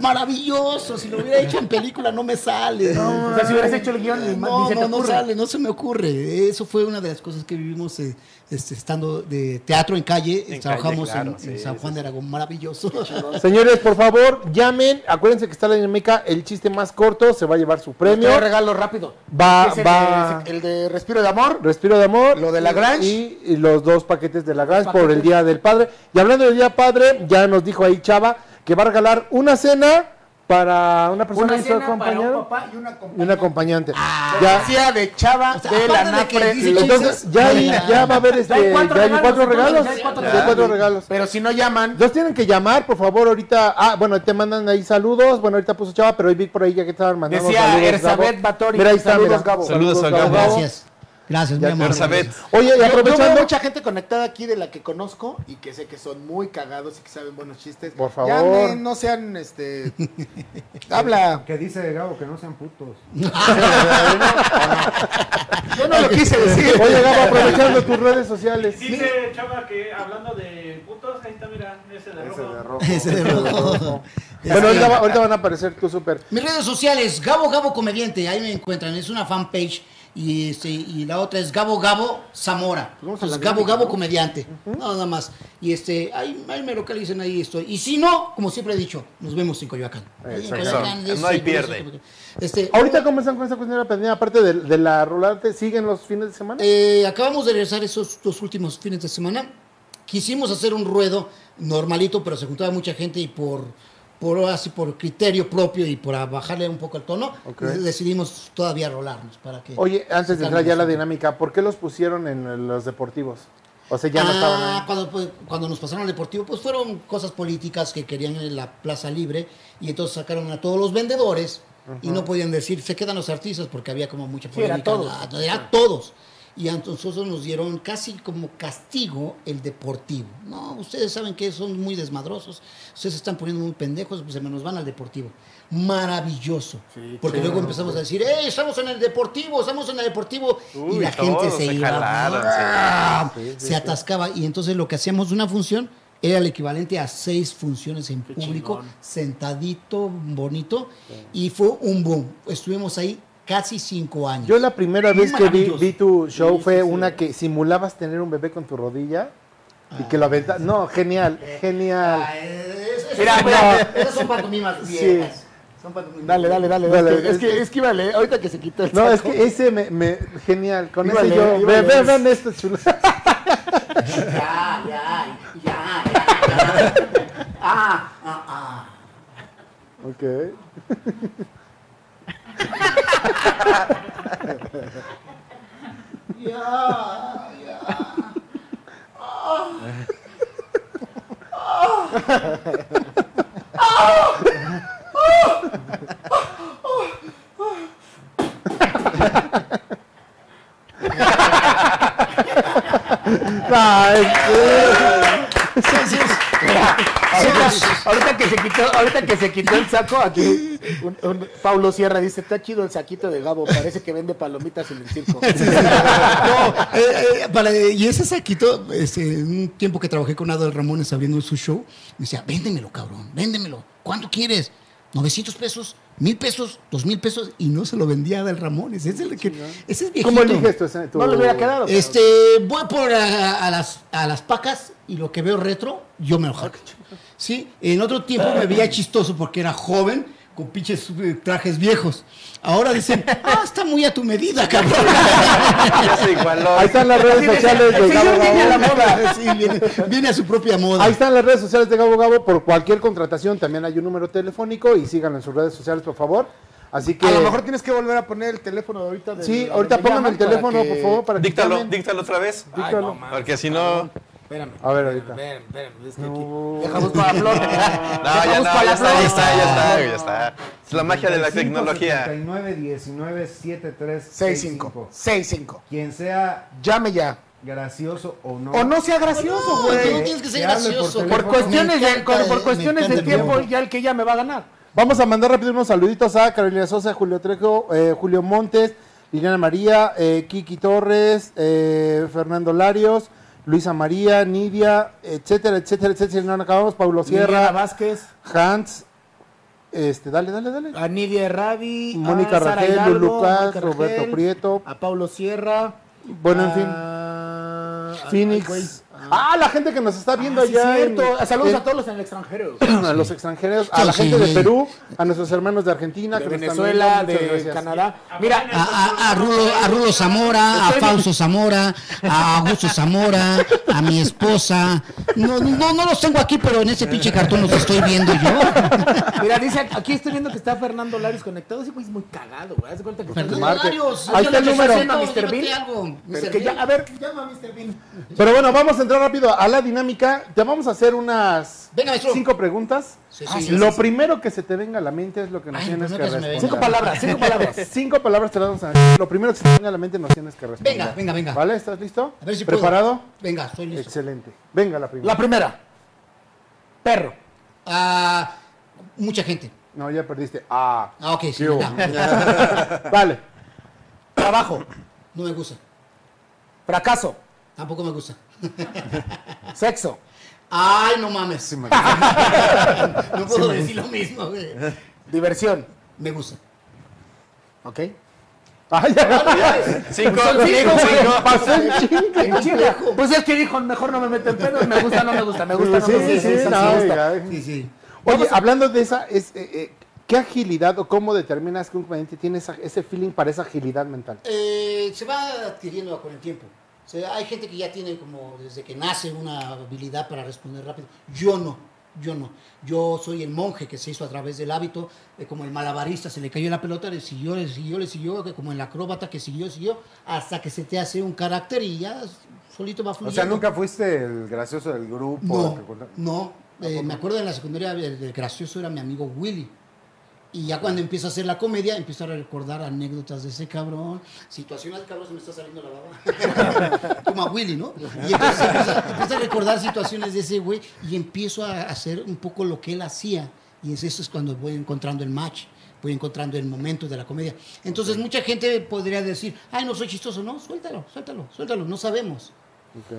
Speaker 5: ¡Maravilloso! Si lo hubiera hecho en película, no me sale.
Speaker 6: O sea, si hubieras hecho el guión, ni ma- ni
Speaker 5: No,
Speaker 6: se te
Speaker 5: no, no
Speaker 6: ocurre.
Speaker 5: sale, no se me ocurre. Eso fue una de las cosas que vivimos eh, este, estando de teatro en calle.
Speaker 1: En
Speaker 5: Trabajamos
Speaker 1: calle, claro,
Speaker 5: en, en
Speaker 1: sí,
Speaker 5: San
Speaker 1: sí,
Speaker 5: Juan de Aragón, maravilloso.
Speaker 2: Señores, por favor, llamen. Acuérdense que está la dinámica. El chiste más corto se va a llevar su premio.
Speaker 6: Te regalo rápido.
Speaker 2: Va-
Speaker 6: Es el,
Speaker 2: va-
Speaker 6: de- el de Respiro de Amor.
Speaker 2: Respiro de amor.
Speaker 6: Lo de Lagrange.
Speaker 2: Y, y los dos paquetes de Lagrange por
Speaker 6: Paquetes.
Speaker 2: el Día del Padre. Y hablando del Día Padre, ya nos dijo ahí Chava que va a regalar una cena para una persona
Speaker 6: Una
Speaker 2: y su
Speaker 6: cena para un
Speaker 2: acompañado
Speaker 6: papá
Speaker 2: y
Speaker 6: y una
Speaker 2: un acompañante.
Speaker 6: acompañante. La
Speaker 2: ya,
Speaker 6: Cortesía de Chava
Speaker 5: O sea,
Speaker 6: de la
Speaker 5: aparte de que
Speaker 6: NAPRE.
Speaker 5: dice
Speaker 6: Los-
Speaker 2: Entonces, ya, ahí- ya va a haber este,
Speaker 6: Ya hay cuatro
Speaker 2: ya hay cuatro
Speaker 6: regalos,
Speaker 2: regalos.
Speaker 6: entonces, ya hay cuatro
Speaker 2: Ya hay cuatro regalos.
Speaker 6: Pero si no llaman,
Speaker 2: Los tienen que llamar, por favor, ahorita. Ah, bueno, te mandan ahí saludos. Bueno, ahorita puso chava, pero hoy vi por ahí ya que estaban mandando
Speaker 6: Decía
Speaker 2: saludos.
Speaker 6: Elizabeth
Speaker 2: Gabo.
Speaker 6: Batori.
Speaker 2: Mira, ahí está,
Speaker 6: Saludos,
Speaker 2: mira.
Speaker 6: Gabo.
Speaker 1: Saludos a Gabo.
Speaker 5: Gracias. Gracias, muy
Speaker 2: Ya,
Speaker 5: amable.
Speaker 1: Elizabeth.
Speaker 2: Oye, y
Speaker 3: Yo- Yo
Speaker 2: aprovechando.
Speaker 3: veo mucha gente conectada aquí de la que conozco y que sé que son muy cagados y que saben buenos chistes.
Speaker 2: Por favor.
Speaker 3: Llamen, no sean, este... Habla.
Speaker 4: Que dice Gabo que no sean putos.
Speaker 3: Yo no lo quise decir.
Speaker 2: Oye, Gabo, aprovechando tus redes sociales.
Speaker 7: Dice Chava que hablando de putos, ahí está, mira, ese de rojo.
Speaker 4: rojo.
Speaker 5: Ese de rojo.
Speaker 2: Bueno, ahorita, va- ahorita van a aparecer tu super.
Speaker 5: Mis redes sociales, Gabo Gabo Comediante, ahí me encuentran, es una fanpage. Y, este, y la otra es Gabo Gabo Zamora.
Speaker 2: Pues vamos a la
Speaker 5: Entonces, Gabo
Speaker 2: dinámica,
Speaker 5: Gabo
Speaker 2: ¿no?
Speaker 5: Comediante. Nada más. Y este, ahí, ahí me localicen, ahí estoy. Y si no, como siempre he dicho, nos vemos en Coyoacán. Ahí en
Speaker 1: Exacto.
Speaker 5: es-
Speaker 1: No hay pierde.
Speaker 5: Este,
Speaker 2: Ahorita comenzan con esa cuestión de la pandemia, aparte de, de la rolarte, ¿siguen los fines de semana?
Speaker 5: Eh, acabamos de regresar esos dos últimos fines de semana. Quisimos hacer un ruedo normalito, pero se juntaba mucha gente y por, por así por criterio propio y por bajarle un poco el tono,
Speaker 2: Ok.
Speaker 5: decidimos todavía rolarnos para que.
Speaker 2: Oye, antes de entrar ya a la
Speaker 5: Calma.
Speaker 2: dinámica, ¿por qué los pusieron en los deportivos? O sea, ya no
Speaker 5: Ah,
Speaker 2: estaban ahí.
Speaker 5: Cuando, pues, cuando nos pasaron al deportivo, pues fueron cosas políticas que querían en la plaza libre y entonces sacaron a todos los vendedores y no podían decir, se quedan los artistas porque había como mucha
Speaker 3: Sí, era
Speaker 5: polémica.
Speaker 3: todos.
Speaker 5: Ah, era todos. Y a nosotros nos dieron casi como castigo el deportivo. No, ustedes saben que son muy desmadrosos, ustedes se están poniendo muy pendejos, pues se nos van al deportivo. Maravilloso. porque luego empezamos a decir, ¡eh, estamos en el deportivo, estamos en el deportivo! y
Speaker 1: Uy,
Speaker 5: la gente
Speaker 1: todos
Speaker 5: se,
Speaker 1: se
Speaker 5: iba.
Speaker 1: jalaron, se-
Speaker 5: ¡Ah! se atascaba y entonces lo que hacíamos de una función era el equivalente a seis funciones en público, sentadito, bonito, y fue un boom. Estuvimos ahí casi cinco años.
Speaker 2: Yo la primera vez que vi,
Speaker 5: Maravilloso.
Speaker 2: vi tu show fue una que simulabas tener un bebé con tu rodilla y que lo aventas. No, genial,
Speaker 1: Eh,
Speaker 5: Ah,
Speaker 2: genial.
Speaker 5: es- es-
Speaker 6: Mira,
Speaker 5: esas esas son pantomimas viejas. Son pantomimas.
Speaker 6: Dale, dale, dale.
Speaker 2: Dale,
Speaker 6: es, que, es,
Speaker 2: es-
Speaker 6: que, es que iba a leer, ahorita que se quitó el
Speaker 2: No, es
Speaker 6: saco.
Speaker 2: que ese me, me- genial. Con
Speaker 6: Iba a
Speaker 2: ese
Speaker 1: eh,
Speaker 6: leer,
Speaker 2: yo.
Speaker 6: iba a
Speaker 2: Ve, ve,
Speaker 6: leer.
Speaker 2: vean este esto, chulo.
Speaker 5: Ya, ya, ya, ya, ya. Ah, ah, ah.
Speaker 2: Ok.
Speaker 5: Ya, ya.
Speaker 2: Ay,
Speaker 6: Ahorita, ahorita que se quitó, ahorita que se quitó el saco, aquí un- un- Paulo Sierra dice, está chido el saquito de Gabo, parece que vende palomitas en el circo.
Speaker 5: No, eh, eh, para- y ese saquito, este, un tiempo que trabajé con Adal Ramones abriendo su show, me decía, véndemelo, cabrón, véndemelo. ¿Cuánto quieres? 900 pesos, mil pesos, dos mil pesos, y no se lo vendía a Adal Ramones. Ese es el que. Ese es viejito.
Speaker 2: ¿Cómo eliges tu escena- tu-
Speaker 6: No le hubiera quedado.
Speaker 5: Este, voy por a, a las, a las pacas y lo que veo retro, yo me lo
Speaker 2: Ah,
Speaker 5: jaco. Sí, en otro tiempo me veía chistoso porque era joven con pinches eh, trajes viejos. Ahora dicen, ah, está muy a tu medida, cabrón.
Speaker 1: Ya se igualó.
Speaker 2: Ahí están las redes sociales de Gabo Gabo.
Speaker 5: Sí, viene, viene a su propia moda.
Speaker 2: Ahí están las redes sociales de Gabo Gabo. Por cualquier contratación también hay un número telefónico y síganlo en sus redes sociales, por favor. Así que.
Speaker 6: A lo mejor tienes que volver a poner el teléfono ahorita. de-
Speaker 2: Sí,
Speaker 6: donde
Speaker 2: ahorita
Speaker 6: me
Speaker 2: pongan
Speaker 6: llaman
Speaker 2: el
Speaker 6: para
Speaker 2: teléfono,
Speaker 6: que-
Speaker 2: por favor, para que.
Speaker 1: Díctalo,
Speaker 2: llamen.
Speaker 1: díctalo otra vez.
Speaker 2: Díctalo.
Speaker 1: Porque si no.
Speaker 6: Espérame.
Speaker 2: A ver, ahorita.
Speaker 6: Espérame, espérame, es que aquí- Dejamos para Flor.
Speaker 1: No, ya no, ya está, ya está, ya está, ya está. Es la magia de la tecnología.
Speaker 4: 19 73
Speaker 6: 6-5. 6-5.
Speaker 4: Quien sea
Speaker 6: Llame ya.
Speaker 4: gracioso o no.
Speaker 6: O no sea gracioso,
Speaker 5: No,
Speaker 6: güey.
Speaker 5: no tienes que ser
Speaker 4: Te hablo por
Speaker 5: gracioso.
Speaker 4: teléfono.
Speaker 6: Por cuestiones, de,
Speaker 5: Me encanta,
Speaker 6: por cuestiones
Speaker 5: me
Speaker 6: de
Speaker 5: encanta el
Speaker 6: tiempo,
Speaker 5: humor.
Speaker 6: ya el que ya me va a ganar.
Speaker 2: Vamos a mandar rápido unos saluditos a Carolina Sosa, Julio Trejo, eh, Julio Montes, Liliana María, eh, Kiki Torres, eh, Fernando Larios, Luisa María, Nidia, etcétera, etcétera, etcétera. No, no acabamos. Pablo
Speaker 6: Liliana
Speaker 2: Sierra,
Speaker 6: Vázquez,
Speaker 2: Hans, este, dale, dale, dale.
Speaker 6: a Nidia Rabi,
Speaker 2: Mónica
Speaker 6: a Ah, Sara
Speaker 2: Rangel,
Speaker 6: Hidalgo,
Speaker 2: Lulú Cas,
Speaker 6: Mónica Rangel,
Speaker 2: Roberto Prieto.
Speaker 6: a Paulo Sierra.
Speaker 2: Bueno, en fin.
Speaker 6: a-
Speaker 2: Phoenix.
Speaker 6: Ah, ay, güey.
Speaker 2: ah, la gente que nos está viendo
Speaker 6: Ah, sí,
Speaker 2: allá. en-
Speaker 6: cierto. Saludos
Speaker 2: en-
Speaker 6: a todos los en el extranjero.
Speaker 2: a los extranjeros, a la
Speaker 5: Sí,
Speaker 2: gente
Speaker 5: sí.
Speaker 2: de Perú, a nuestros hermanos de Argentina,
Speaker 6: De
Speaker 2: que nos están
Speaker 6: Venezuela,
Speaker 2: viendo. Muchas
Speaker 6: de
Speaker 2: gracias.
Speaker 6: Canadá. Mira,
Speaker 5: A, a- a Rulo, a Rulo Zamora, a Fausto Zamora, a Augusto Zamora, a mi esposa. No, no, no los tengo aquí, pero en ese pinche cartón los estoy viendo yo.
Speaker 6: Mira, dice, aquí estoy viendo que está Fernando Laris conectado. Ese güey es muy cagado, güey. Haz de cuenta que está-
Speaker 5: Fernando
Speaker 2: marque.
Speaker 5: Larios,
Speaker 2: Ahí está el
Speaker 5: yo
Speaker 2: número.
Speaker 5: estoy haciendo,
Speaker 6: Llama a Mr.
Speaker 5: llévate
Speaker 6: Bean.
Speaker 5: algo,
Speaker 6: Pero
Speaker 5: Mr.
Speaker 6: que ya-
Speaker 5: Bean.
Speaker 6: a ver,
Speaker 5: llama a Mr. Bean.
Speaker 2: Pero bueno, vamos a entrar rápido a la dinámica. Te vamos a hacer unas
Speaker 5: Venga, maestro.
Speaker 2: cinco preguntas.
Speaker 5: Sí, Ah, sí, sí,
Speaker 2: lo
Speaker 5: sí, sí.
Speaker 2: primero que se te venga a la mente es lo que nos
Speaker 5: Ay, lo
Speaker 2: tienes que,
Speaker 5: primero que se me
Speaker 2: responder.
Speaker 5: venga.
Speaker 6: Cinco palabras, cinco palabras.
Speaker 2: Cinco palabras te las vamos a decir. Lo primero que se te venga a la mente nos tienes que responder.
Speaker 5: Venga, venga, venga.
Speaker 2: ¿Vale? ¿Estás listo?
Speaker 5: A ver si puedo.
Speaker 2: ¿Preparado?
Speaker 5: Venga, estoy listo.
Speaker 2: Excelente. Venga la primera.
Speaker 6: La primera. Perro.
Speaker 5: Ah, mucha gente.
Speaker 2: No, ya perdiste. Ah.
Speaker 5: Ah, ok, sí,
Speaker 2: ¿Qué hubo?
Speaker 5: venga.
Speaker 2: vale.
Speaker 6: Trabajo.
Speaker 5: No me gusta.
Speaker 6: Fracaso.
Speaker 5: Tampoco me gusta.
Speaker 6: Sexo.
Speaker 5: Ay, no mames.
Speaker 4: Sí, me-
Speaker 5: no puedo
Speaker 6: Sí, me
Speaker 5: decir lo mismo, güey.
Speaker 6: Diversión,
Speaker 5: Me gusta.
Speaker 6: ¿ok?
Speaker 2: Ah,
Speaker 6: Ay, ya.
Speaker 1: Cinco,
Speaker 6: Son cinco,
Speaker 1: cinco,
Speaker 6: güey.
Speaker 1: cinco.
Speaker 6: Pasó el chingo, el chingo.
Speaker 5: complejo.
Speaker 6: Pues es que dijo, mejor no me meto en pedos, me gusta, no me gusta, me gusta, no me gusta.
Speaker 2: Sí, sí,
Speaker 6: me
Speaker 2: no,
Speaker 6: gusta.
Speaker 2: ya.
Speaker 5: Sí, sí.
Speaker 2: Oye, hablando de esa, es, eh, eh, ¿qué agilidad o cómo determinas que un comediante tiene esa- ese feeling para esa agilidad mental?
Speaker 5: Eh, se va adquiriendo con el tiempo. O sea, hay gente que ya tiene como desde que nace una habilidad para responder rápido. Yo no, yo no. Yo soy el monje que se hizo a través del hábito, eh, como el malabarista, se le cayó la pelota, le siguió, le siguió, le siguió, que como el acróbata que siguió, siguió, hasta que se te hace un carácter y ya solito va
Speaker 4: O
Speaker 5: fluyendo.
Speaker 4: sea, nunca fuiste el gracioso del grupo.
Speaker 5: No,
Speaker 4: el que conta-
Speaker 5: no. Eh, me acuerdo en la secundaria, el, el gracioso era mi amigo Willy. Y ya cuando empiezo a hacer la comedia, empiezo a recordar anécdotas de ese cabrón. Situaciones, cabrón, se me está saliendo la baba. Como a Willy, ¿no? Y entonces empiezo, a- empiezo a recordar situaciones de ese güey y empiezo a hacer un poco lo que él hacía. Y es eso es cuando voy encontrando el match, voy encontrando el momento de la comedia. Entonces mucha gente podría decir, ay, no soy chistoso. No, suéltalo, suéltalo, suéltalo. No sabemos.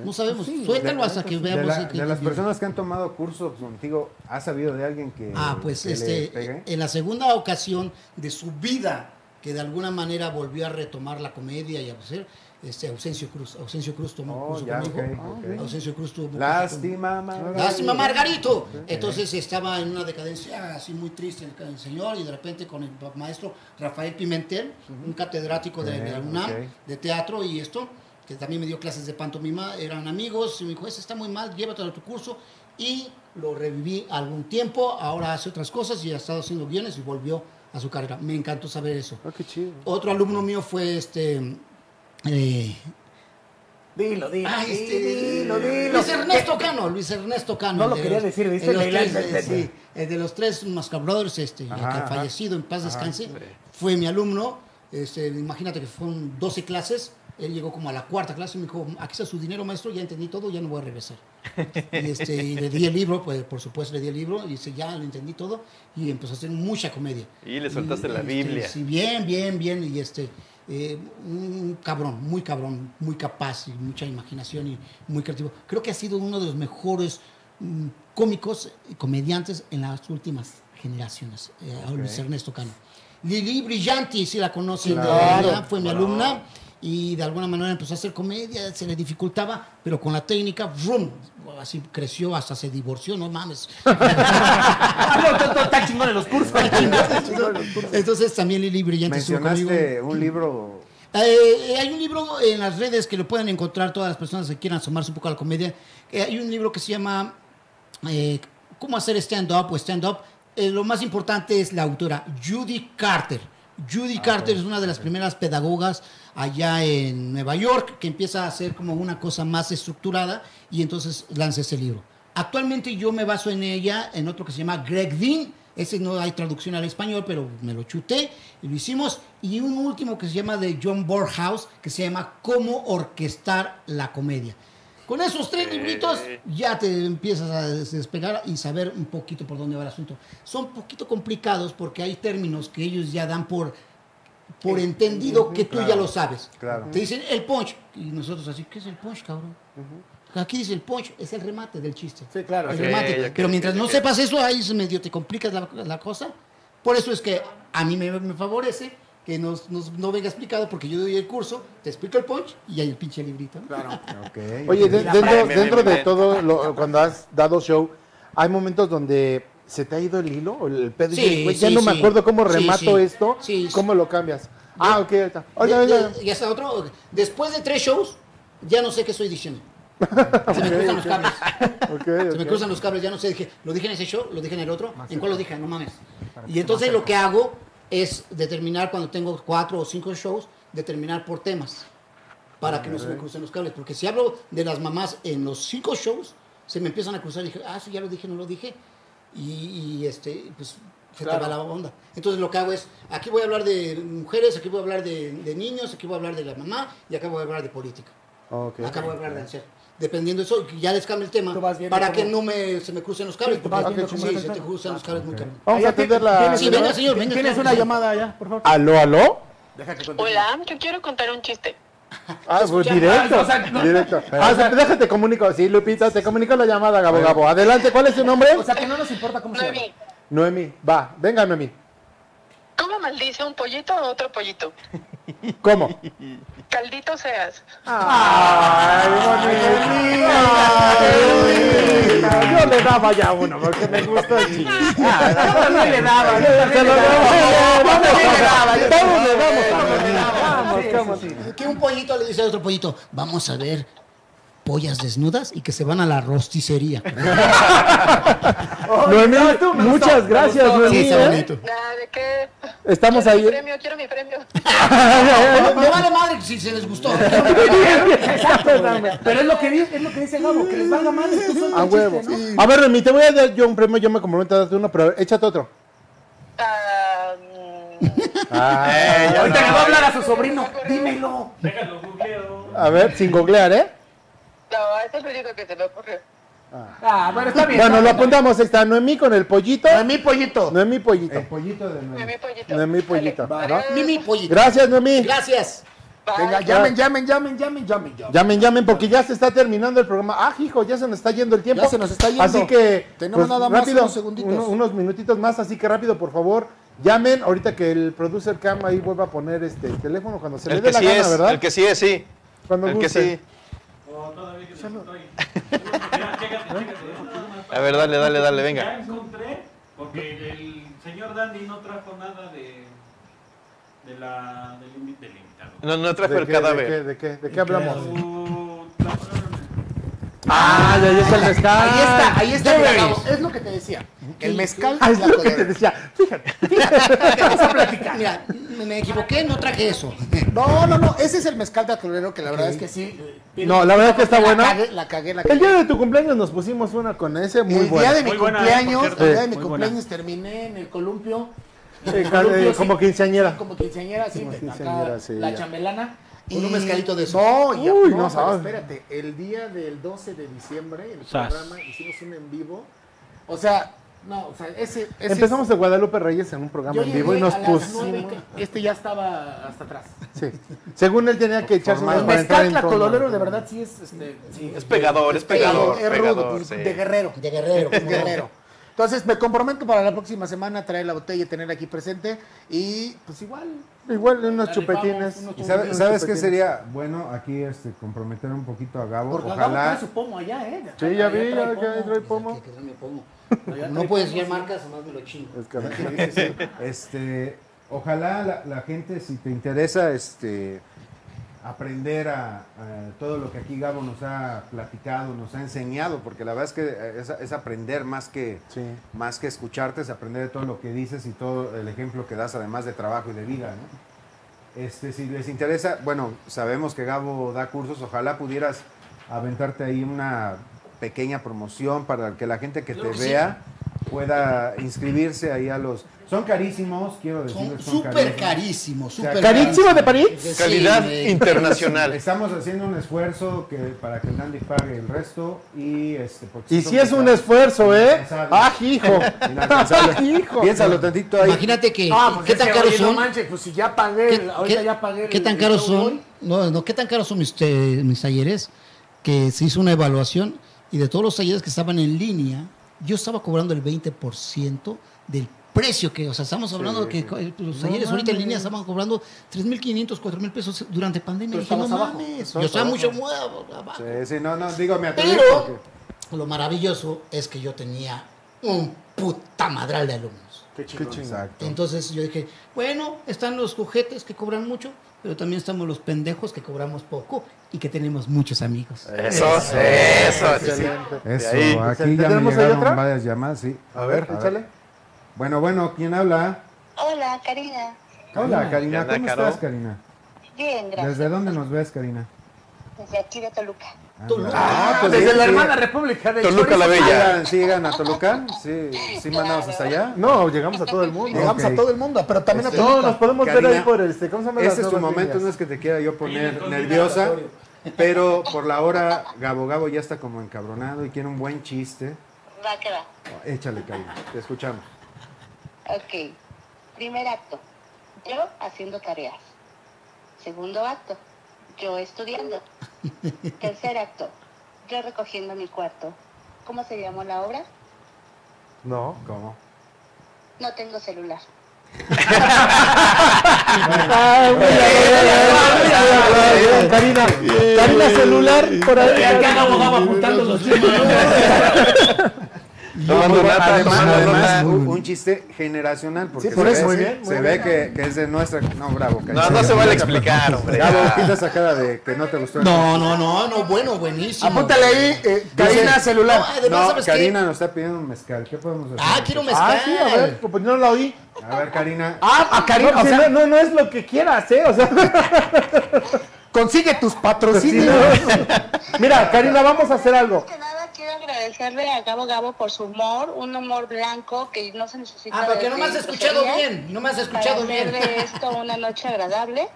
Speaker 5: No sabemos. suéltalo
Speaker 4: De-
Speaker 5: hasta que
Speaker 4: de
Speaker 5: veamos. este
Speaker 4: la-
Speaker 5: el que-
Speaker 4: de las personas que han tomado cursos contigo, ¿has sabido de alguien que.
Speaker 5: Ah, pues
Speaker 4: que le
Speaker 5: este,
Speaker 4: pegue?
Speaker 5: en la segunda ocasión de su vida, que de alguna manera volvió a retomar la comedia y a hacer, este, Ausencio Cruz, Ausencio Cruz tomó un
Speaker 4: Oh,
Speaker 5: curso
Speaker 4: ya,
Speaker 5: conmigo.
Speaker 4: ok, ok.
Speaker 5: Ausencio Cruz tuvo un curso
Speaker 4: Lástima,
Speaker 5: conmigo.
Speaker 4: Margarita.
Speaker 5: pues, Lástima Margarito. Entonces estaba en una decadencia así muy triste el, el señor y de repente con el maestro Rafael Pimentel, un catedrático de, de la
Speaker 4: Ok,
Speaker 5: UNAM,
Speaker 4: ok.
Speaker 5: de teatro y esto, que también me dio clases de pantomima, eran amigos, y me dijo, ese está muy mal, llévatelo a tu curso, y lo reviví algún tiempo, ahora hace otras cosas y ha estado haciendo guiones y volvió a su carrera. Me encantó saber eso.
Speaker 2: Ah, qué chido.
Speaker 5: Otro alumno mío fue este... eh,
Speaker 6: Dilo, dilo,
Speaker 5: ay,
Speaker 6: sí,
Speaker 5: este,
Speaker 6: dilo, dilo. Eh,
Speaker 5: Luis Ernesto Cano, Luis Ernesto Cano.
Speaker 6: No
Speaker 5: el
Speaker 6: lo
Speaker 5: de
Speaker 6: quería
Speaker 5: los-
Speaker 6: decir, ¿viste?
Speaker 5: el De los
Speaker 6: Leila,
Speaker 5: tres, eh,
Speaker 6: entendí.
Speaker 5: sí, el de los tres Mascar Brothers, este, el
Speaker 4: Ajá,
Speaker 5: que
Speaker 4: ajá.
Speaker 5: fallecido en paz descanse, fue mi alumno. Este, imagínate que fueron 12 clases. Él llegó como a la cuarta clase y me dijo, aquí está su dinero, maestro, ya entendí todo, ya no voy a regresar. Y, este, y le di el libro, pues por supuesto le di el libro, y dice, ya lo entendí todo, y empezó a hacer mucha comedia.
Speaker 1: Y le soltaste la
Speaker 5: este,
Speaker 1: Biblia.
Speaker 5: sí, bien, bien, bien, y este, eh, un cabrón, muy cabrón, muy capaz, y mucha imaginación y muy creativo. Creo que ha sido uno de los mejores mm, cómicos y comediantes en las últimas generaciones, eh, a Luis Ernesto Cano. Lili Brillanti, si la conocen, de Lila, fue mi alumna y de alguna manera empezó a hacer comedia, se le dificultaba, pero con la técnica, ¡vroom! así creció, hasta se divorció, no mames.
Speaker 6: Ah, no, to- to- Está chingón en los cursos.
Speaker 5: Entonces también Lili Brillante estuvo conmigo.
Speaker 4: Mencionaste un libro.
Speaker 5: Eh, eh, hay un libro en las redes que lo pueden encontrar todas las personas que quieran asomarse un poco a la comedia. Eh, hay un libro que se llama eh, ¿Cómo hacer stand-up o stand-up? Eh, lo más importante es la autora, Judy Carter. Judy Carter es una de las primeras pedagogas allá en Nueva York que empieza a hacer como una cosa más estructurada y entonces lanza ese libro. Actualmente yo me baso en ella, en otro que se llama Greg Dean. Ese no hay traducción al español, pero me lo chuté y lo hicimos. Y un último que se llama de John Borhaus, que se llama Cómo orquestar la comedia. Con esos tres libritos ya te empiezas a des- despegar y saber un poquito por dónde va el asunto. Son un poquito complicados porque hay términos que ellos ya dan por,
Speaker 6: Eh,
Speaker 5: por entendido que tú ya
Speaker 4: claro,
Speaker 5: lo sabes.
Speaker 4: claro.
Speaker 5: Te dicen el punch y nosotros así, ¿qué es el punch, cabrón? Aquí dice el punch, es el remate del chiste.
Speaker 6: Sí, claro.
Speaker 5: El
Speaker 1: Ok,
Speaker 5: remate.
Speaker 1: ok,
Speaker 5: Pero mientras
Speaker 1: ok,
Speaker 5: no
Speaker 1: ok.
Speaker 5: sepas eso, ahí se medio te complicas la, la cosa. Por eso es que a mí me, me favorece que nos, nos- no venga explicado porque yo doy el curso, te explico el punch y hay el pinche librito. ¿no?
Speaker 4: Okay.
Speaker 2: Oye, de-
Speaker 1: Bien,
Speaker 2: dentro,
Speaker 1: bien, bien,
Speaker 2: dentro de
Speaker 1: bien.
Speaker 2: todo, lo- cuando has dado show, hay momentos donde se te ha ido el hilo o el pedo. y
Speaker 5: Sí,
Speaker 2: dices, "Güey, ya
Speaker 5: sí,
Speaker 2: no me
Speaker 5: sí.
Speaker 2: acuerdo cómo
Speaker 5: Sí,
Speaker 2: remato
Speaker 5: sí.
Speaker 2: esto,
Speaker 5: Sí, sí.
Speaker 2: cómo lo cambias. ah, ok, ahí está. Oye,
Speaker 5: De-
Speaker 2: oye,
Speaker 5: de- y hasta otro. Después de tres shows, ya no sé qué estoy diciendo. Se me cruzan los cables.
Speaker 2: ok,
Speaker 5: Se me
Speaker 2: ok.
Speaker 5: cruzan los cables, ya no sé. Dije, lo dije en ese show, lo dije en el otro. ¿En cuál lo dije? No mames. Y entonces lo que hago es determinar cuando tengo cuatro o cinco shows, determinar por temas. Para que no se me crucen los cables. Porque si hablo de las mamás en los cinco shows, se me empiezan a cruzar. Dije, ah, eso ya lo dije, no lo dije. Y, y, este, pues se te va la onda. Entonces lo que hago es, aquí voy a hablar de mujeres, aquí voy a hablar de, de niños, aquí voy a hablar de la mamá y acá voy a hablar de política.
Speaker 4: Ah,
Speaker 2: Ok.
Speaker 5: Acá voy a hablar de anciano. Dependiendo de eso, ya les cambio el tema
Speaker 6: Tú vas viendo
Speaker 5: para
Speaker 6: cómo-
Speaker 5: que no me, se me crucen los cables.
Speaker 6: Sí, tú vas
Speaker 5: porque-
Speaker 6: viendo cómo
Speaker 5: sí,
Speaker 6: se
Speaker 5: se te
Speaker 6: trata.
Speaker 5: cruzan los cables muy cabrón.
Speaker 2: Vamos a atender la.
Speaker 5: Sí, venga, señor, venga.
Speaker 6: Tienes una llamada allá, por favor.
Speaker 2: ¿Aló, aló?
Speaker 6: Deja que
Speaker 10: Hola, yo quiero contar un chiste.
Speaker 2: Ah, pues directo. Directo. Ah, o sea, déjate comunico. Sí, Lupita, te comunico la llamada, Gabo Gabo. Adelante, ¿cuál es tu nombre?
Speaker 3: O sea, que no nos importa cómo se llama.
Speaker 10: Noemí,
Speaker 2: Noemi. Va, venga, Noemi.
Speaker 10: ¿cómo maldice un pollito a otro pollito?
Speaker 2: ¿Cómo?
Speaker 10: Caldito seas.
Speaker 2: ¡Ay, bonita! Yo le daba ya uno porque me gustó el chiste.
Speaker 7: No le daba, no
Speaker 2: Se lo daba. Todos le damos a Noemí.
Speaker 5: Sí, sí, sí. Que un pollito le dice a otro pollito, vamos a ver pollas desnudas y que se van a la rosticería.
Speaker 2: Noemí, muchas gracias, Noemí.
Speaker 5: Sí, está
Speaker 2: ¿eh?
Speaker 5: bonito.
Speaker 10: Nada, ¿de qué?
Speaker 2: Estamos
Speaker 10: Quiero mi
Speaker 2: ahí.
Speaker 10: premio, quiero mi premio.
Speaker 5: Me vale madre si se les gustó.
Speaker 3: Pero es lo que dice, es lo que dice Gabo, que les valga mal. tú suelta
Speaker 2: A
Speaker 3: el chiste,
Speaker 2: huevo.
Speaker 3: ¿no?
Speaker 2: A ver, Noemí, te voy a dar yo un premio. Yo me comprometo a darte uno, pero échate otro.
Speaker 10: Ah, mm,
Speaker 1: Eh,
Speaker 3: Ahorita le va a hablar a su sobrino. Dímelo.
Speaker 7: Déjalo googleo.
Speaker 2: A ver, sin googlear, ¿eh?
Speaker 10: no, ese es el único que se me ocurrió.
Speaker 3: Ah, bueno, está bien.
Speaker 2: Bueno, lo apuntamos. Ahí está Noemí con el pollito.
Speaker 3: mi pollito.
Speaker 2: Noemí pollito.
Speaker 6: Eh,
Speaker 4: El pollito de nuevo.
Speaker 10: Noemí pollito.
Speaker 2: Noemí pollito,
Speaker 10: Vale.
Speaker 2: ¿no?
Speaker 10: Adiós.
Speaker 5: Mimi pollito.
Speaker 2: Gracias, Noemí.
Speaker 5: Gracias.
Speaker 10: Bye.
Speaker 6: Venga, llamen, llamen, llamen, llamen, llamen, llamen.
Speaker 2: Llamen, llamen, porque ya se está terminando el programa. Ah, hijo, ya se nos está yendo el tiempo.
Speaker 6: Ya se nos está yendo.
Speaker 2: Así que. pues,
Speaker 6: Tenemos nada más unos segunditos.
Speaker 2: uno- unos minutitos más, así que rápido, por favor. Llamen ahorita que el producer Cam ahí vuelva a poner este el teléfono cuando se le
Speaker 1: El
Speaker 2: dé
Speaker 1: que
Speaker 2: la
Speaker 1: sí
Speaker 2: gana,
Speaker 1: es,
Speaker 2: ¿verdad?
Speaker 1: el que sí es, sí.
Speaker 2: cuando
Speaker 1: el que
Speaker 2: gusten.
Speaker 1: sí.
Speaker 7: O todavía que estoy. Mira, Chécate, chécate. Nada más.
Speaker 1: A ver, dale, dale, dale,
Speaker 7: Ya
Speaker 1: venga.
Speaker 7: encontré, porque el señor Dandy no trajo nada de, de la, del, invi- del invitado.
Speaker 1: No, no
Speaker 2: ¿De
Speaker 1: trajo el
Speaker 2: qué,
Speaker 1: cadáver.
Speaker 2: ¿De qué, de qué, de qué hablamos?
Speaker 7: Su- la palabra-
Speaker 2: Ah, ya, ya está el mezcal.
Speaker 6: Ahí está, ahí está. mira,
Speaker 2: Jerry's.
Speaker 6: Gabo, Este es lo que te decía. El mezcal
Speaker 2: Ah,
Speaker 6: es
Speaker 2: es
Speaker 6: la
Speaker 2: lo que te
Speaker 6: codera.
Speaker 2: decía. Fíjate.
Speaker 5: Mira, me me equivoqué, no traje eso.
Speaker 6: No, no, no, ese es el mezcal de atolero que la verdad es que sí. eh,
Speaker 2: No, la verdad es que está
Speaker 6: la
Speaker 2: Ah, bueno.
Speaker 6: cagué, la cagué, la cagué.
Speaker 2: El día de tu cumpleaños nos pusimos una con ese muy
Speaker 6: el día
Speaker 2: buena.
Speaker 6: de mi
Speaker 7: Muy buena, ¿eh?
Speaker 6: cumpleaños,
Speaker 7: por cierto.
Speaker 6: el día de mi
Speaker 7: Muy
Speaker 6: cumpleaños terminé en el columpio.
Speaker 2: Eh, ca- eh, como quinceañera.
Speaker 6: Como quinceañera, sí,
Speaker 2: Como
Speaker 6: acá,
Speaker 2: quinceañera, sí,
Speaker 6: la
Speaker 2: ya.
Speaker 6: chambelana.
Speaker 5: Con un
Speaker 6: Y-
Speaker 5: mezcalito de eso.
Speaker 6: No, ya,
Speaker 2: Uy,
Speaker 6: no,
Speaker 2: no
Speaker 6: pero
Speaker 2: sabes.
Speaker 6: espérate, el día del 12 de diciembre, en el
Speaker 7: Sas.
Speaker 6: programa, hicimos un en vivo. O sea, no, o sea, ese... ese
Speaker 2: Empezamos de Guadalupe Reyes en un programa
Speaker 6: yo
Speaker 2: en vivo y
Speaker 6: llegué
Speaker 2: nos
Speaker 6: a las nueve,
Speaker 2: pusimos.
Speaker 6: Este ya estaba hasta atrás.
Speaker 2: Sí. Según él tenía que echarse
Speaker 6: El
Speaker 2: unas para entrar
Speaker 6: mezcal
Speaker 2: en tono.
Speaker 6: tlacololero de verdad sí es... Este, sí,
Speaker 1: Es pegador, es pegador,
Speaker 6: es rudo,
Speaker 1: pegador.
Speaker 6: de-
Speaker 1: sí.
Speaker 6: de guerrero.
Speaker 5: De guerrero.
Speaker 6: Es guerrero. Entonces me comprometo para la próxima semana traer la botella, tener aquí presente y pues igual.
Speaker 2: Igual unos
Speaker 6: La
Speaker 2: chupetines.
Speaker 6: rifamos, unos
Speaker 2: ¿Y
Speaker 6: chupetines.
Speaker 2: sabe-
Speaker 6: Unos
Speaker 2: ¿Sabes, qué chupetines?
Speaker 4: sería? Bueno, aquí este, comprometer un poquito a Gabo.
Speaker 6: Porque Gabo
Speaker 4: Ojalá.
Speaker 6: trae su pomo allá, ¿eh?
Speaker 2: Sí, ya vi,
Speaker 6: Allá
Speaker 2: ya
Speaker 6: trae
Speaker 2: ya ahí
Speaker 6: pomo.
Speaker 2: trae pomo.
Speaker 5: Pues Que- que no me pongo. No puedes decir marcas, más me lo chingo.
Speaker 2: Es que-
Speaker 4: Este, ojalá la, la gente, si te interesa, este, aprender a, a todo lo que aquí Gabo nos ha platicado, nos ha enseñado, porque la verdad es que eh, es, es aprender más que,
Speaker 2: Sí.
Speaker 4: más que escucharte, es aprender de todo lo que dices y todo el ejemplo que das, además de trabajo y de vida, ¿no? Este, si les interesa, bueno, sabemos que Gabo da cursos, ojalá pudieras aventarte ahí una pequeña promoción para que la gente que
Speaker 5: Claro
Speaker 4: te
Speaker 5: que sí.
Speaker 4: vea pueda inscribirse ahí a los... Son carísimos, quiero decir.
Speaker 5: Son súper carísimos,
Speaker 4: sea,
Speaker 5: súper
Speaker 2: ¿Carísimo de París?
Speaker 5: carísimos.
Speaker 1: Calidad
Speaker 5: Sí, me-
Speaker 1: internacional.
Speaker 4: Estamos haciendo un esfuerzo que, para que el Dandy pague el resto y este... porque
Speaker 2: Y
Speaker 4: son
Speaker 2: si es un
Speaker 4: carísimos.
Speaker 2: esfuerzo, ¿eh?
Speaker 4: Inalcanzable.
Speaker 2: ¡Ah, hijo!
Speaker 4: Inalcanzable.
Speaker 2: ¡Ah, hijo!
Speaker 4: Piénsalo tantito ahí.
Speaker 5: Imagínate que,
Speaker 6: Ah, pues
Speaker 5: ¿qué
Speaker 6: es
Speaker 5: tan
Speaker 6: que,
Speaker 5: caros
Speaker 6: oye, No
Speaker 5: son?
Speaker 6: manches, pues si ya pagué,
Speaker 5: ¿Qué,
Speaker 6: el- ahorita
Speaker 5: qué-
Speaker 6: ya pagué. el-
Speaker 5: qué tan
Speaker 6: el
Speaker 5: caros
Speaker 6: Cowboy.
Speaker 5: son? No, no, ¿qué tan caros son mis, te- mis talleres? Que se hizo una evaluación y de todos los talleres que estaban en línea, yo estaba cobrando el 20% del precio que, o sea, estamos hablando que co- eh, los talleres ahorita en línea estaban cobrando 3.500, 4.000 pesos durante pandemia.
Speaker 6: Tú
Speaker 5: Dije, no
Speaker 6: estabas abajo.
Speaker 5: mames, yo estaba mucho mu- abajo.
Speaker 4: Sí, sí, no, no, digo, me atreví porque...
Speaker 5: Pero lo maravilloso es que yo tenía un puta madral de alumnos.
Speaker 6: Qué chingón.
Speaker 4: Exacto.
Speaker 5: Entonces yo dije, bueno, están los juguetes que cobran mucho, pero también estamos los pendejos que cobramos poco y que tenemos muchos amigos.
Speaker 1: Eso, eso. sí, sí.
Speaker 4: Eso,
Speaker 1: De ahí.
Speaker 4: aquí ya me
Speaker 2: ¿Tenemos ahí
Speaker 4: llegaron
Speaker 2: otra?
Speaker 4: varias llamadas, sí.
Speaker 2: A ver, échale.
Speaker 4: Bueno, bueno, ¿quién habla?
Speaker 10: Hola, Karina.
Speaker 4: Hola, Karina.
Speaker 1: anda,
Speaker 4: ¿Cómo
Speaker 1: Caro?
Speaker 4: estás, Karina?
Speaker 10: Bien, gracias.
Speaker 4: ¿Desde dónde nos ves, Karina?
Speaker 10: Desde aquí de Toluca.
Speaker 4: Anda. sí,
Speaker 6: Desde la
Speaker 4: pues sí.
Speaker 6: hermana República de
Speaker 1: Toluca la Bella.
Speaker 4: ¿Llegan, sí llegan a Toluca? ¿Sí, sí mandamos hasta allá?
Speaker 2: No, llegamos a todo el
Speaker 1: Este,
Speaker 2: mundo.
Speaker 4: No.
Speaker 6: Llegamos
Speaker 4: Ok.
Speaker 6: a todo el mundo, pero también a
Speaker 2: No,
Speaker 6: Toluca.
Speaker 2: nos podemos ver
Speaker 4: Karina,
Speaker 2: ahí por este. ¿Cómo se llama?
Speaker 4: Este
Speaker 2: las
Speaker 4: es tu
Speaker 2: nuevas
Speaker 4: momento,
Speaker 2: líneas?
Speaker 4: no es que te quiera yo poner nerviosa, pero por la hora Gabo Gabo ya está como encabronado y quiere un buen chiste.
Speaker 10: Va que va.
Speaker 4: Échale, Karina, te escuchamos.
Speaker 10: Ok. Primer acto. Yo haciendo tareas. Segundo acto.
Speaker 9: yo estudiando. Tercer acto, yo recogiendo mi cuarto. ¿Cómo se llamó la obra?
Speaker 4: No. ¿Cómo?
Speaker 9: No tengo celular.
Speaker 2: Karina, Karina celular por ahí. Acá abogado apuntando los
Speaker 4: Tomando
Speaker 2: bueno,
Speaker 4: nota,
Speaker 2: pues, además-
Speaker 4: tomando
Speaker 2: además-
Speaker 4: nota, un, un chiste generacional porque
Speaker 2: Sí, por
Speaker 4: se
Speaker 2: eso,
Speaker 4: ve,
Speaker 2: muy
Speaker 4: se-
Speaker 2: bien, muy
Speaker 4: se
Speaker 2: bien.
Speaker 4: ve que, que es de nuestra no bravo
Speaker 1: No, no se vale explicar, hombre, ya.
Speaker 4: bravo quita esa cara de que no te gustó
Speaker 5: No, no, no, no, bueno, buenísimo.
Speaker 2: Apúntale ahí, eh, Karina celular.
Speaker 5: No, además,
Speaker 4: no,
Speaker 5: ¿sabes qué?
Speaker 4: Karina nos está pidiendo un mezcal qué podemos hacer
Speaker 5: Ah, quiero mezcal.
Speaker 2: Ah, sí, a ver, pues no la oí.
Speaker 4: a ver Karina
Speaker 2: Ah, a Karina,
Speaker 4: No,
Speaker 2: o
Speaker 4: sí,
Speaker 2: sea, no, no, es lo que quieras, ¿eh? O sea, consigue
Speaker 4: Pues
Speaker 2: tus patrocinios. Mira, Karina, vamos a hacer algo.
Speaker 9: Más que nada quiero agradecerle a Gabo Gabo por su humor, un humor blanco que no se necesita.
Speaker 5: Ah, porque
Speaker 9: de
Speaker 5: no me has escuchado bien, no me has escuchado
Speaker 9: para
Speaker 5: bien.
Speaker 9: hacer de esto una noche agradable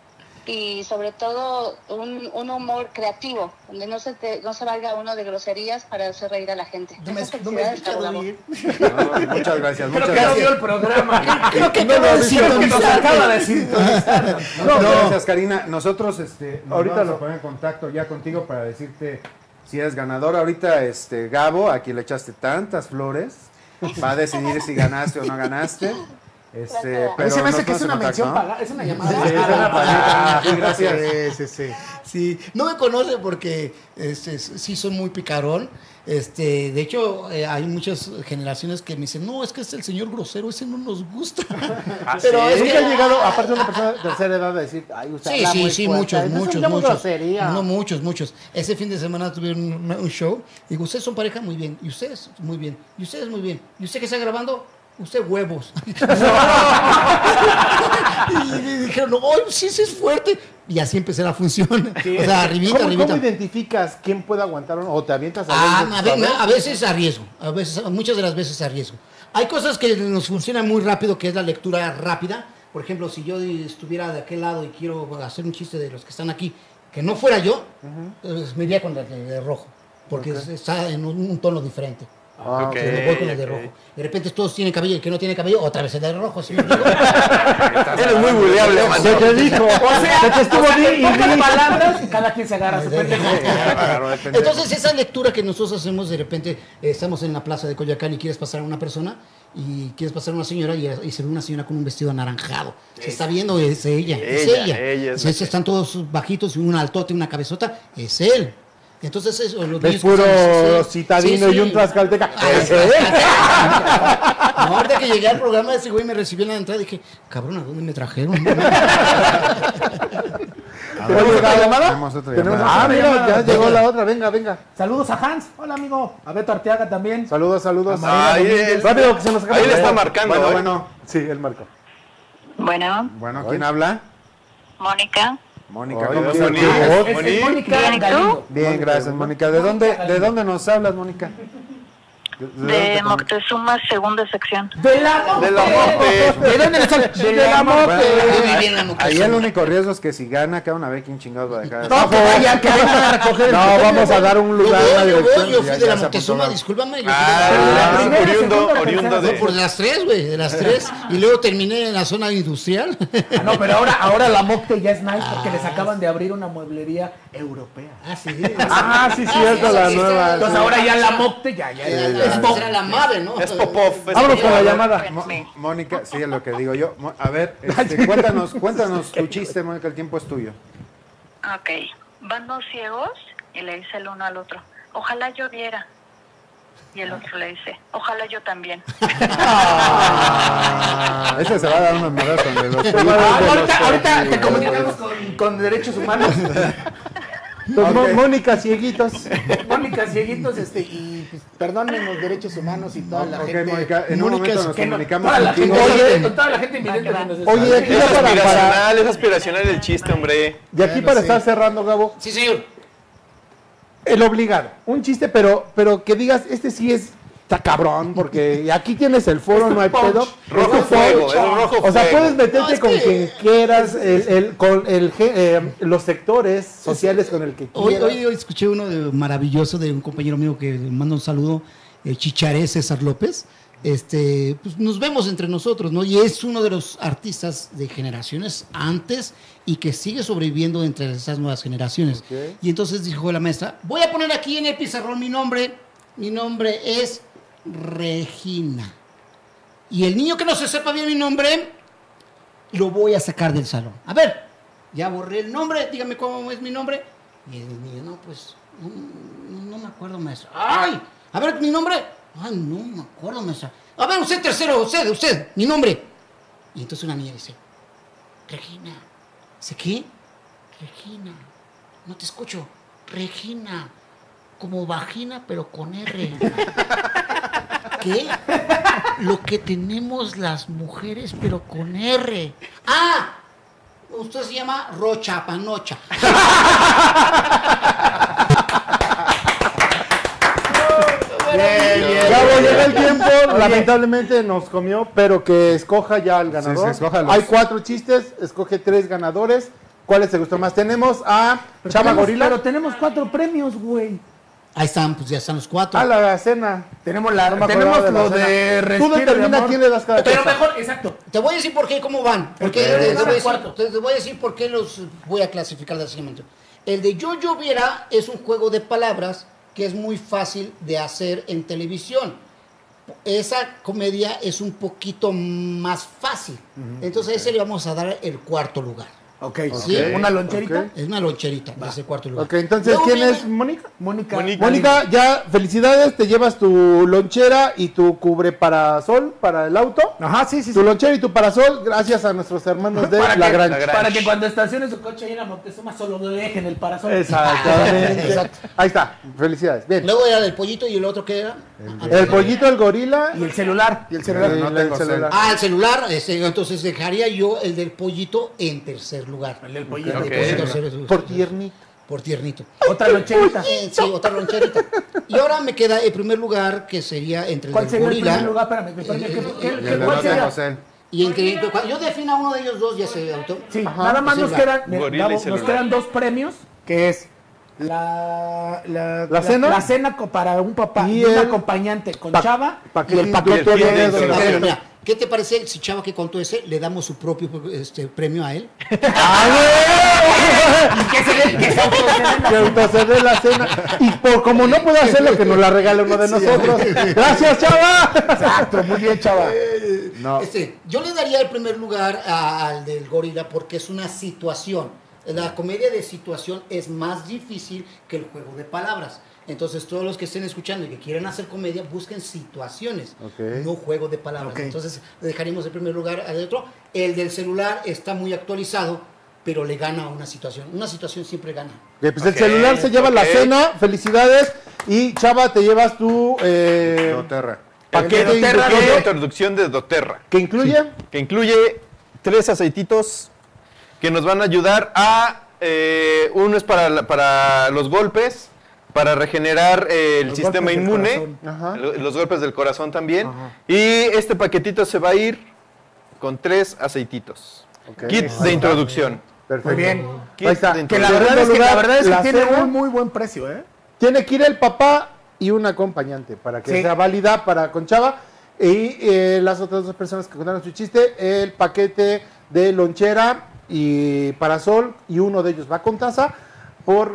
Speaker 9: y sobre todo un, un humor creativo, donde no se te- no se valga uno de groserías para hacer reír a la gente.
Speaker 5: No me,
Speaker 9: Muchas
Speaker 5: no me has
Speaker 9: felicidades, Gabo
Speaker 5: escuchado
Speaker 9: Gabo.
Speaker 5: bien.
Speaker 4: muchas gracias muchas
Speaker 2: que no
Speaker 4: gracias Eh,
Speaker 2: vio el programa.
Speaker 5: Creo que
Speaker 2: No,
Speaker 5: acaba
Speaker 2: no,
Speaker 5: de
Speaker 2: sí, creo que nos
Speaker 5: sintonizarte.
Speaker 2: acaba de sintonizar.
Speaker 4: Muchas gracias Karina nosotros este nos
Speaker 2: Ahorita
Speaker 4: vamos
Speaker 2: lo-
Speaker 4: a poner en contacto ya contigo para decirte si eres ganador ahorita este Gabo a quien le echaste tantas flores va a decidir si ganaste o no ganaste este
Speaker 2: A mí
Speaker 4: pero
Speaker 2: se me hace
Speaker 4: nos
Speaker 2: que es
Speaker 4: ponemos en
Speaker 2: una
Speaker 4: contacto,
Speaker 2: mención
Speaker 4: ¿no?
Speaker 2: pagada, es una llamada.
Speaker 5: Sí, sí,
Speaker 4: es una pagada. Sí, gracias.
Speaker 2: Ah, Sí, sí, sí.
Speaker 5: Sí, no me conoce porque este, sí soy muy picarón. Este, de hecho, eh, hay muchas generaciones que me dicen, no, es que es el señor grosero, ese no nos gusta. Pero es
Speaker 2: Ah, Nunca ha
Speaker 5: que...
Speaker 2: llegado, aparte una persona de tercera edad, a decir, ay, usted
Speaker 5: Sí,
Speaker 2: habla
Speaker 5: sí,
Speaker 2: muy
Speaker 5: sí,
Speaker 2: fuerte.
Speaker 5: muchos,
Speaker 2: Entonces,
Speaker 5: muchos,
Speaker 2: ya muy
Speaker 5: muchos.
Speaker 2: grosería.
Speaker 5: No, muchos, muchos. Ese fin de semana tuvieron un, un show. Digo, ustedes son pareja muy bien, y ustedes muy bien, y ustedes muy bien. ¿Y usted que está grabando? Usted huevos. y me dijeron, no, ay, sí, sí es fuerte. Y así empecé la función. O sea, arribita,
Speaker 2: ¿Cómo,
Speaker 5: arribita.
Speaker 2: ¿Cómo identificas quién puede aguantar o no? ¿O te avientas a
Speaker 5: Ah,
Speaker 2: ver?
Speaker 5: a, ve- a veces arriesgo, a veces, muchas de las veces arriesgo. Hay cosas que nos funcionan muy rápido, que es la lectura rápida. Por ejemplo, si yo estuviera de aquel lado y quiero hacer un chiste de los que están aquí, que no fuera yo, pues, me iría con el de, de rojo, porque es- está en un, un tono diferente.
Speaker 2: Ah, ok.
Speaker 5: Entonces, me voy con el de
Speaker 1: ok.
Speaker 5: rojo. De repente todos tienen cabello, el que no tiene cabello, otra vez el de rojo. ¿sí me explico?
Speaker 1: Eres muy buleable, mano.
Speaker 2: Se te dijo,
Speaker 3: O sea,
Speaker 2: se te estuvo
Speaker 3: o sea, que
Speaker 2: bien
Speaker 3: en pocas
Speaker 2: y
Speaker 3: palabras, cada quien se agarra a su pendejo.
Speaker 5: Entonces esa lectura que nosotros hacemos de repente, eh, estamos en la plaza de Coyoacán y quieres pasar a una persona y quieres pasar a una señora y, y se ve una señora con un vestido anaranjado. Se está viendo, es ella, es
Speaker 1: Ella,
Speaker 5: ella.
Speaker 1: ella es
Speaker 5: Si
Speaker 1: la
Speaker 5: es-
Speaker 1: que-
Speaker 5: Están todos bajitos, un altote, una cabezota, es él. Entonces eso, los niños
Speaker 2: Ves
Speaker 5: que
Speaker 2: puro
Speaker 5: son- sí,
Speaker 2: citadino Ah,
Speaker 5: sí, Ah,
Speaker 2: y un
Speaker 5: sí.
Speaker 2: tlaxcalteca.
Speaker 5: No, ahorita que llegué al programa, ese güey me recibió en la entrada y dije, cabrón, ¿a dónde me trajeron?
Speaker 2: ¿Tenemos otra llamada?
Speaker 4: Tenemos otra
Speaker 2: Tenemos-
Speaker 4: llamada.
Speaker 2: Ah, mira, ya
Speaker 5: Venga.
Speaker 2: llegó la otra. Venga, venga.
Speaker 11: Saludos a Hans. Hola, amigo. A Beto Arteaga también.
Speaker 2: Saludos, saludos.
Speaker 1: Ahí él-
Speaker 2: Rápido, que se nos acabe
Speaker 1: ahí
Speaker 2: el
Speaker 1: le está
Speaker 2: tiempo.
Speaker 1: marcando.
Speaker 4: Bueno,
Speaker 1: ¿eh?
Speaker 4: bueno,
Speaker 2: Sí, el marco.
Speaker 12: Bueno,
Speaker 4: bueno, ¿quién habla?
Speaker 12: Mónica,
Speaker 4: Mónica,
Speaker 2: Ay,
Speaker 4: ¿cómo
Speaker 2: qué
Speaker 4: estás?
Speaker 1: bonito.
Speaker 2: voz.
Speaker 1: Bonito.
Speaker 12: ¿bien tú?
Speaker 4: Bien, gracias, Mónica. ¿De dónde, ¿De dónde nos hablas, Mónica? ¿De, de dónde te
Speaker 12: De
Speaker 4: comunicas?
Speaker 12: Moctezuma, segunda sección.
Speaker 2: De la
Speaker 1: De la mote.
Speaker 2: ¿De dónde le sale? De la
Speaker 4: Bueno,
Speaker 2: mote.
Speaker 5: Yo viví en la
Speaker 4: ahí
Speaker 5: Moctezuma.
Speaker 4: el único riesgo es que si gana, cada una vez quién chingados va a dejar.
Speaker 3: pues.
Speaker 2: No, que vayan, que vayan a recoger el
Speaker 4: No, vamos a dar un
Speaker 5: Yo
Speaker 4: lugar,
Speaker 5: voy,
Speaker 4: una
Speaker 5: yo voy,
Speaker 4: dirección.
Speaker 5: yo
Speaker 4: Ya-
Speaker 5: fui
Speaker 4: ya
Speaker 5: de la
Speaker 4: se apuntó
Speaker 5: Montezuma,
Speaker 4: Gabo.
Speaker 5: discúlpame. yo fui de la-
Speaker 1: Ah,
Speaker 2: Primera,
Speaker 1: oriundo,
Speaker 2: segunda,
Speaker 1: oriundo
Speaker 2: tercera.
Speaker 1: de.
Speaker 5: Por las tres, güey, de las tres. Y luego terminé en la zona industrial.
Speaker 11: Ah, No, pero ahora, ahora la Mocte ya es nice porque les acaban de abrir una mueblería europea.
Speaker 5: Ah, sí.
Speaker 2: Ah, sí, cierto, la nueva.
Speaker 11: Entonces ahora ya la Mocte ya, ya, ya.
Speaker 5: Es Pop. Era la madre, ¿no?
Speaker 1: Es Popov. es
Speaker 2: Vámonos con la
Speaker 1: Popov.
Speaker 2: llamada.
Speaker 4: Mo- Mónica, sí, es lo que digo yo. Mo- A ver, este, cuéntanos, cuéntanos tu chiste, Mónica, el tiempo es tuyo.
Speaker 12: Ok, van dos ciegos y le dice el uno al otro, ojalá yo viera. Y
Speaker 5: Ah.
Speaker 12: el otro le dice, ojalá yo también.
Speaker 4: Ah, ese se va a dar unos modelos con el
Speaker 2: Ah, ahorita, ahorita te comunicamos con, con derechos humanos.
Speaker 4: Ok.
Speaker 2: Mo- Mónica Cieguitos.
Speaker 11: Mónica Cieguitos,
Speaker 2: este, y pues, perdonen los derechos humanos y toda la
Speaker 4: Ok,
Speaker 2: gente.
Speaker 4: Mónica, en un
Speaker 5: Mónica
Speaker 4: momento
Speaker 5: es
Speaker 4: nos
Speaker 5: que no-
Speaker 4: comunicamos
Speaker 11: Toda la
Speaker 4: contigo.
Speaker 11: gente,
Speaker 2: Oye,
Speaker 11: oye, toda la gente evidente que nos está-
Speaker 2: Oye, y aquí
Speaker 1: Es
Speaker 2: ya para, para-
Speaker 1: aspiracional, es aspiracional el chiste, hombre.
Speaker 2: y aquí
Speaker 5: Bueno,
Speaker 2: para
Speaker 5: sí.
Speaker 2: estar cerrando, Gabo,
Speaker 5: Sí, señor.
Speaker 2: el obligado. Un chiste, pero, pero que digas, este sí es. Está cabrón, porque aquí tienes el foro, no hay pedo.
Speaker 1: Rojo
Speaker 2: Es tu punch.
Speaker 1: fuego, es rojo
Speaker 2: O sea,
Speaker 1: fuego.
Speaker 2: puedes meterte
Speaker 5: No, es
Speaker 2: con
Speaker 5: que-
Speaker 2: quien quieras, el, el- con el, ge- eh, los sectores sociales con el que
Speaker 5: Hoy,
Speaker 2: quieras.
Speaker 5: hoy, hoy escuché uno de- maravilloso de un compañero mío que le manda un saludo, eh, Chicharé César López, este, pues nos vemos entre nosotros, ¿no? Y es uno de los artistas de generaciones antes y que sigue sobreviviendo entre esas nuevas generaciones. Y entonces dijo la maestra, voy a poner aquí en el pizarrón mi nombre, mi nombre es Regina. Y el niño que no se sepa bien mi nombre, lo voy a sacar del salón. A ver, ya borré el nombre, dígame cómo es mi nombre. Y el niño, no, pues, no, no me acuerdo, maestra. ¡Ay! A ver, mi nombre. Ay, no me acuerdo, maestra. A ver, usted tercero, usted, usted, mi nombre. Y entonces una niña dice, Regina. ¿Se qué? Regina. No te escucho. Regina. Como vagina, pero con R. ¿Qué? Lo que tenemos las mujeres, pero con R. ¡Ah! Usted se llama Rocha Panocha.
Speaker 2: Bravo, llega el tiempo. Lamentablemente nos comió, pero que escoja ya el ganador.
Speaker 4: sí, escójalos.
Speaker 2: Hay cuatro chistes, escoge tres ganadores. ¿Cuáles te gustó más? Tenemos a Chava
Speaker 3: tenemos-
Speaker 2: Gorila.
Speaker 3: pero tenemos cuatro premios, güey.
Speaker 5: Ahí están, pues ya están los cuatro.
Speaker 2: A la cena.
Speaker 3: Tenemos la-
Speaker 2: me
Speaker 3: tenemos
Speaker 2: acordaba
Speaker 3: lo
Speaker 2: cena.
Speaker 3: de
Speaker 2: Tú
Speaker 3: respiro de
Speaker 2: determina
Speaker 3: amor.
Speaker 2: quién le das cada
Speaker 3: Pero
Speaker 2: cosa.
Speaker 3: mejor, exacto.
Speaker 5: Te voy a decir por qué, cómo van. Porque
Speaker 3: Ok.
Speaker 5: te, te voy a decir,
Speaker 3: Cuarto.
Speaker 5: te- te voy a decir por qué los voy a clasificar de ese momento. El de Yo Lloviera es un juego de palabras que es muy fácil de hacer en televisión. Esa comedia es un poquito más fácil. Entonces a ese le vamos a dar el cuarto lugar.
Speaker 3: Ok,
Speaker 5: ¿Sí?
Speaker 3: ¿Una loncherita?
Speaker 5: Es una loncherita, es el cuarto lugar.
Speaker 2: Ok, entonces,
Speaker 5: Luego
Speaker 2: ¿quién
Speaker 5: viene-
Speaker 2: es Mónica?
Speaker 3: Mónica.
Speaker 2: Mónica, ya, felicidades. Te llevas tu lonchera y tu cubre parasol para el auto.
Speaker 3: Ajá, sí, sí.
Speaker 2: Tu
Speaker 3: sí.
Speaker 2: lonchera y tu parasol, gracias a nuestros hermanos de
Speaker 3: Para
Speaker 2: La
Speaker 3: que-
Speaker 2: Granja.
Speaker 3: Para que cuando estacione su coche ahí en la Montezuma solo no dejen el parasol.
Speaker 2: Exactamente. Ahí está, felicidades. Bien.
Speaker 5: Luego era el pollito y el otro que era.
Speaker 2: El pollito, el gorila
Speaker 3: Y el celular.
Speaker 2: y el celular.
Speaker 4: no
Speaker 2: El
Speaker 4: tengo
Speaker 2: celular.
Speaker 5: Ah, el celular. ese, entonces dejaría yo el del pollito en tercer lugar.
Speaker 3: El del pollito.
Speaker 5: El del
Speaker 1: Ok.
Speaker 5: pollito en tercer lugar.
Speaker 2: Por tiernito.
Speaker 5: Por tiernito.
Speaker 3: Otra loncherita.
Speaker 5: Eh, sí, otra loncherita. Y ahora me queda el primer lugar que sería entre el
Speaker 3: ¿Cuál
Speaker 5: del
Speaker 3: sería el
Speaker 5: gorila
Speaker 3: primer lugar? Espérame, espérame, ¿qué- qué-
Speaker 4: Y
Speaker 3: qué-
Speaker 4: el de
Speaker 3: cuál
Speaker 4: no
Speaker 3: sería?
Speaker 4: tengo cel.
Speaker 5: y entre cuando yo defina uno de ellos dos ya se auto.
Speaker 3: Sí, nada más
Speaker 5: pues Sí,
Speaker 3: nos
Speaker 5: va.
Speaker 3: quedan,
Speaker 1: Gorila y
Speaker 3: Gabo, nos
Speaker 1: celular.
Speaker 3: quedan dos premios, que es la, la,
Speaker 2: cena?
Speaker 3: la cena co- para un papá
Speaker 2: Y
Speaker 3: y, un
Speaker 2: el
Speaker 3: acompañante con
Speaker 2: pa-
Speaker 3: Chava
Speaker 2: paquete
Speaker 3: y el paquete
Speaker 2: de
Speaker 3: de
Speaker 2: donaciones.
Speaker 5: A
Speaker 3: donaciones.
Speaker 5: ver, mira, ¿qué te parece si Chava que contó ese le damos su propio este, premio a él?
Speaker 2: ¡Ah,
Speaker 3: Que se le- que se autoceden.
Speaker 2: Que autocede la cena. Y por como no puede hacerlo, que nos la regale uno de nosotros. Gracias, chava. Exacto, muy bien, chava.
Speaker 4: No.
Speaker 5: Este, yo le daría el primer lugar a- al del gorila porque es una situación. La comedia de situación es más difícil que el juego de palabras. Entonces, todos los que estén escuchando y que quieran hacer comedia, busquen situaciones,
Speaker 2: Ok.
Speaker 5: no juego de palabras.
Speaker 3: Ok.
Speaker 5: Entonces, le dejaremos el primer lugar al otro. El del celular está muy actualizado, pero le gana a una situación. Una situación siempre gana.
Speaker 2: Ok, pues el
Speaker 1: Ok,
Speaker 2: celular se lleva la
Speaker 1: ok.
Speaker 2: cena. Felicidades. Y chava, te llevas tu eh,
Speaker 4: Doterra.
Speaker 2: paquete
Speaker 1: Incluye
Speaker 2: incluye-
Speaker 1: introducción de Doterra,
Speaker 2: que incluye.
Speaker 1: que incluye tres aceititos que nos van a ayudar a... eh, uno es para, la- para los golpes, para regenerar eh, el
Speaker 3: Los
Speaker 1: sistema
Speaker 3: golpes del
Speaker 1: inmune,
Speaker 4: Ah.
Speaker 2: Ajá.
Speaker 1: lo- los golpes del corazón también. Y este paquetito se va a ir con tres aceititos.
Speaker 2: Ok.
Speaker 1: Kits de introducción.
Speaker 2: Perfecto.
Speaker 3: Muy Pues bien.
Speaker 2: Ahí está.
Speaker 1: Que
Speaker 3: Que la
Speaker 2: En
Speaker 3: verdad,
Speaker 2: segundo
Speaker 3: es que, la
Speaker 2: lugar,
Speaker 3: verdad es que
Speaker 2: la
Speaker 3: tiene
Speaker 2: cena.
Speaker 3: un muy buen precio, ¿eh?
Speaker 2: Tiene que ir el papá y un acompañante para que
Speaker 3: Sí.
Speaker 2: sea válida para Conchava. Y eh, las otras dos personas que contaron su chiste, el paquete de lonchera y parasol, y uno de ellos va con taza, por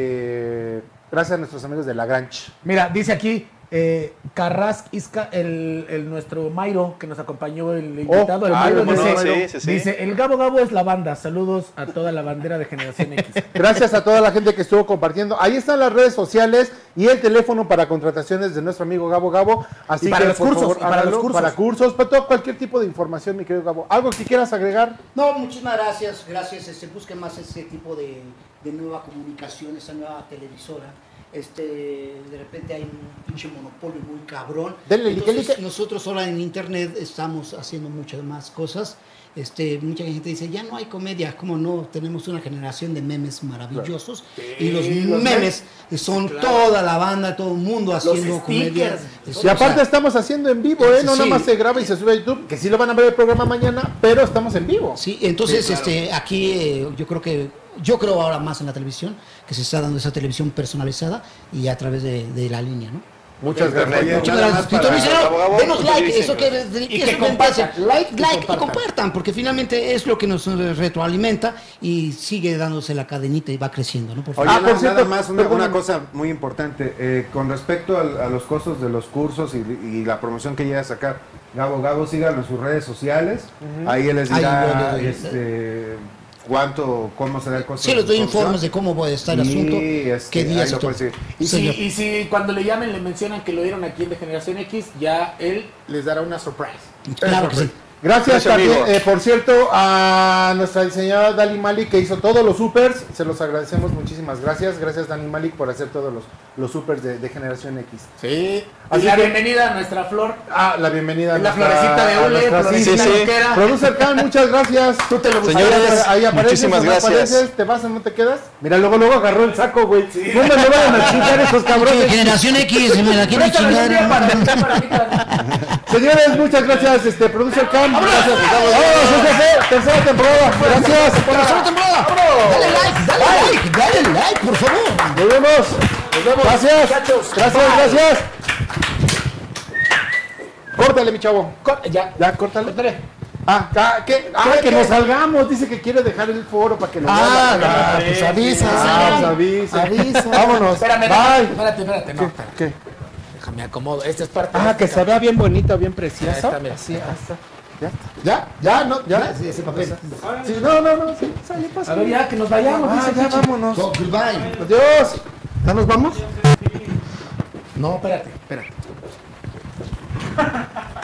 Speaker 2: este. Gracias a nuestros amigos de La Granch.
Speaker 3: Mira, dice aquí eh, Carrasc Isca, el, el nuestro Mairo que nos acompañó el invitado, el
Speaker 2: ah,
Speaker 3: Mairo
Speaker 2: cómo no,
Speaker 3: dice,
Speaker 1: sí, sí, sí.
Speaker 3: dice, el Gabo Gabo es la banda, saludos a toda la bandera de Generación X.
Speaker 2: Gracias a toda la gente que estuvo compartiendo. Ahí están las redes sociales y el teléfono para contrataciones de nuestro amigo Gabo Gabo. Así
Speaker 3: Y para
Speaker 2: que,
Speaker 3: los
Speaker 2: por
Speaker 3: cursos,
Speaker 2: favor,
Speaker 3: y para los
Speaker 2: hágalo,
Speaker 3: cursos.
Speaker 2: para cursos, para todo, cualquier tipo de información, mi querido Gabo. ¿Algo que quieras agregar?
Speaker 5: No, muchísimas gracias, gracias. Este, busquen más ese tipo de, de nueva comunicación, esa nueva televisora. Este, de repente hay un pinche monopolio muy cabrón.
Speaker 2: Denle like,
Speaker 5: Entonces,
Speaker 2: like.
Speaker 5: Nosotros ahora en internet estamos haciendo muchas más cosas. Este, mucha gente dice, ya no hay comedia, como no, tenemos una generación de memes maravillosos y los, memes son toda la banda, todo el mundo haciendo comedia. Es-
Speaker 2: Y aparte
Speaker 5: o sea,
Speaker 2: estamos haciendo en vivo, ¿eh? No
Speaker 5: Sí.
Speaker 2: nada más se graba y se sube a YouTube, que sí lo van a ver el programa mañana, pero estamos en vivo.
Speaker 5: Sí, entonces este, aquí eh, yo creo que yo creo ahora más en la televisión que se está dando esa televisión personalizada y a través de, de la línea, ¿no?
Speaker 1: Muchas gracias.
Speaker 5: Muchas gracias. Y también, señor, denos like, eso que, que eso que compartan. Like, like y compartan, porque finalmente es lo que nos eh, retroalimenta y sigue dándose la cadenita y va creciendo, ¿no? Por
Speaker 4: Oye,
Speaker 5: favor.
Speaker 2: Ah,
Speaker 4: na- nada, más una, una cosa muy importante. eh, con respecto al- a, los costos de los cursos y, y la promoción que llega a sacar, Gabo Gabo, síganlo en sus redes sociales.
Speaker 5: Ujú.
Speaker 4: Ahí él les dirá
Speaker 5: Ahí, yo- yo-
Speaker 4: este, cuánto, cómo será el costo.
Speaker 5: Ah, Sí,
Speaker 4: de
Speaker 5: les
Speaker 4: su
Speaker 5: doy
Speaker 4: promoción.
Speaker 5: informes de cómo puede estar el
Speaker 4: Y,
Speaker 5: asunto,
Speaker 4: este,
Speaker 5: qué días y
Speaker 4: ahí lo
Speaker 5: todo.
Speaker 4: puedes seguir.
Speaker 6: Y si,
Speaker 5: Señor.
Speaker 6: y si cuando le llamen le mencionan que lo dieron aquí en De Generación X, ya él les dará una surprise.
Speaker 5: Claro que sí.
Speaker 2: Gracias,
Speaker 6: Gracias,
Speaker 2: también,
Speaker 6: amigo.
Speaker 2: eh, por cierto, a nuestra diseñadora Dali Malik que hizo todos los supers. Se los agradecemos, muchísimas gracias. Gracias, Dali Malik, por hacer todos los, los supers de, de Generación X.
Speaker 6: Sí.
Speaker 2: Así
Speaker 6: y la
Speaker 2: que-
Speaker 6: bienvenida a nuestra flor.
Speaker 2: Ah, la bienvenida. a
Speaker 6: La
Speaker 2: nuestra-
Speaker 6: florecita de
Speaker 2: a
Speaker 6: hule,
Speaker 2: nuestra- sí,
Speaker 6: florecita
Speaker 2: sí, sí.
Speaker 6: loquera.
Speaker 2: Producer Khan, muchas gracias. Tú te lo
Speaker 6: buscas. Señores,
Speaker 2: ahí apareces,
Speaker 6: muchísimas
Speaker 2: o no
Speaker 6: gracias.
Speaker 2: apareces, te vas o no te quedas. Mira, luego luego agarró el saco, güey. No me lo vayan a chingar estos cabrones.
Speaker 5: Generación X, me la quieren
Speaker 2: Préstame
Speaker 5: chingar.
Speaker 2: un día para- Señores, muchas gracias, este producer Cam. Gracias, Gustavo. Vámonos, eso fue tercera temporada. Gracias.
Speaker 5: Tercera temporada. Dale like, dale like, dale like, por favor.
Speaker 2: Nos vemos. Gracias. Gracias, gracias. Córtale, mi chavo.
Speaker 6: ya.
Speaker 2: Ya, córtale. Ah, ca- ¿qué? Ah, que nos salgamos. Dice que quiere dejar el foro para que nos
Speaker 3: Ah,
Speaker 2: vean.
Speaker 3: ah, pues avisa,
Speaker 2: Ah, pues avisa. Vámonos.
Speaker 6: Espérame,
Speaker 2: Bye.
Speaker 6: déjame- espérate, espérate. No, espérate.
Speaker 2: ¿Qué?
Speaker 6: Déjame acomodo. Esta es parte.
Speaker 3: Ah, que se vea bien bonito, bien
Speaker 6: Ya
Speaker 3: precioso.
Speaker 6: está, mira. Sí,
Speaker 2: ¿Ya? ¿Ya? ¿Ya? ¿No? ¿Ya?
Speaker 5: Sí, ese papel.
Speaker 2: Sí, no, no, no. Sí, sale, pasa.
Speaker 6: A ver, ya, que nos vayamos.
Speaker 2: Ah,
Speaker 6: dice
Speaker 2: ya
Speaker 6: Chichi.
Speaker 2: vámonos.
Speaker 5: Go, goodbye.
Speaker 2: Adiós. ¿Ya nos vamos?
Speaker 6: No, espérate, espérate.